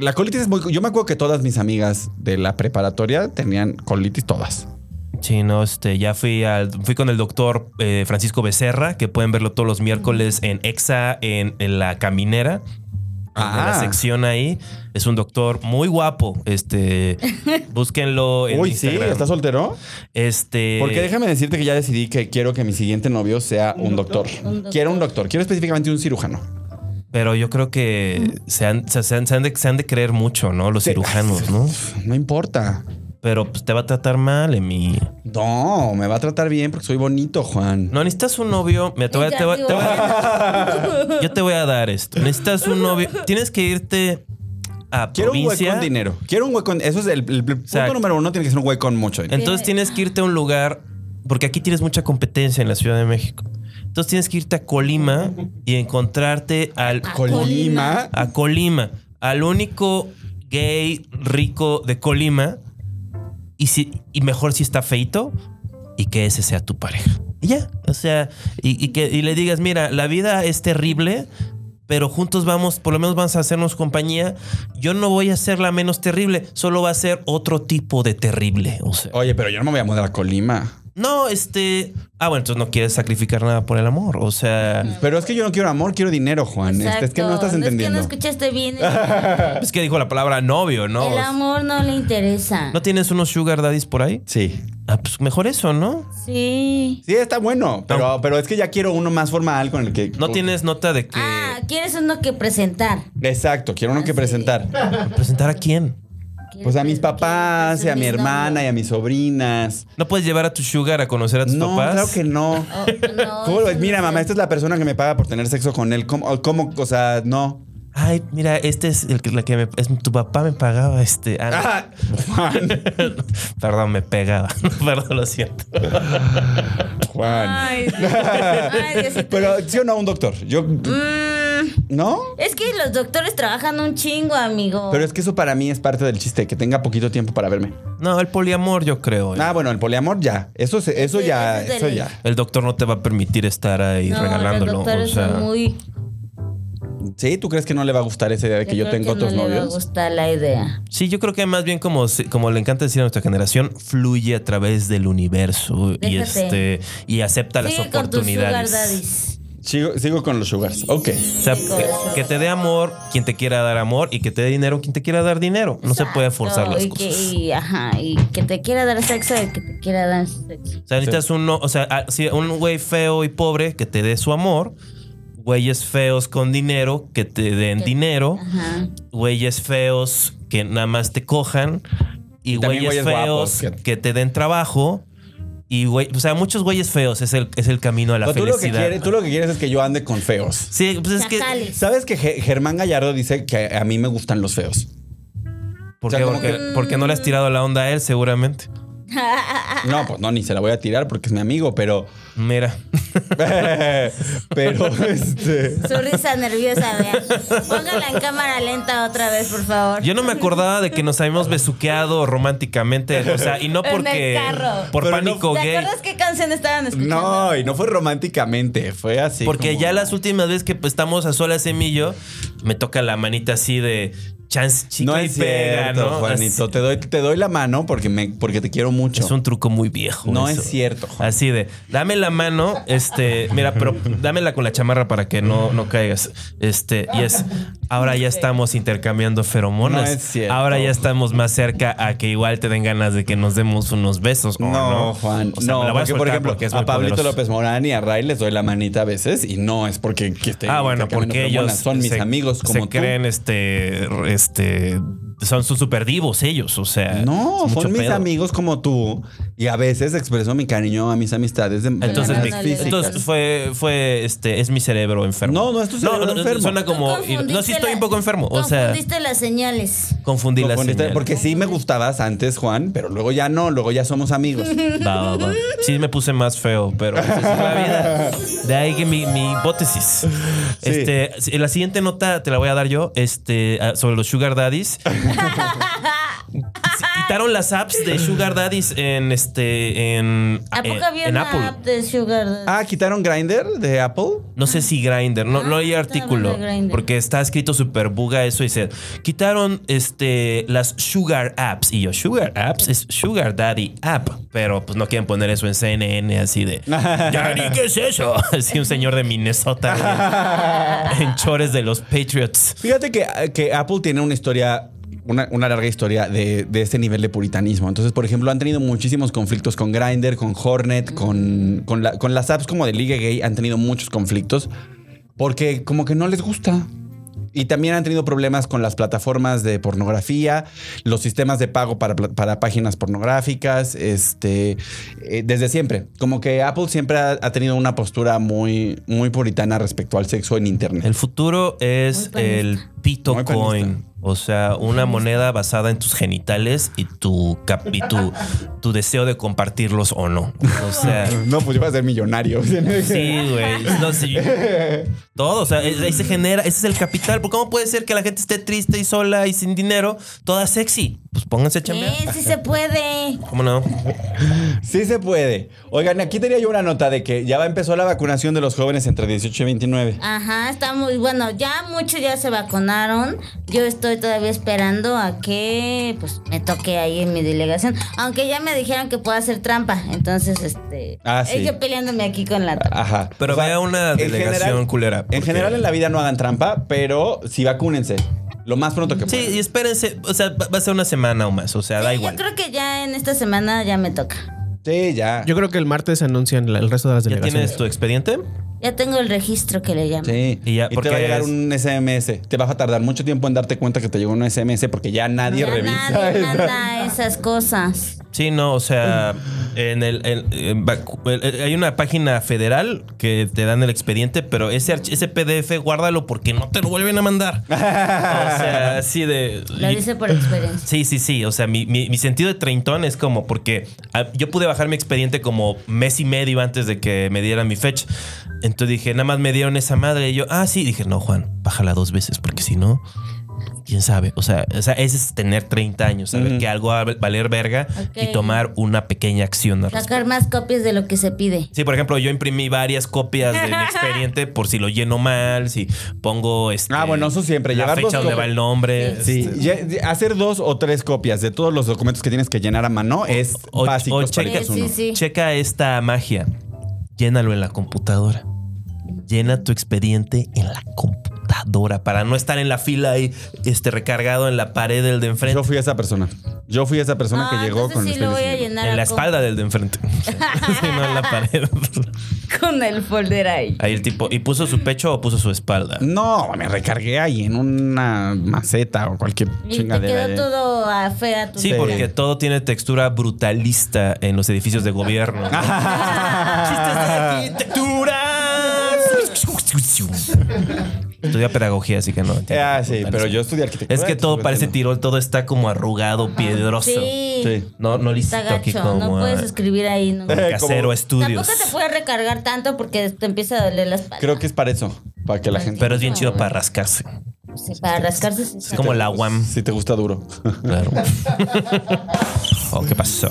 [SPEAKER 4] La colitis es muy. Yo me acuerdo que todas mis amigas de la preparatoria tenían colitis todas.
[SPEAKER 6] Sí, no, este, ya fui al, fui con el doctor eh, Francisco Becerra, que pueden verlo todos los miércoles en EXA, en, en la caminera. En
[SPEAKER 4] Ah.
[SPEAKER 6] la sección ahí. Es un doctor muy guapo. Este, búsquenlo en
[SPEAKER 4] Uy, sí,
[SPEAKER 6] Instagram.
[SPEAKER 4] ¿estás soltero?
[SPEAKER 6] Este.
[SPEAKER 4] Porque déjame decirte que ya decidí que quiero que mi siguiente novio sea un doctor. Quiero un doctor. Quiero específicamente un cirujano.
[SPEAKER 6] Pero yo creo que se han, se, se han- se han de, se han de creer mucho, ¿no? Los cirujanos, ¿no?
[SPEAKER 4] No importa.
[SPEAKER 6] pero pues te va a tratar mal, Emi.
[SPEAKER 4] No, me va a tratar bien porque soy bonito, Juan.
[SPEAKER 6] No, necesitas un novio. Mira, te voy a- te voy- te voy a- yo te voy a dar esto. Necesitas un novio. Tienes que irte a
[SPEAKER 4] Quiero un hueco
[SPEAKER 6] provincia.
[SPEAKER 4] con dinero. Quiero un hueco. en- Eso es el, el- el punto
[SPEAKER 6] Exacto.
[SPEAKER 4] número uno. Tiene que ser un hueco con mucho dinero.
[SPEAKER 6] Entonces tienes que irte a un lugar, porque aquí tienes mucha competencia en la Ciudad de México. Entonces tienes que irte a Colima y encontrarte al
[SPEAKER 4] Colima.
[SPEAKER 6] a Colima, al único gay rico de Colima y si y mejor si está feito y que ese sea tu pareja. Y ya, o sea, y, y que y le digas, mira, la vida es terrible, pero juntos vamos, por lo menos vamos a hacernos compañía. Yo no voy a ser la menos terrible, solo va a ser otro tipo de terrible, o sea.
[SPEAKER 4] Oye, pero yo no me voy a mudar a Colima.
[SPEAKER 6] No, este, ah, bueno, entonces no quieres sacrificar nada por el amor, o sea,
[SPEAKER 4] Pero es que yo no quiero amor, quiero dinero, Juan. Este, es que no estás
[SPEAKER 5] Exacto.
[SPEAKER 4] entendiendo.
[SPEAKER 5] Es que no escuchaste bien.
[SPEAKER 6] es que dijo la palabra novio, ¿no?
[SPEAKER 5] El amor no le interesa.
[SPEAKER 6] ¿No tienes unos sugar daddies por ahí?
[SPEAKER 4] Sí.
[SPEAKER 6] Ah, pues mejor eso, ¿no?
[SPEAKER 5] Sí.
[SPEAKER 4] Sí, está bueno. Pero, pero es que ya quiero uno más formal con el que.
[SPEAKER 6] No tienes nota de que
[SPEAKER 5] Ah, ¿quieres uno que presentar?
[SPEAKER 4] Exacto, quiero uno que presentar.
[SPEAKER 6] presentar a quién.
[SPEAKER 4] Pues a mis papás, y a mi
[SPEAKER 5] ¿Quieres
[SPEAKER 4] hermana, y a mis sobrinas.
[SPEAKER 6] No puedes llevar a tu sugar a conocer a tus
[SPEAKER 4] No,
[SPEAKER 6] papás.
[SPEAKER 4] claro que no.
[SPEAKER 5] presentar? Oh, no,
[SPEAKER 4] ¿Cómo lo-
[SPEAKER 5] eso no
[SPEAKER 4] Mira,
[SPEAKER 5] sé.
[SPEAKER 4] mamá, esta es la persona que me paga por tener sexo con él. ¿Cómo? cómo o sea, no.
[SPEAKER 6] Ay, mira, este es el que, la que me- es, tu papá me pagaba este. ah,
[SPEAKER 4] Ah, Juan.
[SPEAKER 6] no. Perdón, me pegaba. Perdón, lo siento.
[SPEAKER 4] Juan.
[SPEAKER 5] Ay, Dios. Ay, Diosito.
[SPEAKER 4] Pero sí o no, un doctor. Yo.
[SPEAKER 5] Mm,
[SPEAKER 4] ¿No?
[SPEAKER 5] es que los doctores trabajan un chingo, amigo.
[SPEAKER 4] Pero es que eso para mí es parte del chiste, que tenga poquito tiempo para verme.
[SPEAKER 6] No, el poliamor, yo creo. eh.
[SPEAKER 4] Ah, bueno, el poliamor ya. Eso, se- eso
[SPEAKER 5] Sí,
[SPEAKER 4] ya,
[SPEAKER 5] eso es de
[SPEAKER 4] eso
[SPEAKER 5] ley.
[SPEAKER 4] ya.
[SPEAKER 6] El doctor no te va a permitir estar ahí
[SPEAKER 5] No,
[SPEAKER 6] regalándolo.
[SPEAKER 5] Los
[SPEAKER 6] o
[SPEAKER 5] doctores
[SPEAKER 6] sea,
[SPEAKER 5] son muy.
[SPEAKER 4] ¿Sí? ¿Tú crees que no le va a gustar esa idea de que yo,
[SPEAKER 5] creo
[SPEAKER 4] tengo
[SPEAKER 5] no
[SPEAKER 4] otros
[SPEAKER 5] le va a
[SPEAKER 4] novios?
[SPEAKER 5] gustar la idea.
[SPEAKER 6] Sí, yo creo que más bien como, se- como le encanta decir a nuestra generación, fluye a través del universo y
[SPEAKER 5] Déjate.
[SPEAKER 6] este y acepta las
[SPEAKER 5] Sigue con tus sugar
[SPEAKER 6] oportunidades.
[SPEAKER 5] daddies.
[SPEAKER 4] Sigo, sigo con los sugars. Ok.
[SPEAKER 6] O sea, que, que te dé amor quien te quiera dar amor y que te dé dinero quien te quiera dar dinero. No se puede forzar
[SPEAKER 5] Exacto,
[SPEAKER 6] las
[SPEAKER 5] y que-
[SPEAKER 6] cosas.
[SPEAKER 5] y, ajá, y que te quiera dar sexo y que te quiera dar sexo.
[SPEAKER 6] O sea, necesitas un, no- o sea, ah, sí, un güey feo y pobre que te dé su amor. Güeyes feos con dinero que te den dinero.
[SPEAKER 5] Ajá.
[SPEAKER 6] Güeyes feos que nada más te cojan. Y,
[SPEAKER 4] también
[SPEAKER 6] güeyes,
[SPEAKER 4] güeyes guapos
[SPEAKER 6] feos
[SPEAKER 4] que-
[SPEAKER 6] que te den trabajo. Y güey, o sea, muchos güeyes feos es el, es el camino a la
[SPEAKER 4] Pero tú, lo que
[SPEAKER 6] felicidad.
[SPEAKER 4] quieres, tú lo que quieres es que yo ande con feos.
[SPEAKER 6] Sí, pues es que.
[SPEAKER 5] Chacales.
[SPEAKER 4] ¿Sabes que Ge- Germán Gallardo dice que a mí me gustan los feos?
[SPEAKER 6] ¿Por
[SPEAKER 4] O sea,
[SPEAKER 6] qué?
[SPEAKER 4] como
[SPEAKER 6] Porque,
[SPEAKER 5] Mm.
[SPEAKER 4] que-
[SPEAKER 6] porque no le has tirado la onda a él, seguramente.
[SPEAKER 4] No, pues no, ni se la voy a tirar porque es mi amigo, pero.
[SPEAKER 6] Mira.
[SPEAKER 4] pero, este.
[SPEAKER 5] Su risa nerviosa, vean. Póngala en cámara lenta otra vez, por favor.
[SPEAKER 6] Yo no me acordaba de que nos habíamos besuqueado románticamente, o sea, y no
[SPEAKER 5] En el
[SPEAKER 6] porque
[SPEAKER 5] carro.
[SPEAKER 6] por
[SPEAKER 4] Pero
[SPEAKER 6] pánico
[SPEAKER 5] ¿Te
[SPEAKER 6] gay,
[SPEAKER 5] acuerdas qué canción estaban escuchando?
[SPEAKER 4] No, y no fue románticamente, fue así.
[SPEAKER 6] porque
[SPEAKER 4] como-
[SPEAKER 6] ya las últimas veces que pues, estamos a solas semillo, me toca la manita así de chance chicle
[SPEAKER 4] No
[SPEAKER 6] y
[SPEAKER 4] es
[SPEAKER 6] pega,
[SPEAKER 4] cierto,
[SPEAKER 6] ¿no?
[SPEAKER 4] Juanito. Te doy, te doy la mano porque, me, porque te quiero mucho.
[SPEAKER 6] Así- es un truco muy viejo.
[SPEAKER 4] No
[SPEAKER 6] eso.
[SPEAKER 4] es cierto, Juan.
[SPEAKER 6] Así de, dame la mano, este, mira, pero dámela con la chamarra para que no, no caigas. Este, y es, ahora ya estamos intercambiando feromonas.
[SPEAKER 4] No es cierto.
[SPEAKER 6] Ahora ya estamos más cerca a que igual te den ganas de que nos demos unos besos. ¿o
[SPEAKER 4] No, Juan.
[SPEAKER 6] O sea,
[SPEAKER 4] no,
[SPEAKER 6] me la voy a
[SPEAKER 4] porque, por
[SPEAKER 6] soltar
[SPEAKER 4] ejemplo,
[SPEAKER 6] porque es
[SPEAKER 4] a
[SPEAKER 6] muy
[SPEAKER 4] Pablito
[SPEAKER 6] poderoso.
[SPEAKER 4] López Morán y a Ray les doy la manita a veces y no es porque que estén
[SPEAKER 6] Ah, bueno,
[SPEAKER 4] intercambiando
[SPEAKER 6] porque ellos
[SPEAKER 4] hormonas. son mis
[SPEAKER 6] se-
[SPEAKER 4] amigos como
[SPEAKER 6] se
[SPEAKER 4] tú.
[SPEAKER 6] creen este este son sus super divos ellos, o sea,
[SPEAKER 4] No,
[SPEAKER 6] eh, es mucho
[SPEAKER 4] son mis
[SPEAKER 6] pedo.
[SPEAKER 4] amigos como tú y a veces expreso mi cariño a mis amistades de de
[SPEAKER 6] Entonces,
[SPEAKER 4] maneras
[SPEAKER 6] mi-
[SPEAKER 5] no, no,
[SPEAKER 4] físicas.
[SPEAKER 5] no,
[SPEAKER 6] entonces fue fue este es mi cerebro enfermo.
[SPEAKER 4] No, no, es tu cerebro enfermo.
[SPEAKER 6] Suena
[SPEAKER 5] Tú
[SPEAKER 6] como
[SPEAKER 5] confundiste
[SPEAKER 6] no sí estoy
[SPEAKER 5] la-
[SPEAKER 6] un poco enfermo, o sea,
[SPEAKER 5] Confundiste las señales.
[SPEAKER 6] confundí la
[SPEAKER 4] Confundiste-
[SPEAKER 6] señal.
[SPEAKER 4] porque sí me gustabas antes, Juan, pero luego ya no, luego ya somos amigos.
[SPEAKER 6] Va, va, va. Sí me puse más feo, pero pues, así es la vida. De ahí que mi, mi hipótesis. Este, la siguiente nota te la voy a dar yo, este, ah, sobre los sugar daddies. Sí, Quitaron las apps de sugar daddies en este en,
[SPEAKER 5] ¿A poco
[SPEAKER 6] en-
[SPEAKER 5] había
[SPEAKER 6] en
[SPEAKER 5] una
[SPEAKER 6] Apple.
[SPEAKER 5] app de Sugar? Daddy?
[SPEAKER 4] Ah, quitaron Grinder de Apple.
[SPEAKER 6] No sé si Grinder, no, no leí
[SPEAKER 5] Ah, estaba
[SPEAKER 6] artículo,
[SPEAKER 5] hablando de Grindr.
[SPEAKER 6] porque está escrito super buga eso y dice, quitaron este las sugar apps y yo sugar apps es sugar daddy app, pero pues no quieren poner eso en CNN así de, "Daddy, ¿qué es eso?" Así un señor de Minnesota en, en chores de los Patriots.
[SPEAKER 4] Fíjate que, que Apple tiene una historia, una, una larga historia de, de este nivel de puritanismo. Entonces, por ejemplo, han tenido muchísimos conflictos con Grindr, con Hornet, con, con, la- con las apps como de Liga Gay, han tenido muchos conflictos porque como que no les gusta. Y también han tenido problemas con las plataformas de pornografía, los sistemas de pago para, pla- para páginas pornográficas, este, eh, desde siempre. Como que Apple siempre ha, ha tenido una postura muy, muy puritana respecto al sexo en Internet.
[SPEAKER 6] El futuro
[SPEAKER 5] Muy
[SPEAKER 6] es
[SPEAKER 5] panista.
[SPEAKER 6] el pito
[SPEAKER 4] Muy panista.
[SPEAKER 6] coin. O sea, una moneda basada en tus genitales y tu, cap- y tu, tu deseo de compartirlos o no. O sea,
[SPEAKER 4] No, pues yo voy a ser millonario.
[SPEAKER 6] sí, güey. No, sí. Todo, o sea, es- ahí se genera, ese es el capital. Porque ¿Cómo puede ser que la gente esté triste y sola y sin dinero, toda sexy? Pues pónganse a chambear.
[SPEAKER 5] Eh, sí se puede.
[SPEAKER 6] ¿Cómo no?
[SPEAKER 4] Sí se puede. Oigan, aquí tenía yo una nota de que ya empezó la vacunación de los jóvenes entre 18 y 29.
[SPEAKER 5] Ajá, está muy bueno. Ya muchos ya se vacunaron. Yo estoy todavía esperando a que pues me toque ahí en mi delegación. Aunque ya me dijeron que puedo hacer trampa. Entonces, este.
[SPEAKER 4] Ah, sí. Ah,
[SPEAKER 5] es yo peleándome aquí con la trampa.
[SPEAKER 4] Ajá.
[SPEAKER 6] Pero vea una
[SPEAKER 4] en
[SPEAKER 6] delegación culera, porque-
[SPEAKER 4] En general en la vida no hagan trampa, pero sí vacúnense. Lo más pronto que
[SPEAKER 6] Sí,
[SPEAKER 4] puedan.
[SPEAKER 6] y espérense, o sea, va va a ser una semana o más, o
[SPEAKER 4] ah,
[SPEAKER 6] sea, da
[SPEAKER 5] Sí,
[SPEAKER 6] igual.
[SPEAKER 5] Yo creo que ya en esta semana ya me toca.
[SPEAKER 4] Sí, ya.
[SPEAKER 7] Yo creo que el martes anuncian la- el resto de las
[SPEAKER 6] ¿Ya
[SPEAKER 7] delegaciones.
[SPEAKER 6] tienes tu expediente?
[SPEAKER 5] Ya tengo el registro que le llaman.
[SPEAKER 4] Sí.
[SPEAKER 6] Y
[SPEAKER 4] Y,
[SPEAKER 6] ya, porque
[SPEAKER 4] te va a llegar
[SPEAKER 6] es-
[SPEAKER 4] un SMS. Te vas a tardar mucho tiempo en darte cuenta que te llegó un SMS porque ya nadie
[SPEAKER 5] Ya
[SPEAKER 4] revisa.
[SPEAKER 5] nadie
[SPEAKER 4] esa-
[SPEAKER 5] manda esas cosas.
[SPEAKER 6] Sí, no, o sea, en el, en- en vacu- el- el- hay una página federal que te dan el expediente, pero ese, arch- ese PDF guárdalo porque no te lo vuelven a mandar. o sea, así de...
[SPEAKER 5] Lo dice por experiencia.
[SPEAKER 6] Sí, sí, sí. O sea, mi, mi- mi sentido de treintón es como porque ah, yo pude bajar mi expediente como mes y medio antes de que me dieran mi fecha. Entonces dije, nada más me dieron esa madre. Y yo, ah, sí. Dije, no, Juan, bájala dos veces porque si no, quién sabe. O sea, o sea, ese es tener 30 años, saber que algo va a valer verga
[SPEAKER 5] Ok.
[SPEAKER 6] y tomar una pequeña acción. al respecto.
[SPEAKER 5] Sacar más copias de lo que se pide.
[SPEAKER 6] Sí, por ejemplo, yo imprimí varias copias del expediente por si lo lleno mal, si pongo este,
[SPEAKER 4] Ah, bueno, eso siempre,
[SPEAKER 6] la
[SPEAKER 4] llevar dos
[SPEAKER 6] fecha donde va
[SPEAKER 4] copias.
[SPEAKER 6] el nombre.
[SPEAKER 4] Sí,
[SPEAKER 6] este,
[SPEAKER 4] ya- ya- hacer dos o tres copias de todos los documentos que tienes que llenar a mano es
[SPEAKER 6] o-
[SPEAKER 4] básico.
[SPEAKER 6] o
[SPEAKER 4] es para que
[SPEAKER 6] cheques
[SPEAKER 4] es uno.
[SPEAKER 5] Sí, sí.
[SPEAKER 6] Checa esta magia. Llénalo en la computadora. Llena tu expediente en la computadora para no estar en la fila ahí este, recargado en la pared del de enfrente.
[SPEAKER 4] Yo fui esa persona. Yo fui esa persona
[SPEAKER 5] Ah,
[SPEAKER 4] que llegó
[SPEAKER 5] entonces
[SPEAKER 4] con este
[SPEAKER 5] sí
[SPEAKER 4] los
[SPEAKER 5] lo
[SPEAKER 4] pelos
[SPEAKER 5] voy a
[SPEAKER 4] negros.
[SPEAKER 5] llenar
[SPEAKER 6] En la
[SPEAKER 5] a-
[SPEAKER 6] espalda del de enfrente. Sí, no en la pared.
[SPEAKER 5] con el folder ahí.
[SPEAKER 6] Ahí el tipo. ¿Y puso su pecho o puso su espalda?
[SPEAKER 4] No, me recargué ahí en una maceta o cualquier
[SPEAKER 5] Y te
[SPEAKER 4] chingadera.
[SPEAKER 5] quedó
[SPEAKER 4] ahí.
[SPEAKER 5] todo a fea tu
[SPEAKER 6] eh. Sí,
[SPEAKER 4] Sí.
[SPEAKER 6] porque todo tiene textura brutalista en los edificios de gobierno. Chistes de arquitecturas. Estudia pedagogía, así que no. entiendo.
[SPEAKER 4] Ah, sí, pero yo estudié arquitectura.
[SPEAKER 6] Es que todo
[SPEAKER 4] entonces
[SPEAKER 6] parece
[SPEAKER 4] no entiendo.
[SPEAKER 6] tirol, todo está como arrugado, piedroso.
[SPEAKER 5] Sí.
[SPEAKER 4] Sí.
[SPEAKER 6] No, no lisito
[SPEAKER 5] Está
[SPEAKER 6] aquí
[SPEAKER 5] gacho.
[SPEAKER 6] como
[SPEAKER 5] No puedes
[SPEAKER 6] ah,
[SPEAKER 5] escribir ahí. No.
[SPEAKER 6] como casero
[SPEAKER 4] Como-
[SPEAKER 6] estudios.
[SPEAKER 5] Tampoco te puedes recargar tanto porque te empieza a doler la espalda.
[SPEAKER 4] Creo que es para eso, para que la gente.
[SPEAKER 6] Pero es bien chido para rascarse.
[SPEAKER 5] Sí, para rascarse. sí
[SPEAKER 6] Es
[SPEAKER 5] está.
[SPEAKER 6] como la UAM.
[SPEAKER 4] Si te gusta duro.
[SPEAKER 6] Claro. Oh, ¿qué pasó?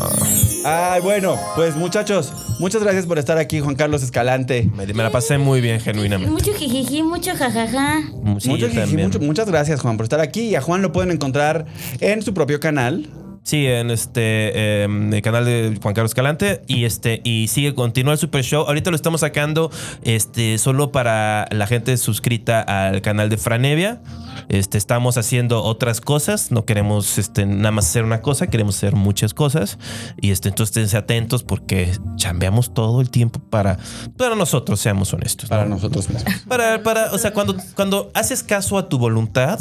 [SPEAKER 4] Ay, bueno, pues muchachos, muchas gracias por estar aquí, Juan Carlos Escalante.
[SPEAKER 6] Me, me la pasé muy bien, genuinamente.
[SPEAKER 5] Mucho jijiji, mucho jajaja.
[SPEAKER 6] Sí,
[SPEAKER 4] Mucho
[SPEAKER 6] yo
[SPEAKER 4] jiji,
[SPEAKER 6] también.
[SPEAKER 4] mucho- muchas gracias, Juan, por estar aquí. Y a Juan lo pueden encontrar en su propio canal.
[SPEAKER 6] Sí, en este em, el canal de Juan Carlos Calante y este y sigue continúa el Super Show. Ahorita lo estamos sacando este solo para la gente suscrita al canal de Franevia. Este estamos haciendo otras cosas, no queremos este nada más hacer una cosa, queremos hacer muchas cosas y este entonces esténse atentos porque chambeamos todo el tiempo para para nosotros, seamos honestos. ¿no?
[SPEAKER 4] Para nosotros mismos.
[SPEAKER 6] Para, para, o sea, cuando, cuando haces caso a tu voluntad,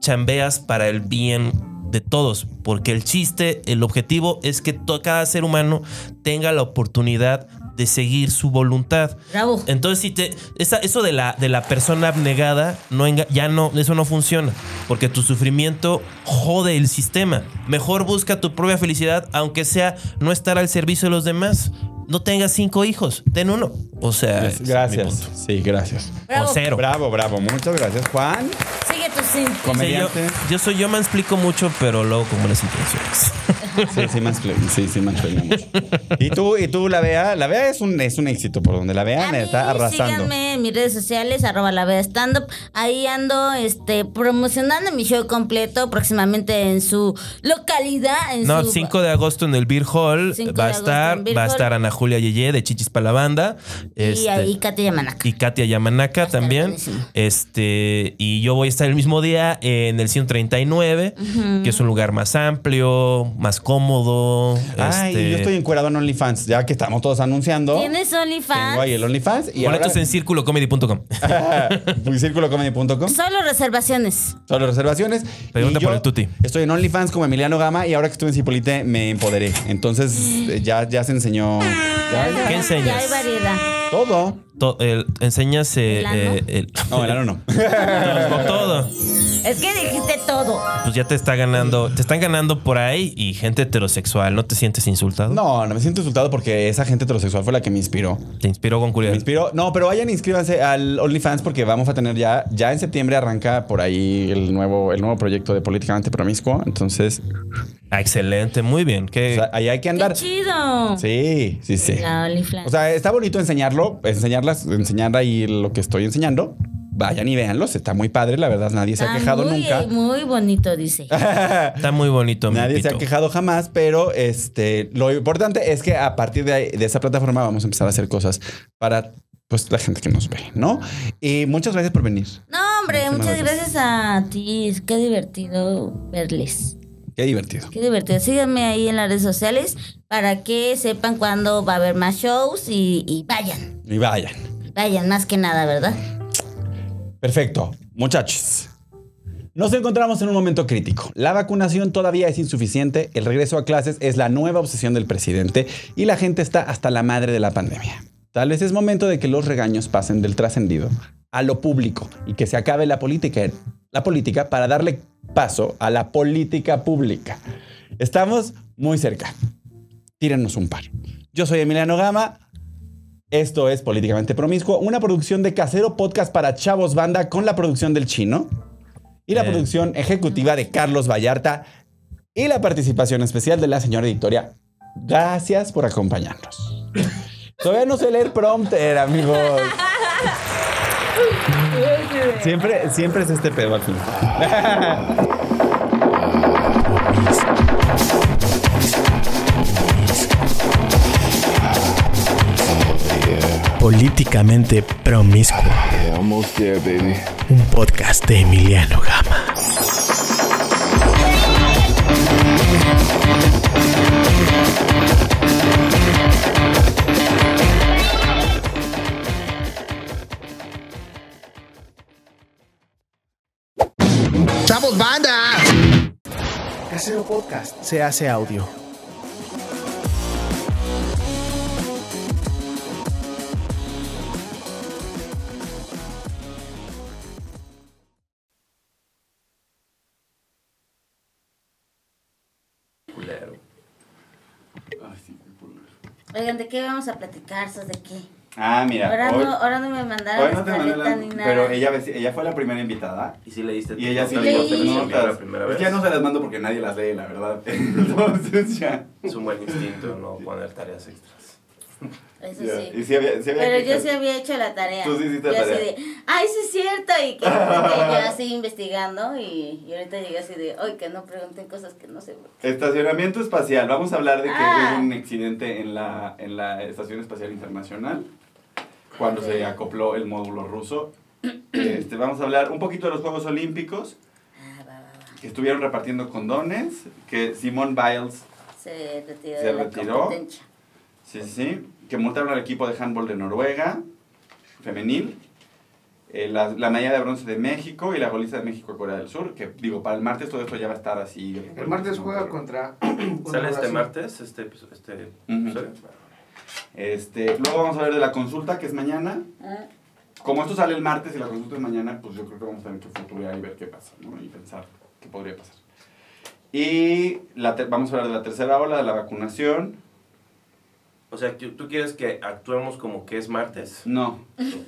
[SPEAKER 6] chambeas para el bien de todos, porque el chiste, el objetivo es que to- cada ser humano tenga la oportunidad de seguir su voluntad.
[SPEAKER 5] Bravo.
[SPEAKER 6] Entonces, si te, esa- eso de la, de la persona abnegada, no enga- ya no, eso no funciona, porque tu sufrimiento jode el sistema. Mejor busca tu propia felicidad, aunque sea no estar al servicio de los demás. No tengas cinco hijos, ten uno. O sea, ese es mi
[SPEAKER 4] Gracias.
[SPEAKER 6] punto.
[SPEAKER 4] Sí, gracias.
[SPEAKER 5] Bravo.
[SPEAKER 6] O cero.
[SPEAKER 4] Bravo, bravo. Muchas gracias, Juan.
[SPEAKER 5] Sigue tu sin.
[SPEAKER 6] Sí, yo,
[SPEAKER 4] Comediante.
[SPEAKER 6] yo soy yo, me explico mucho, pero luego como las intenciones.
[SPEAKER 4] Sí, sí, más Sí, sí, más mucho. Y tú, y tú, la Bea, la Bea es un, es un éxito por donde la
[SPEAKER 5] A
[SPEAKER 4] Bea
[SPEAKER 5] mí,
[SPEAKER 4] está arrasando.
[SPEAKER 5] Síganme en mis redes sociales, arroba la vea stand up. Ahí ando este, promocionando mi show completo próximamente en su localidad. En
[SPEAKER 6] No,
[SPEAKER 5] su-
[SPEAKER 6] 5 de agosto en el Beer Hall
[SPEAKER 5] 5 de
[SPEAKER 6] va a
[SPEAKER 5] agosto en
[SPEAKER 6] estar,
[SPEAKER 5] Beer
[SPEAKER 6] va a
[SPEAKER 5] Hall.
[SPEAKER 6] estar Ana Julia Yeye de Chichis para la banda.
[SPEAKER 5] Y
[SPEAKER 6] este,
[SPEAKER 5] ahí Katy Yamanaka.
[SPEAKER 6] y Katia Yamanaka
[SPEAKER 5] estar
[SPEAKER 6] también.
[SPEAKER 5] buenísimo.
[SPEAKER 6] Este, y yo voy a estar el mismo día en el 139, que es un lugar más amplio, más cómodo.
[SPEAKER 4] Ay,
[SPEAKER 6] este,
[SPEAKER 4] yo estoy encuerado en OnlyFans, ya que estamos todos anunciando.
[SPEAKER 5] ¿Tienes
[SPEAKER 4] Tengo ahí
[SPEAKER 5] OnlyFans?
[SPEAKER 4] el OnlyFans y
[SPEAKER 6] Boletos
[SPEAKER 4] ahora,
[SPEAKER 6] en circulocomedy.com.
[SPEAKER 4] circulocomedy.com.
[SPEAKER 5] Solo reservaciones.
[SPEAKER 4] Solo reservaciones.
[SPEAKER 6] Pregunta
[SPEAKER 4] Y yo
[SPEAKER 6] por el Tuti.
[SPEAKER 4] Estoy en OnlyFans como Emiliano Gama y ahora que estuve en Cipolite me empoderé. Entonces
[SPEAKER 5] Mm.
[SPEAKER 4] eh, ya, ya se enseñó ya- ya-
[SPEAKER 6] ¿Qué enseñas?
[SPEAKER 5] Ya hay variedad.
[SPEAKER 4] todo.
[SPEAKER 6] To- el- enseñas eh,
[SPEAKER 5] ¿El ano?
[SPEAKER 6] eh, el-
[SPEAKER 4] No, el ano no.
[SPEAKER 6] no, todo.
[SPEAKER 5] Es que dijiste todo.
[SPEAKER 6] Pues ya te está ganando, te están ganando por ahí y gente heterosexual, ¿no te sientes insultado?
[SPEAKER 4] No, no me siento insultado porque esa gente heterosexual fue la que me inspiró.
[SPEAKER 6] Te inspiró con
[SPEAKER 4] Me
[SPEAKER 6] curiosidad.
[SPEAKER 4] inspiró. No, pero vayan, e inscríbanse al OnlyFans porque vamos a tener ya, ya en septiembre arranca por ahí el nuevo, el nuevo proyecto de políticamente promiscuo. Entonces,
[SPEAKER 6] Ah, excelente, muy bien.
[SPEAKER 4] o
[SPEAKER 6] ¿Qué,
[SPEAKER 4] sea, ahí hay que
[SPEAKER 5] ¡Qué
[SPEAKER 4] andar.
[SPEAKER 5] chido!
[SPEAKER 4] Sí, sí, sí.
[SPEAKER 5] La OnlyFans.
[SPEAKER 4] O sea, está bonito enseñarlo, enseñarlas, enseñar ahí lo que estoy enseñando. Vayan y véanlos, está muy padre, la verdad, nadie se ha
[SPEAKER 5] Está
[SPEAKER 4] quejado
[SPEAKER 5] Ah, muy,
[SPEAKER 4] nunca.
[SPEAKER 5] Muy bonito, dice.
[SPEAKER 6] está muy bonito, mi
[SPEAKER 4] Nadie se ha
[SPEAKER 6] pito.
[SPEAKER 4] quejado jamás, pero este, lo importante es que a partir de, ahí- de esa plataforma vamos a empezar a hacer cosas para pues, la gente que nos ve, ¿no? Y muchas gracias por venir.
[SPEAKER 5] No, hombre,
[SPEAKER 4] Muchísimas
[SPEAKER 5] muchas gracias a ti. Qué divertido verles.
[SPEAKER 4] Qué divertido.
[SPEAKER 5] Qué divertido. Síganme ahí en las redes sociales para que sepan cuándo va a haber más shows y, y vayan.
[SPEAKER 4] Y vayan.
[SPEAKER 5] Vayan, más que nada, ¿verdad?
[SPEAKER 4] Perfecto, muchachos. Nos encontramos en un momento crítico. La vacunación todavía es insuficiente, el regreso a clases es la nueva obsesión del presidente y la gente está hasta la madre de la pandemia. Tal vez es momento de que los regaños pasen del trascendido a lo público y que se acabe la política, la política para darle paso a la política pública. Estamos muy cerca. Tírenos un par. Yo soy Emiliano Gama. Esto es Políticamente Promiscuo, una producción de Casero Podcast para Chavos Banda con la producción del chino y la
[SPEAKER 6] Bien.
[SPEAKER 4] producción ejecutiva de Carlos Vallarta y la participación especial de la señora Victoria. Gracias por acompañarnos. Todavía no sé leer prompter, amigos. Siempre, siempre es este pedo al final.
[SPEAKER 2] Políticamente promiscuo.
[SPEAKER 3] Yeah, almost there, baby.
[SPEAKER 2] Un podcast de Emiliano Gama.
[SPEAKER 1] Chavos Banda.
[SPEAKER 2] Casero Podcast se hace audio.
[SPEAKER 5] Oigan, ¿de qué vamos a platicar? ¿Sos de qué?
[SPEAKER 4] Ah,
[SPEAKER 5] Ahora no, ahora no me mandaron
[SPEAKER 4] Hoy no te mandé
[SPEAKER 5] escaleta
[SPEAKER 4] la-
[SPEAKER 5] ni nada.
[SPEAKER 4] Pero ella, ella fue la primera invitada. Y sí leíste. Y ella sí
[SPEAKER 5] Sí
[SPEAKER 4] leyó
[SPEAKER 5] leí.
[SPEAKER 4] tus notas.
[SPEAKER 6] La primera
[SPEAKER 4] Es
[SPEAKER 6] vez.
[SPEAKER 4] que ya no se las mando porque nadie las lee, la verdad. Entonces ya.
[SPEAKER 6] Es un buen instinto no poner tareas extras.
[SPEAKER 5] Eso
[SPEAKER 4] ya.
[SPEAKER 5] sí.
[SPEAKER 4] Y sí había, sí había
[SPEAKER 5] Pero
[SPEAKER 4] quejas.
[SPEAKER 5] yo sí había hecho la tarea.
[SPEAKER 4] Tú sí hiciste
[SPEAKER 5] yo
[SPEAKER 4] la
[SPEAKER 5] así
[SPEAKER 4] tarea.
[SPEAKER 5] de, ay, sí es cierto. Y que yo así investigando y, y ahorita llegué así de, ay, que no pregunten cosas que no sé.
[SPEAKER 4] Estacionamiento espacial. Vamos a hablar de que
[SPEAKER 5] Ah.
[SPEAKER 4] hubo un accidente en la, en la Estación Espacial Internacional cuando se acopló el módulo ruso. Este, vamos a hablar un poquito de los Juegos Olímpicos
[SPEAKER 5] Ah, va, va, va.
[SPEAKER 4] que estuvieron repartiendo condones, que Simone Biles
[SPEAKER 5] Se retiró
[SPEAKER 4] Se
[SPEAKER 5] de la
[SPEAKER 4] retiró.
[SPEAKER 5] competencia.
[SPEAKER 4] Sí, sí, sí. Que multaron al equipo de handball de Noruega, femenil. eh, la, la medalla de bronce de México y la goliza de México a Corea del Sur. Que digo, para el martes todo esto ya va a estar así.
[SPEAKER 8] El martes juega contra. contra Brasil.
[SPEAKER 6] martes este,
[SPEAKER 8] pues,
[SPEAKER 6] este
[SPEAKER 4] Ujú. Este, luego vamos a ver de la consulta que es mañana.
[SPEAKER 5] Ah.
[SPEAKER 4] Como esto sale el martes y la consulta es mañana, pues yo creo que vamos a tener que futurear y ver qué pasa, ¿no? Y pensar qué podría pasar. Y la ter- vamos a hablar de la tercera ola, de la vacunación.
[SPEAKER 6] O sea, ¿tú quieres que actuemos como que es martes?
[SPEAKER 4] No,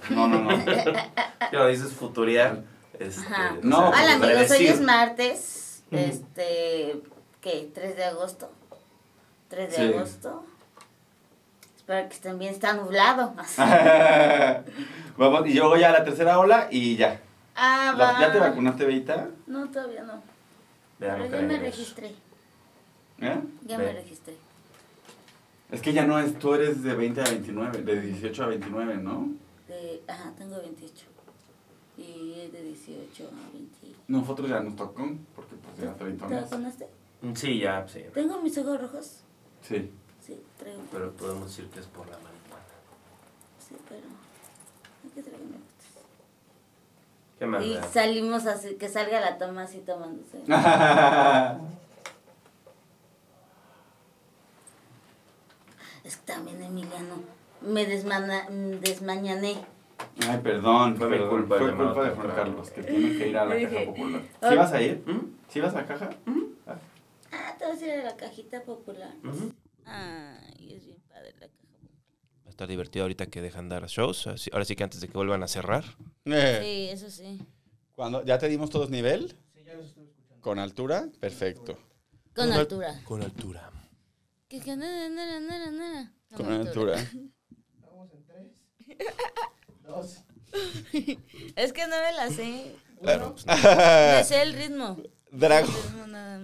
[SPEAKER 4] no, no, no.
[SPEAKER 6] No, dices futurear.
[SPEAKER 5] Ah.
[SPEAKER 8] este,
[SPEAKER 5] Ajá.
[SPEAKER 4] No,
[SPEAKER 6] como
[SPEAKER 5] Hola amigos, hoy
[SPEAKER 6] predecir.
[SPEAKER 5] es martes, este, ¿qué? 3 de agosto. 3 de
[SPEAKER 4] Sí.
[SPEAKER 5] agosto. Espero que estén bien, está nublado. Ah,
[SPEAKER 4] Vamos, y yo voy a la tercera ola y ya.
[SPEAKER 5] Ah,
[SPEAKER 4] La-
[SPEAKER 5] va.
[SPEAKER 4] ¿Ya te vacunaste, Beita?
[SPEAKER 5] No, todavía no. Pero
[SPEAKER 6] Vean, no
[SPEAKER 5] ya
[SPEAKER 6] creen
[SPEAKER 5] me
[SPEAKER 6] en eso.
[SPEAKER 5] registré,
[SPEAKER 4] ¿Eh?
[SPEAKER 5] ya
[SPEAKER 6] Ve.
[SPEAKER 5] me registré.
[SPEAKER 4] Es que ya no es, tú eres de 20 a 29, de 18 a 29, ¿no?
[SPEAKER 5] De, ajá, tengo 28. Y es de 18 a 20.
[SPEAKER 4] Nosotros ya nos tocó, porque pues ya
[SPEAKER 5] ¿Te
[SPEAKER 4] treintones.
[SPEAKER 5] vacunaste?
[SPEAKER 8] Sí, ya, sí.
[SPEAKER 5] ¿Tengo mis ojos rojos?
[SPEAKER 8] Sí,
[SPEAKER 5] Sí, traigo.
[SPEAKER 8] pero podemos decir que es por la marihuana.
[SPEAKER 5] Sí, pero. hay que traer una.
[SPEAKER 8] ¿Qué más?
[SPEAKER 5] Y
[SPEAKER 8] da?
[SPEAKER 5] salimos así, que salga la toma así tomándose. Es que también, Emiliano, me desmana, mm, desmañané.
[SPEAKER 4] Ay, perdón.
[SPEAKER 8] Fue mi
[SPEAKER 4] perdón.
[SPEAKER 8] culpa,
[SPEAKER 4] Fue
[SPEAKER 8] le
[SPEAKER 4] culpa
[SPEAKER 8] mandó
[SPEAKER 4] de Juan
[SPEAKER 8] temprano.
[SPEAKER 4] Carlos, que tiene que ir a la
[SPEAKER 5] Le
[SPEAKER 4] caja
[SPEAKER 5] dije,
[SPEAKER 4] popular.
[SPEAKER 5] "Ay".
[SPEAKER 4] ¿Sí vas a ir? ¿Sí vas a la caja?
[SPEAKER 5] Ah, te vas a ir a la cajita popular. Ay, es bien padre la caja popular.
[SPEAKER 8] Va a estar divertido ahorita que dejan dar shows. así- Ahora sí que antes de que vuelvan a cerrar.
[SPEAKER 4] Eh.
[SPEAKER 5] Sí, eso sí.
[SPEAKER 4] Cuando ¿Ya te dimos todos nivel? Sí, ya los estoy escuchando. ¿Con altura? Perfecto.
[SPEAKER 5] Con
[SPEAKER 4] Con al-
[SPEAKER 5] altura.
[SPEAKER 8] Con altura.
[SPEAKER 5] Que que nada, nada, nada, nada.
[SPEAKER 4] Con altura.
[SPEAKER 5] Es que no me la sé.
[SPEAKER 4] Claro.
[SPEAKER 5] Me sé el ritmo.
[SPEAKER 4] Ah. Drago.
[SPEAKER 5] El ritmo nada más.